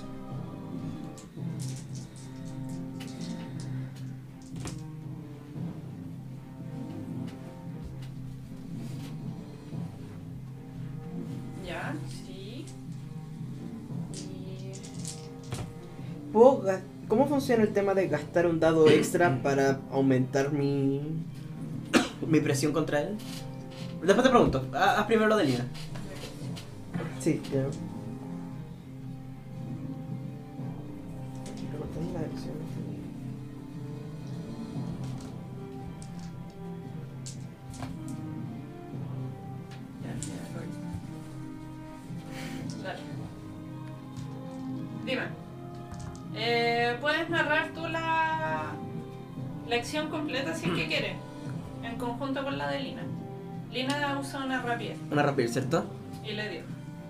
Speaker 2: Ya, sí. Y...
Speaker 1: ¿Puedo ga- ¿Cómo funciona el tema de gastar un dado extra para aumentar mi. mi presión contra él? Después te pregunto, ha- haz primero lo de Lina. Sí, claro.
Speaker 2: Dale. Dime. Eh, Puedes narrar tú la, la acción completa si es que quieres, en conjunto con la de Lina. Lina usa una rapidez
Speaker 1: Una rápida, ¿cierto?
Speaker 2: y le dio.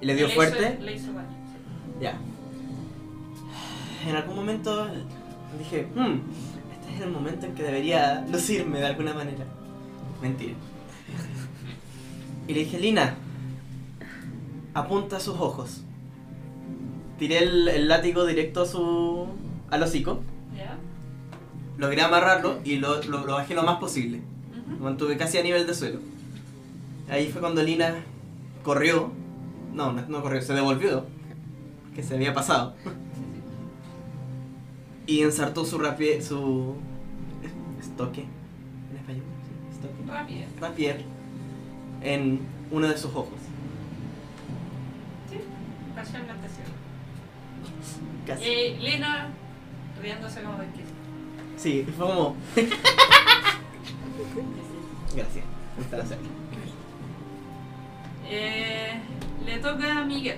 Speaker 1: ¿Y le dio
Speaker 2: hizo-
Speaker 1: fuerte?
Speaker 2: le hizo daño. sí.
Speaker 1: Ya. En algún momento dije, hmm, este es el momento en que debería lucirme de alguna manera. Mentira. Y le dije, Lina, apunta a sus ojos. Tiré el, el látigo directo a su. al hocico.
Speaker 2: ¿Ya?
Speaker 1: Logré amarrarlo y lo, lo- lo bajé lo más posible. Lo
Speaker 2: Ujú.
Speaker 1: mantuve casi a nivel de suelo. Ahí fue cuando Lina corrió. No, no, no corrió, se devolvió. Que se había pasado. Y ensartó su rapier. su. estoque. En español, sí, estoque.
Speaker 2: Rapidez.
Speaker 1: Rapier. En uno de sus ojos.
Speaker 2: Sí, parcialmente cierto.
Speaker 1: Casi.
Speaker 2: Y Eh, Lina riéndose como de que.
Speaker 1: Sí, fue como. Gracias. Está cerca.
Speaker 2: Eh, le toca a Miguel.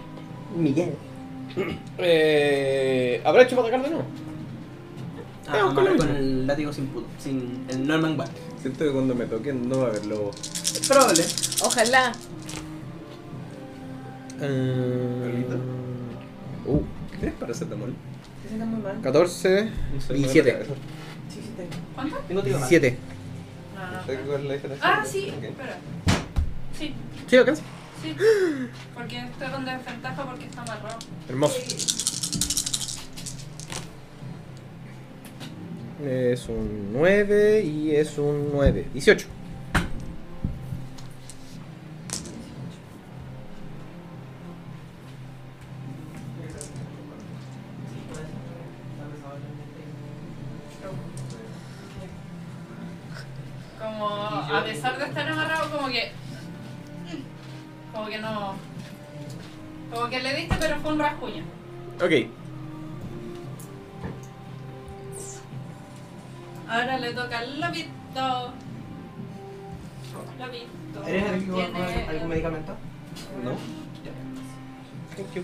Speaker 1: Miguel.
Speaker 7: Eh, ¿Habrá hecho para atacar de nuevo?
Speaker 1: Ah,
Speaker 7: Ah, con
Speaker 1: amarré
Speaker 7: la
Speaker 1: con
Speaker 7: misma.
Speaker 1: el látigo sin puto. Sin el Norman Watt.
Speaker 3: Siento que cuando me toquen no va a haber lobo.
Speaker 1: Es probable.
Speaker 4: Ojalá.
Speaker 7: Eh,
Speaker 3: ¿Perrito? Uh, ¿qué tienes para acetamol?
Speaker 1: Se sientan muy mal.
Speaker 7: 14,
Speaker 3: Soy
Speaker 7: 17.
Speaker 3: mala cabeza.
Speaker 1: Sí, sí, tengo.
Speaker 2: ¿Cuánto?
Speaker 1: Tengo tío más.
Speaker 7: 7.
Speaker 2: No, no,
Speaker 3: ¿Sabes
Speaker 2: no.
Speaker 3: cuál es la diferencia?
Speaker 2: Ah, sí,
Speaker 3: Ok.
Speaker 2: espera. Sí,
Speaker 7: ¿Sí lo alcanza?
Speaker 2: sí. Porque está con desventaja porque está amarrado.
Speaker 7: Hermoso. Es un 9 y es un 9. 18.
Speaker 2: Como a pesar de estar amarrado, como que. Como que no. Como que le diste, pero fue un rasguño.
Speaker 7: Ok.
Speaker 2: Ahora le toca al lobito. Lobito.
Speaker 1: ¿Eres el que va a
Speaker 2: Tiene-
Speaker 1: poner algún medicamento?
Speaker 3: No.
Speaker 1: Thank you.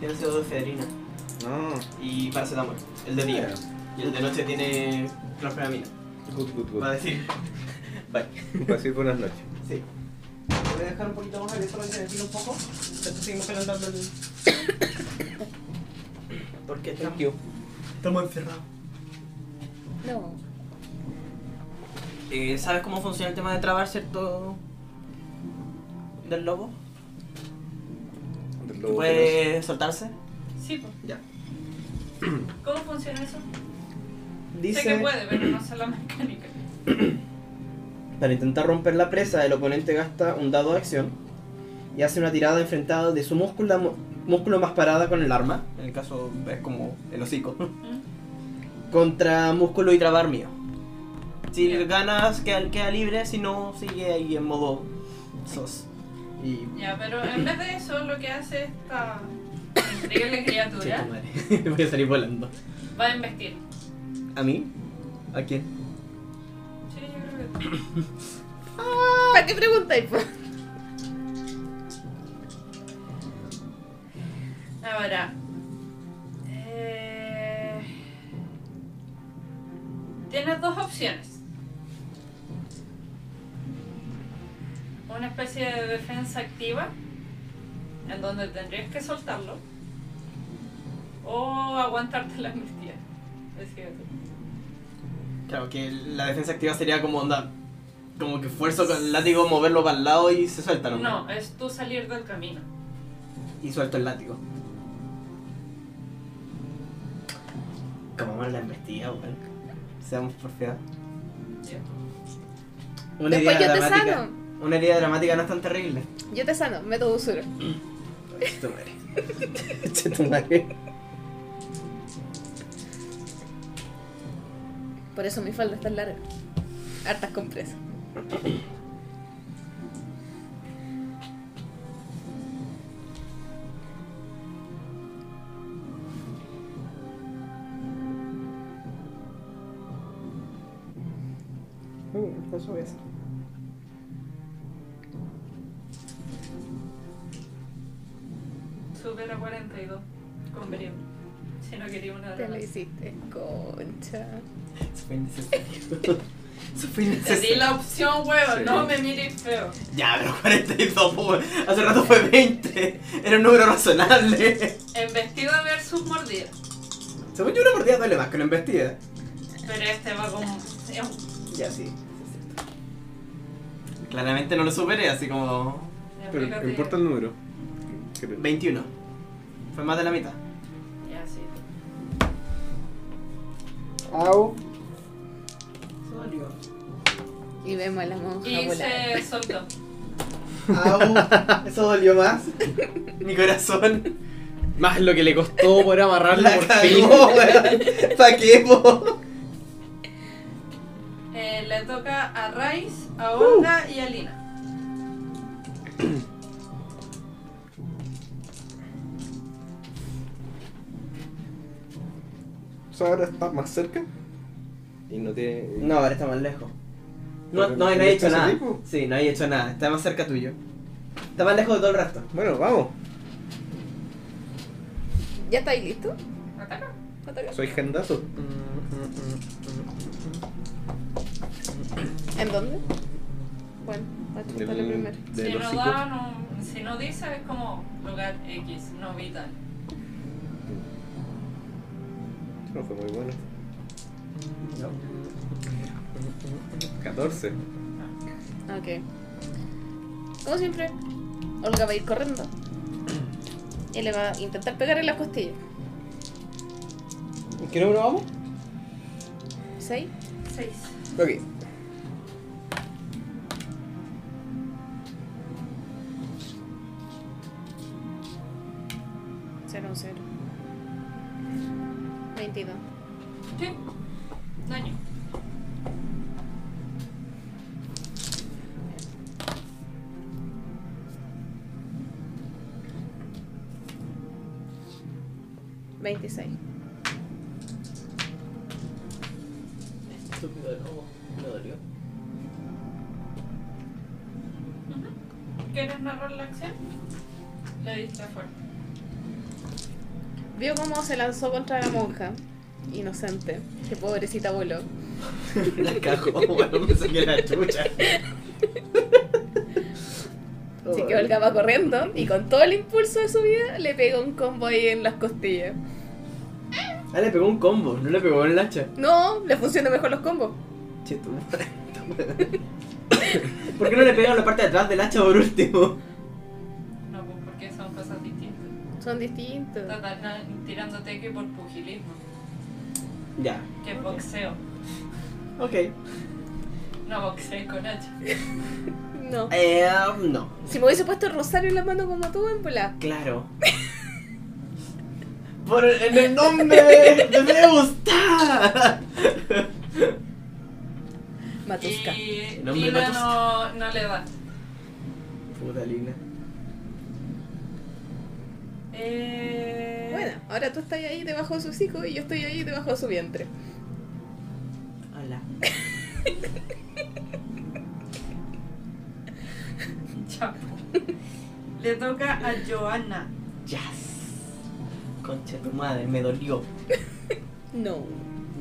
Speaker 1: Tiene CO2 efedrina
Speaker 3: Ah,
Speaker 1: y paracetamol. El de día. Y el de noche tiene clorfenamina.
Speaker 3: good, good, good.
Speaker 1: Va a decir. Bye.
Speaker 3: Para decir buenas noches.
Speaker 1: Sí. Lo voy a dejar un poquito más abierto para que se ventile un poco. Entonces seguimos calentando el. Porque estamos, estamos encerrados.
Speaker 4: No.
Speaker 1: Eh, ¿Sabes cómo funciona el tema de trabar, cierto? Del lobo.
Speaker 3: Del
Speaker 1: ¿Que
Speaker 3: lobo feroz.
Speaker 1: ¿Puede soltarse?
Speaker 2: Sí, pues.
Speaker 1: Ya.
Speaker 2: ¿Cómo funciona eso? Sé que
Speaker 1: Dice.
Speaker 2: puede, pero no sé la mecánica.
Speaker 1: Para intentar romper la presa, el oponente gasta un dado de acción y hace una tirada enfrentada de su músculo, mu- músculo más parada con el arma, en el caso es como el hocico,
Speaker 2: ¿Mm?
Speaker 1: contra músculo y trabar mío. Si
Speaker 2: Ya.
Speaker 1: ganas, queda, queda libre, si no, sigue ahí en modo sos. Y...
Speaker 2: Ya, pero en vez de eso, lo que hace esta increíble
Speaker 1: Che,
Speaker 2: criatura
Speaker 1: tu madre. Voy a salir volando.
Speaker 2: va a investir.
Speaker 1: ¿A mí? ¿A quién?
Speaker 2: Sí, yo creo que.
Speaker 4: ¿Para qué preguntáis? po?
Speaker 2: Ahora. eh, Tienes dos opciones. Una especie de defensa activa en donde tendrías que soltarlo o aguantarte la amnistía. Decía tú.
Speaker 1: Claro, que la defensa activa sería como onda. Como que esfuerzo con el látigo, moverlo para el lado y se suelta, ¿no?
Speaker 2: No, es tú salir del camino.
Speaker 1: Y suelto el látigo. Como mal la investiga, weón. Seamos porfiados.
Speaker 2: Ya.
Speaker 1: Una
Speaker 4: Después
Speaker 1: herida
Speaker 4: yo te
Speaker 1: dramática.
Speaker 4: sano.
Speaker 1: Una herida dramática no es tan terrible.
Speaker 4: Yo te sano, método usura.
Speaker 3: Tu madre. Che, tu madre.
Speaker 4: Por eso mi falda es tan larga. Hartas compresas.
Speaker 3: Eso es.
Speaker 2: Súper a 42 con brío. Si no quería una de
Speaker 4: Te la
Speaker 2: las
Speaker 4: hiciste, concha.
Speaker 1: Eso fue innecesario. Eso fue
Speaker 2: Te di
Speaker 1: innecesario.
Speaker 2: la opción, huevón,
Speaker 3: Sí.
Speaker 2: no me mires feo.
Speaker 1: Ya, pero 42, po, weón. Hace rato fue 20. Era un número razonable.
Speaker 2: Embestida versus mordida.
Speaker 1: Según yo, una partida duele más que una embestida.
Speaker 2: Pero este va como. es un-
Speaker 1: Ya, sí. Claramente no lo superé, así como.
Speaker 3: Pero
Speaker 2: explícate.
Speaker 3: importa el número. Creo.
Speaker 1: 21. Fue más de la mitad.
Speaker 2: Ya, sí.
Speaker 3: Au.
Speaker 4: Y vemos a la monja
Speaker 2: Y
Speaker 4: volar.
Speaker 2: se soltó.
Speaker 1: Au. Eso dolió más. Mi corazón.
Speaker 7: Más lo que le costó poder amarrarla
Speaker 1: La
Speaker 7: por fin.
Speaker 1: cagó, weón. ¿Pa' qué, po?
Speaker 2: Eh, le toca a Raiz, a
Speaker 3: ¡Uh!
Speaker 2: Olga y a Lina.
Speaker 3: O sea, ahora está más cerca. Y no tiene.
Speaker 1: No, ahora está más lejos. No, no, no he hecho nada. Sí, no he hecho nada. Está más cerca tuyo. Está más lejos de todo el resto.
Speaker 3: Bueno, vamos.
Speaker 4: ¿Ya estáis listo?
Speaker 2: Ataca.
Speaker 4: Ataca.
Speaker 3: Soy gendazo.
Speaker 4: ¿En dónde? Bueno, va a chutar la
Speaker 3: Del-
Speaker 4: primera.
Speaker 3: del
Speaker 2: Si no
Speaker 3: hocico.
Speaker 2: da, no, si no dice, es como lugar X, no vital.
Speaker 3: No fue muy bueno. 14.
Speaker 4: Ok. Como siempre, Olga va a ir corriendo. Y le va a intentar pegar en las costillas.
Speaker 3: ¿En ¿Qué número vamos?
Speaker 4: ¿Seis?
Speaker 2: 6.
Speaker 3: Ok.
Speaker 4: Cero, cero. 22.
Speaker 2: Sí. Daño.
Speaker 4: Veintiséis.
Speaker 1: Estúpido de nuevo. Me dolió.
Speaker 2: ¿Quieres narrar la acción? Le diste fuerte.
Speaker 4: Vio cómo se lanzó contra la monja. Inocente. Qué pobrecita voló.
Speaker 1: La cagó, weón. Me saqué la chucha.
Speaker 4: Así que Olga va corriendo y con todo el impulso de su vida le pega un combo ahí en las costillas.
Speaker 1: Ah, le pegó un combo. No le pegó en el hacha.
Speaker 4: No, le funcionan mejor los combos.
Speaker 1: Che, tu madre, esta weá. ¿Por qué no le pegaron la parte de atrás del hacha por último?
Speaker 2: No, pues porque son cosas distintas.
Speaker 4: Son distintos.
Speaker 2: Está tan- tirándote que por pugilismo,
Speaker 1: Ya.
Speaker 2: que boxeo.
Speaker 1: Ok.
Speaker 2: No boxeo con hacha.
Speaker 4: No.
Speaker 1: Eh, um, no.
Speaker 4: Si me hubiese puesto el rosario en la mano como tú, en bola.
Speaker 1: Claro. Por el, en el nombre de Zeus. ta.
Speaker 4: Matusca.
Speaker 2: Y
Speaker 1: El hombre
Speaker 2: Lina
Speaker 1: matusca.
Speaker 2: no, no le da.
Speaker 1: Puta Lina.
Speaker 2: Eh...
Speaker 4: Bueno, ahora tú estás ahí debajo de su hocico y yo estoy ahí debajo de su vientre.
Speaker 1: Hola.
Speaker 2: Chapo. Le toca a Joana.
Speaker 1: Jazz. Concha tu madre, me dolió.
Speaker 4: No.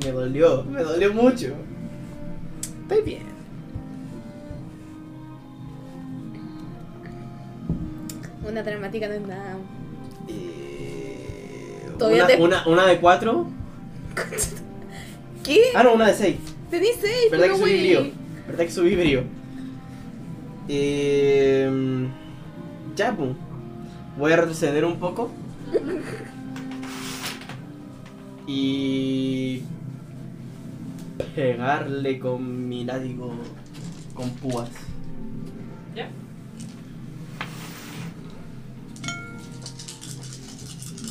Speaker 1: Me dolió. Me dolió mucho.
Speaker 4: Estoy bien. Una una dramática no es nada.
Speaker 1: Eh,
Speaker 4: Todavía
Speaker 1: una,
Speaker 4: te-
Speaker 1: una, una de cuatro.
Speaker 4: ¿Qué?
Speaker 1: Ah, no, una de seis.
Speaker 4: Tenéis seis,
Speaker 1: ¿Verdad que
Speaker 4: pero
Speaker 1: subí
Speaker 4: wey.
Speaker 1: brío? ¿Verdad que subí brío? Eh, ya, pum. Voy a retroceder un poco. Y. Pegarle con mi látigo con púas.
Speaker 2: ¿Ya?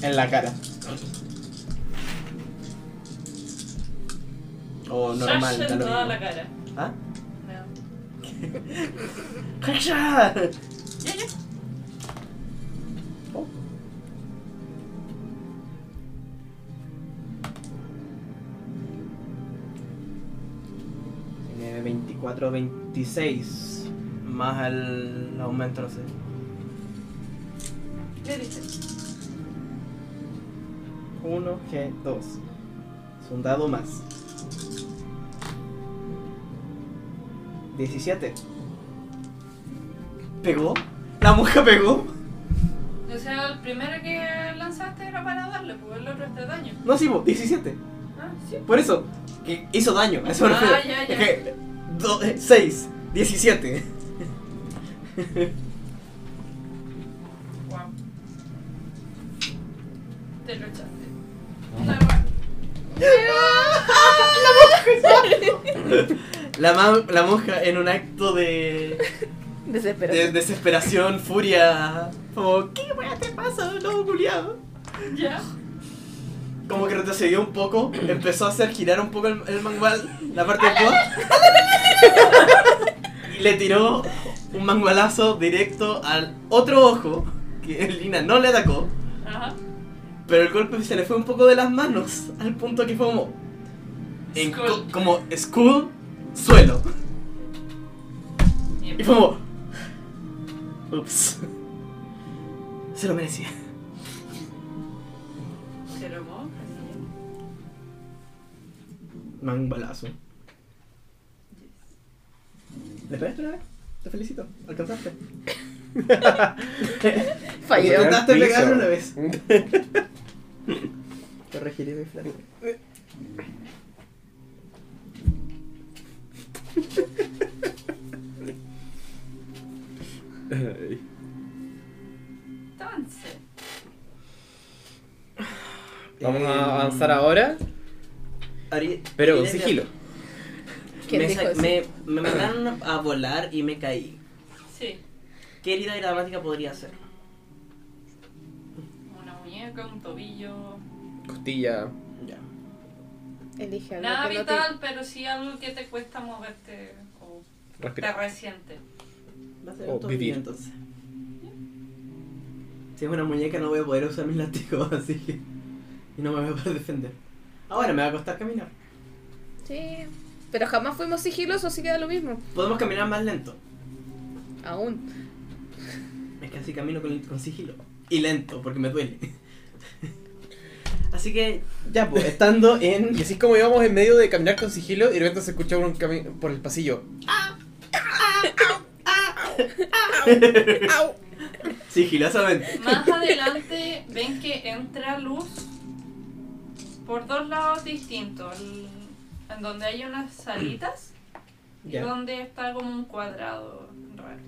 Speaker 1: En la cara. O normal,
Speaker 2: Sash
Speaker 1: da
Speaker 2: en
Speaker 1: lo
Speaker 2: toda
Speaker 1: mismo.
Speaker 2: la cara.
Speaker 1: ¿Ah?
Speaker 2: No.
Speaker 1: ¡Hasha!
Speaker 2: Ya, ya.
Speaker 1: Tiene 24, 26. Más el aumento, no sé.
Speaker 2: ¿Qué dices?
Speaker 1: 1, G, 2. Es un dado más. 17. ¿Pegó? ¿La mujer pegó?
Speaker 2: O sea, el primero que lanzaste era para darle, pues el otro es de daño.
Speaker 1: No, sí, po, 17.
Speaker 2: Ah, sí.
Speaker 1: Por eso, que hizo daño. a Eso me
Speaker 2: Ah,
Speaker 1: refiero.
Speaker 2: ya, ya.
Speaker 1: Es que, 6, 17.
Speaker 2: Wow. Te lo echaste. Una rata.
Speaker 1: La, ma- la monja en un acto de, de Eh.
Speaker 4: Desesperación.
Speaker 1: desesperación, furia. Como, ¿qué weá te pasa, loco culiado?
Speaker 2: ¿Ya?
Speaker 1: Como que retrocedió un poco, empezó a hacer girar un poco el, el mangual, la parte del codo. Y le tiró un mangualazo directo al otro ojo, que Lina no le atacó,
Speaker 2: Ajá.
Speaker 1: pero el golpe se le fue un poco de las manos, al punto que fue como. en co-
Speaker 2: Skull.
Speaker 1: como escudo, suelo.
Speaker 2: Bien.
Speaker 1: Y fue como. Ups. Se lo merecía.
Speaker 2: Se lo moja, sí.
Speaker 1: Mangualazo. ¿Le pegaste una vez? Te felicito. Alcanzaste.
Speaker 4: Falló.
Speaker 3: Falló.
Speaker 1: Intentaste
Speaker 3: piso.
Speaker 1: pegarle una vez. Corregiré mi flaco.
Speaker 2: Entonces,
Speaker 7: Vamos
Speaker 1: Eh,
Speaker 7: a avanzar ahora,
Speaker 1: Ari-
Speaker 7: pero con
Speaker 1: Irene,
Speaker 7: sigilo.
Speaker 4: ¿Quién
Speaker 1: Me,
Speaker 4: dijo
Speaker 1: sa-
Speaker 4: eso?
Speaker 1: me, me mandaron a volar y me caí.
Speaker 2: sí.
Speaker 1: ¿Qué herida dramática podría ser?
Speaker 2: Una muñeca, un tobillo.
Speaker 7: Costilla.
Speaker 1: Ya.
Speaker 4: Elige algo
Speaker 2: Nada
Speaker 4: que no te-
Speaker 2: vital, pero sí algo que te cuesta moverte o te
Speaker 7: Respira.
Speaker 2: resiente.
Speaker 1: Va a ser
Speaker 7: O
Speaker 1: un tobillo,
Speaker 7: vivir.
Speaker 1: entonces. Si es una muñeca no voy a poder usar mis látigos, así que... Y no me voy a poder defender. Ahora me va a costar caminar.
Speaker 4: Sí. Pero jamás fuimos sigilosos, así queda lo mismo.
Speaker 1: Podemos caminar más lento.
Speaker 4: Aún.
Speaker 1: Es que así camino con, con sigilo. Y lento, porque me duele. así que, ya pues, estando en...
Speaker 7: Y así es como íbamos en medio de caminar con sigilo y de repente se escucha por, un cami- por el pasillo.
Speaker 4: ¡Au!
Speaker 1: Sigilosamente.
Speaker 2: Más adelante ven que entra luz por dos lados distintos. el- en donde hay unas salitas y
Speaker 1: Ya.
Speaker 2: donde está como un cuadrado raro.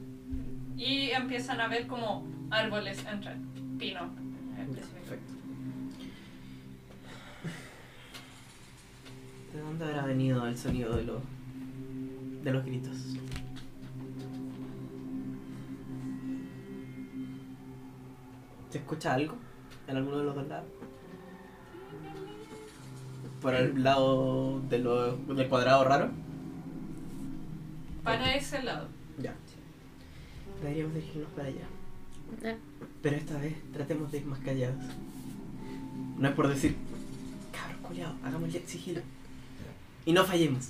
Speaker 2: Y empiezan a ver como árboles entran. Pino.
Speaker 1: Perfecto. ¿De dónde habrá venido el sonido de los de los gritos? ¿Se escucha algo en alguno de los dos lados? Por el lado de lo- del cuadrado raro.
Speaker 2: Para ese lado.
Speaker 1: Ya. Deberíamos dirigirnos para allá.
Speaker 4: Ah,
Speaker 1: Pero esta vez tratemos de ir más callados. No es por decir, cabrón, culiado, hagamos el sigilo. Y no fallemos.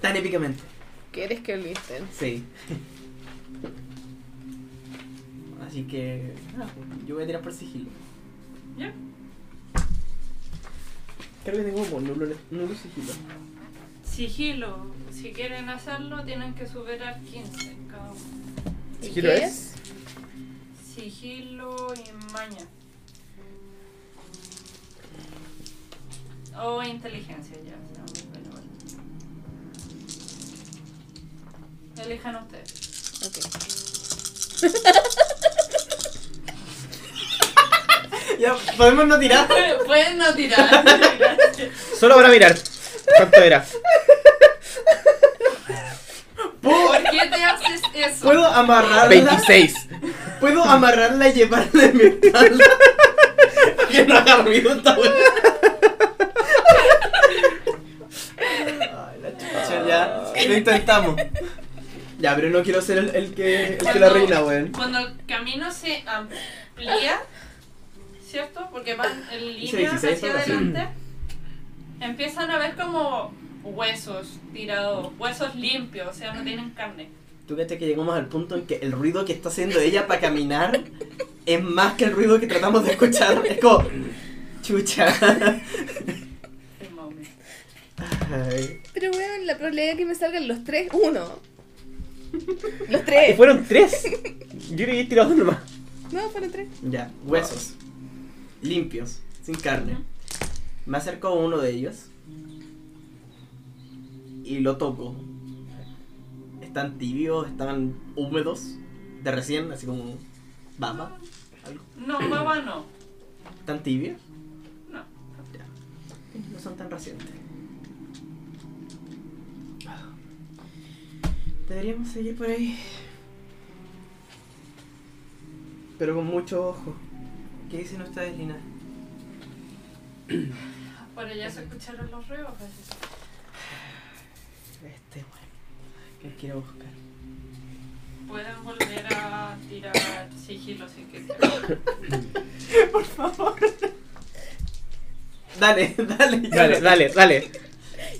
Speaker 1: Tan épicamente.
Speaker 4: ¿Quieres que listen?
Speaker 1: Sí. Así que, nada, yo voy a tirar por sigilo.
Speaker 2: Ya.
Speaker 1: Creo que tengo como nulo, nulo sigilo.
Speaker 2: Sigilo. Si quieren hacerlo, tienen que superar 15 cada uno.
Speaker 4: ¿Y
Speaker 7: ¿Sigilo
Speaker 4: qué
Speaker 7: es?
Speaker 2: Si sigilo y maña. O inteligencia, ya. no, bueno, bueno. Elijan ustedes.
Speaker 4: Ok.
Speaker 1: Ya, podemos no tirar.
Speaker 2: Pueden no tirar. Gracias.
Speaker 7: Solo para mirar. ¿Cuánto era?
Speaker 2: ¿Por qué te haces eso?
Speaker 1: Puedo amarrarla.
Speaker 7: 26.
Speaker 1: Puedo amarrarla y llevarla de metal. que no haga ruido esta buena. Ay, la chucha, ya. Lo intentamos. Ya, pero no quiero ser el, el que, el que la reina, weón.
Speaker 2: Cuando el camino se amplía, ¿cierto? Porque van en
Speaker 1: Hice
Speaker 2: línea
Speaker 1: 16
Speaker 2: hacia
Speaker 1: ahora sí.
Speaker 2: adelante, empiezan a ver como huesos tirados, huesos limpios, o sea, no tienen carne.
Speaker 1: Tú caché que llegamos al punto en que el ruido que está haciendo ella para caminar es más que el ruido que tratamos de escuchar. Es como. Chucha.
Speaker 2: El Maumi.
Speaker 1: Ay.
Speaker 4: Pero weón, la probabilidad de que me salgan los tres, uno. Los
Speaker 7: Ah, Y
Speaker 4: tres.
Speaker 7: fueron 3. Yo le he tirado uno más.
Speaker 4: No, fueron tres.
Speaker 1: Ya, huesos. Limpios, sin carne. Me acerco a uno de ellos. Y lo toco. Están tibios, están húmedos. De recién, así como. Baba. algo.
Speaker 2: No, baba no.
Speaker 1: ¿Están tibios?
Speaker 2: No.
Speaker 1: Ya. No son tan recientes. Deberíamos seguir por ahí. Pero con mucho ojo. ¿Qué dicen ustedes, Lina?
Speaker 2: Por allá se escucharon los ruidos. pues. así.
Speaker 1: Este bueno. ¿Qué quiero buscar?
Speaker 2: Pueden volver a tirar sigilo si quieren.
Speaker 1: Dale, dale,
Speaker 7: Dale, dale, dale.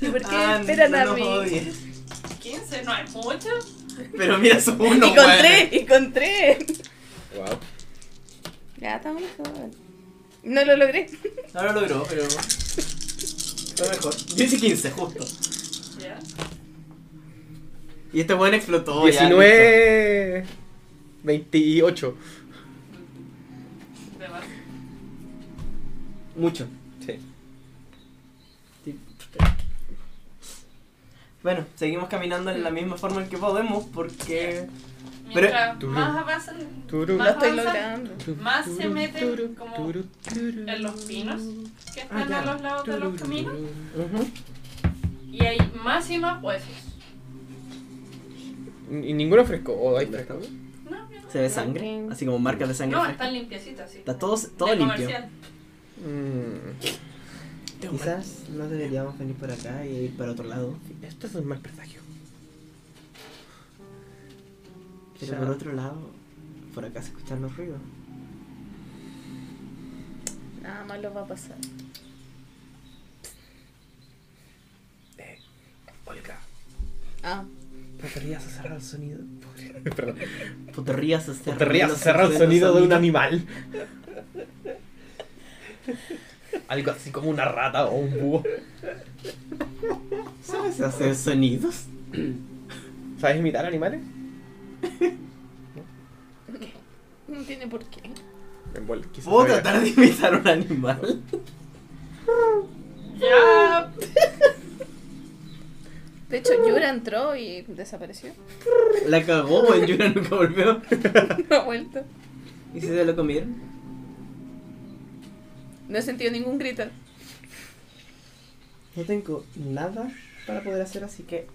Speaker 4: ¿Y por qué
Speaker 1: Ah,
Speaker 4: esperan
Speaker 1: no
Speaker 4: a
Speaker 1: nos
Speaker 4: mí?
Speaker 1: odies.
Speaker 2: 15, no es mucho.
Speaker 1: Pero mira, son uno,
Speaker 4: y con
Speaker 1: weón.
Speaker 4: tres, y con tres.
Speaker 7: Wow.
Speaker 4: Ya, estamos mejor. No lo logré.
Speaker 1: No lo logró, pero. Fue mejor. Yo hice 15, justo.
Speaker 2: ¿Ya?
Speaker 1: Y este weón
Speaker 7: Oh,
Speaker 1: explotó. ya,
Speaker 7: 19. 28.
Speaker 2: De base.
Speaker 1: listo. Mucho. pues,
Speaker 7: Sí.
Speaker 1: Bueno, seguimos caminando en la misma forma en que podemos porque. Pero-
Speaker 2: Mientras
Speaker 7: Turú.
Speaker 2: más avanzan,
Speaker 7: Turú.
Speaker 4: No
Speaker 2: más
Speaker 4: estoy
Speaker 2: avanzan,
Speaker 4: logrando.
Speaker 2: Más se meten como en los pinos que
Speaker 1: Ah,
Speaker 2: están
Speaker 1: ya.
Speaker 2: a los lados de los caminos
Speaker 1: Ujú.
Speaker 2: y hay más y más huesos.
Speaker 7: Y ninguno fresco. O hay fresco.
Speaker 2: No, no,
Speaker 1: Se ve sangre, así como marcas de sangre.
Speaker 2: no,
Speaker 1: fresca.
Speaker 2: están limpiecitas, sí.
Speaker 1: Está todo, todo
Speaker 2: Del
Speaker 1: limpio.
Speaker 2: comercial.
Speaker 7: Mm,
Speaker 1: Quizás no deberíamos venir por acá y ir para otro lado.
Speaker 7: esto es un mal presagio.
Speaker 1: Pero
Speaker 7: Ya.
Speaker 1: por otro lado, por acá se escuchan los ruidos.
Speaker 4: Nada más lo va a pasar.
Speaker 7: Eh, Olga,
Speaker 4: Ah,
Speaker 7: ¿podrías cerrar el sonido? Perdón.
Speaker 1: Podrías hacer.
Speaker 7: ¿Podrías cerrar el sonido de un animal? Algo así como una rata o un búho.
Speaker 1: ¿Sabes hacer sonidos?
Speaker 7: ¿Sabes imitar animales?
Speaker 4: no tiene por qué.
Speaker 7: En bol, quizás
Speaker 1: ¿Puedo
Speaker 7: no haya-
Speaker 1: tratar de imitar un animal?
Speaker 2: Ya,
Speaker 4: De hecho, Yura entró y desapareció.
Speaker 1: La cagó, weón. Yuna nunca volvió.
Speaker 4: No ha vuelto.
Speaker 1: ¿Y si se lo comieron?
Speaker 4: No he sentido ningún grito.
Speaker 1: No tengo nada para poder hacer, así que.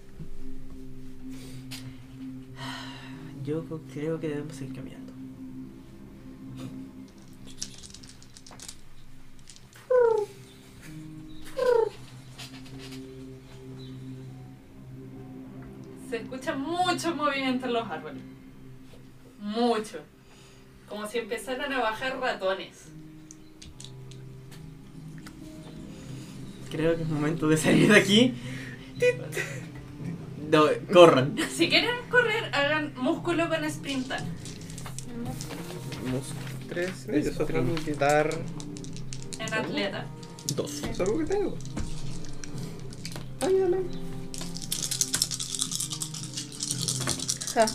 Speaker 1: Yo co- creo que debemos seguir caminando.
Speaker 2: se escucha mucho movimiento en los árboles. Mucho. Como si empezaran a bajar ratones.
Speaker 1: Creo que es momento de salir de aquí. No, corran.
Speaker 2: Si quieren correr, hagan músculo para sprintar.
Speaker 7: Tenemos tres.
Speaker 3: Ey, eso fue algo.
Speaker 7: Necesitar
Speaker 2: En atleta.
Speaker 7: dos.
Speaker 3: ¿Es algo que tengo?
Speaker 7: Ayúdame.
Speaker 4: Ja.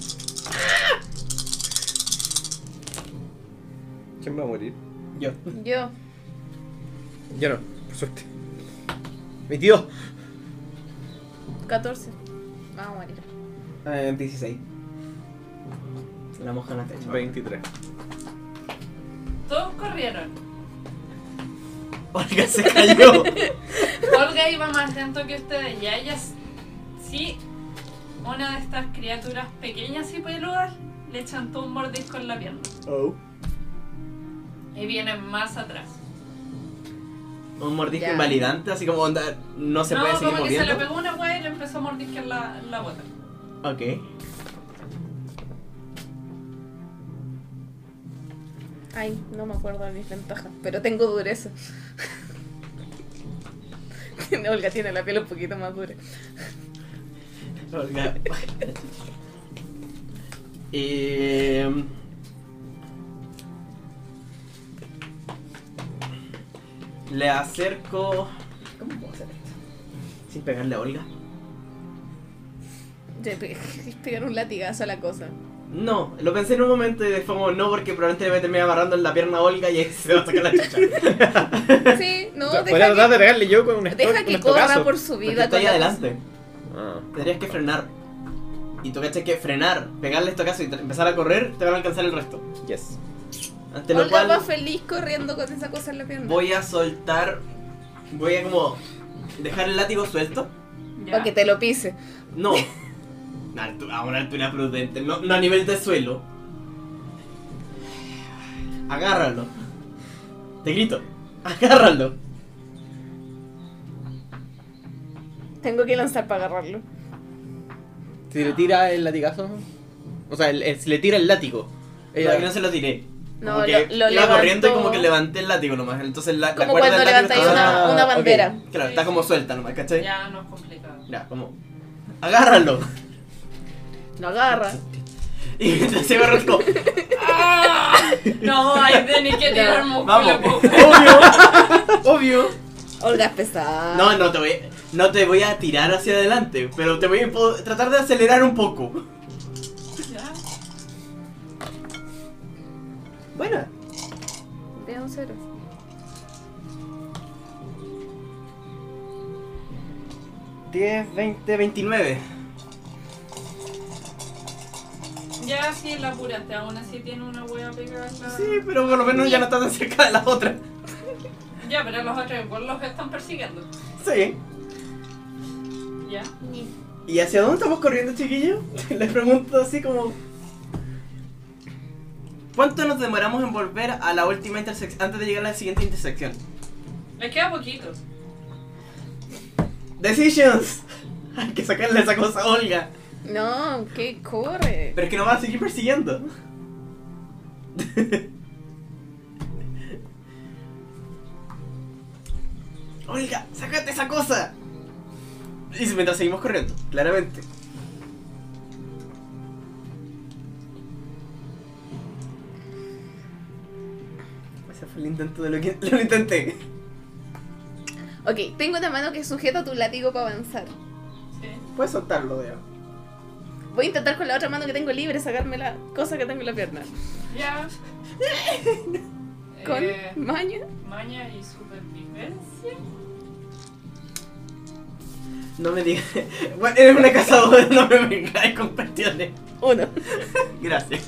Speaker 3: ¿Quién va a morir?
Speaker 1: Yo.
Speaker 4: Yo.
Speaker 7: Yo no, por suerte. 22.
Speaker 4: 14. Vamos a morir.
Speaker 1: Eh, 16. La moja en la techo.
Speaker 7: 23.
Speaker 2: Todos corrieron.
Speaker 1: Olga se cayó.
Speaker 2: Olga iba más lento que ustedes y a ella s- sí, una de estas criaturas pequeñas y peludas le chantó un mordisco en la pierna.
Speaker 3: Oh.
Speaker 2: Y vienen más atrás.
Speaker 1: Un mordisco
Speaker 4: Ya.
Speaker 1: invalidante, así como onda, no se
Speaker 2: no,
Speaker 1: puede seguir
Speaker 2: como que se le
Speaker 1: moviendo.
Speaker 2: pegó una hueá y le empezó a mordisquear la, la bota.
Speaker 1: Ok.
Speaker 4: Ay, no me acuerdo de mis ventajas, pero tengo dureza. Olga tiene la piel un poquito más dura.
Speaker 1: Olga. Em, le acerco. ¿Cómo puedo hacer esto? Sin pegarle a Olga.
Speaker 4: Ya, pe- Pegar un latigazo a la cosa.
Speaker 1: No, lo pensé en un momento y después como no, porque probablemente me termine agarrando en la pierna a Olga y ahí se va a sacar la chucha.
Speaker 4: Sí, no,
Speaker 7: O sea, podría
Speaker 4: deja
Speaker 7: tratar de
Speaker 4: que,
Speaker 7: pegarle yo con un esto-
Speaker 4: deja
Speaker 7: un
Speaker 4: que
Speaker 7: estocazo.
Speaker 4: corra por su
Speaker 1: este Porque
Speaker 4: vida.
Speaker 1: estoy
Speaker 4: con la-
Speaker 1: adelante.
Speaker 7: Ah.
Speaker 1: Tendrías que frenar. Y tú cachas que frenar, pegarle esto caso y tra- empezar a correr, te van a alcanzar el resto.
Speaker 7: Yes.
Speaker 1: Ante lo
Speaker 4: Olga
Speaker 1: cual.
Speaker 4: va feliz corriendo con esa cosa en la pierna.
Speaker 1: Voy a soltar. Voy a como. Dejar el látigo suelto.
Speaker 2: Ya.
Speaker 4: Para que te lo pise.
Speaker 1: No. A, altu- a una altura prudente. No, no a nivel de suelo. Agárralo. Te grito. Agárralo.
Speaker 4: Tengo que lanzar para agarrarlo.
Speaker 7: Si le tira el latigazo. O sea, el- el- si le tira el látigo.
Speaker 1: No,
Speaker 7: Ella-
Speaker 1: que no se lo tiré.
Speaker 4: No,
Speaker 1: como que
Speaker 4: lo- lo
Speaker 1: iba corriendo y
Speaker 4: levantó.
Speaker 1: como que levanté el látigo nomás. Entonces la, la
Speaker 4: Como
Speaker 1: cuerda
Speaker 4: cuando
Speaker 1: del látigo
Speaker 4: levantáis
Speaker 1: está-
Speaker 4: una, una
Speaker 1: Ah, ok.
Speaker 4: bandera.
Speaker 1: Claro, está como suelta nomás, ¿cachai?
Speaker 2: Ya no es complicado.
Speaker 1: Mira, como. Agárralo.
Speaker 4: Lo agarra.
Speaker 1: Y mientras se agarra como.
Speaker 2: ¡Ah! No, ahí tenés que tirar músculo. pues.
Speaker 1: Vamos.
Speaker 2: po.
Speaker 1: Obvio.
Speaker 4: Olga es pesada.
Speaker 1: No, no te voy, no te voy a tirar hacia adelante, pero te voy a impo- tratar de acelerar un poco.
Speaker 2: Ya.
Speaker 1: Buena.
Speaker 4: Te da un cero.
Speaker 1: Diez, veinte, 29.
Speaker 2: Ya sí la apuraste, aún así tiene una hueá pegada.
Speaker 1: Sí, pero por lo menos ya no estás tan cerca de la otra.
Speaker 2: Ya, pero los otros igual los están persiguiendo.
Speaker 1: Sí.
Speaker 2: Ya.
Speaker 1: ¿Y hacia dónde estamos corriendo, chiquillo? Les pregunto así como... ¿Cuánto nos demoramos en volver a la última intersección antes de llegar a la siguiente intersección?
Speaker 2: Les queda poquito.
Speaker 1: Decisions. Hay que sacarle esa cosa a Olga.
Speaker 4: No, que corre.
Speaker 1: Pero es que nos van a seguir persiguiendo. Olga, sácate esa cosa. Y mientras seguimos corriendo, claramente. Ese fue el intento de lo que lo intenté.
Speaker 4: Ok, tengo una mano que sujeta tu látigo para avanzar.
Speaker 2: Sí.
Speaker 1: Puedes soltarlo, Deo.
Speaker 4: Voy a intentar con la otra mano que tengo libre sacarme la cosa que tengo en la pierna.
Speaker 2: Ya.
Speaker 4: Con
Speaker 2: Eh,
Speaker 4: maña.
Speaker 2: maña y supervivencia.
Speaker 1: No me digas. Bueno, eres una cazadora, no me vengáis con cuestiones.
Speaker 4: Uno.
Speaker 1: Gracias.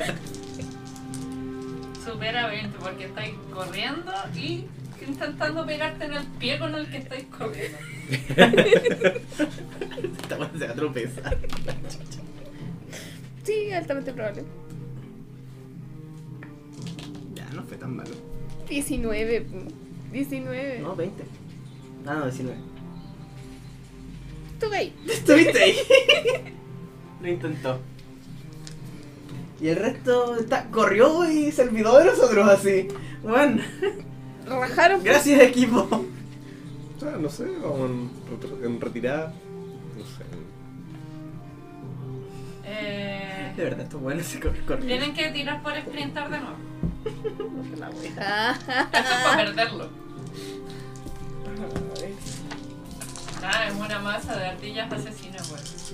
Speaker 2: Supera 20 porque estáis corriendo y intentando pegarte en el pie con el que estáis corriendo.
Speaker 1: Esta buena se va a tropezar.
Speaker 4: Sí, altamente probable.
Speaker 1: Ya, no fue tan malo.
Speaker 4: 19. pu. 19.
Speaker 1: No, 20. Ah, no, 19.
Speaker 4: Tú veis.
Speaker 1: Estuviste ahí. Lo intentó. Y el resto está- corrió y se olvidó de nosotros así. Bueno,
Speaker 4: Rajaron. pu.
Speaker 1: gracias equipo.
Speaker 3: O sea, no sé, vamos en, retro- en retirada. No sé.
Speaker 2: Eh,
Speaker 1: De verdad, esto bueno se cor- corrió.
Speaker 2: tienen que tirar por sprintar de nuevo.
Speaker 1: La wea.
Speaker 4: Ah,
Speaker 2: Eso es para perderlo. Ah, es una masa de ardillas asesinas, pues.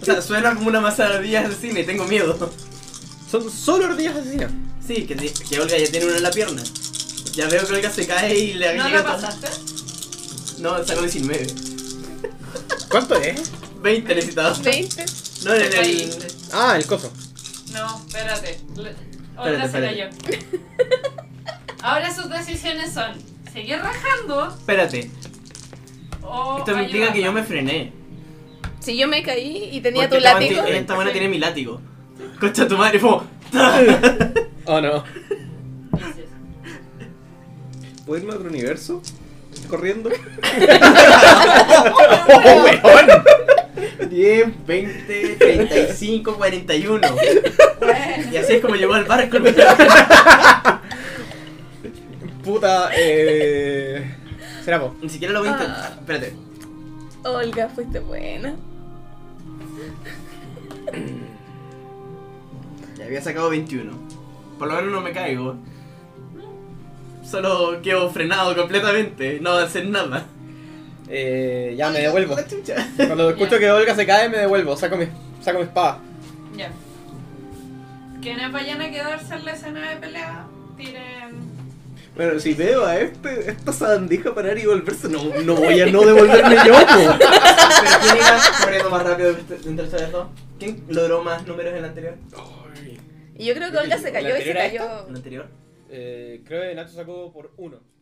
Speaker 1: O sea, suena como una masa de ardillas del cine, tengo miedo.
Speaker 7: Son solo ardillas asesinas.
Speaker 1: Sí, que, sí, que Olga ya tiene uno en la pierna. Ya veo que Olga se cae y le
Speaker 2: ¿No
Speaker 1: llega
Speaker 2: la
Speaker 1: hasta-
Speaker 2: pasaste?
Speaker 1: No, sacó 19.
Speaker 7: ¿Cuánto es?
Speaker 1: 20 necesitaba.
Speaker 4: 20.
Speaker 1: No, en el.
Speaker 2: Te caíste.
Speaker 7: Ah, el coso.
Speaker 2: No, espérate. Le- Otra será yo.
Speaker 1: espérate.
Speaker 2: Ahora sus decisiones son seguir rajando
Speaker 1: Espérate,
Speaker 2: o
Speaker 1: esto implica que yo me
Speaker 2: ayudarla.
Speaker 1: frené.
Speaker 4: Si yo me caí y tenía
Speaker 1: Porque
Speaker 4: tu
Speaker 1: esta man
Speaker 4: látigo.
Speaker 1: tiene- Esta buena tiene mi látigo. Concha tu madre, fue como,
Speaker 7: Oh no.
Speaker 2: Dices,
Speaker 3: ¿Puedo irme a otro universo? ¿Corriendo?
Speaker 1: 10, 20, 35, 41.
Speaker 2: "Bueno".
Speaker 1: Y así es como llegó al barco.
Speaker 7: Puta, eh. Será vos.
Speaker 1: Ni siquiera lo voy a
Speaker 7: Ah.
Speaker 1: intentar. Espérate.
Speaker 4: Olga, fuiste buena.
Speaker 1: Ya había sacado 21. Por lo menos no me caigo. Solo quedo frenado completamente. No va a hacer nada.
Speaker 7: Eh, ya me devuelvo.
Speaker 1: La chucha.
Speaker 7: Cuando escucho
Speaker 2: Ya.
Speaker 7: que Olga se cae, me devuelvo. Saco mi, saco mi espada.
Speaker 2: Ya. Quienes vayan a quedarse en la escena de pelea, tiren.
Speaker 3: Bueno, si veo a este, esta sabandija parar y volverse, no, no voy a no devolverme yo, po.
Speaker 1: Pero ¿quién iba corriendo más rápido entre ustedes dos? ¿Quién logró más números en el anterior?
Speaker 4: Y yo creo que Olga se cayó y se
Speaker 7: anterior a
Speaker 4: cayó.
Speaker 1: ¿En el anterior?
Speaker 7: Eh, creo que Nacho sacó por uno.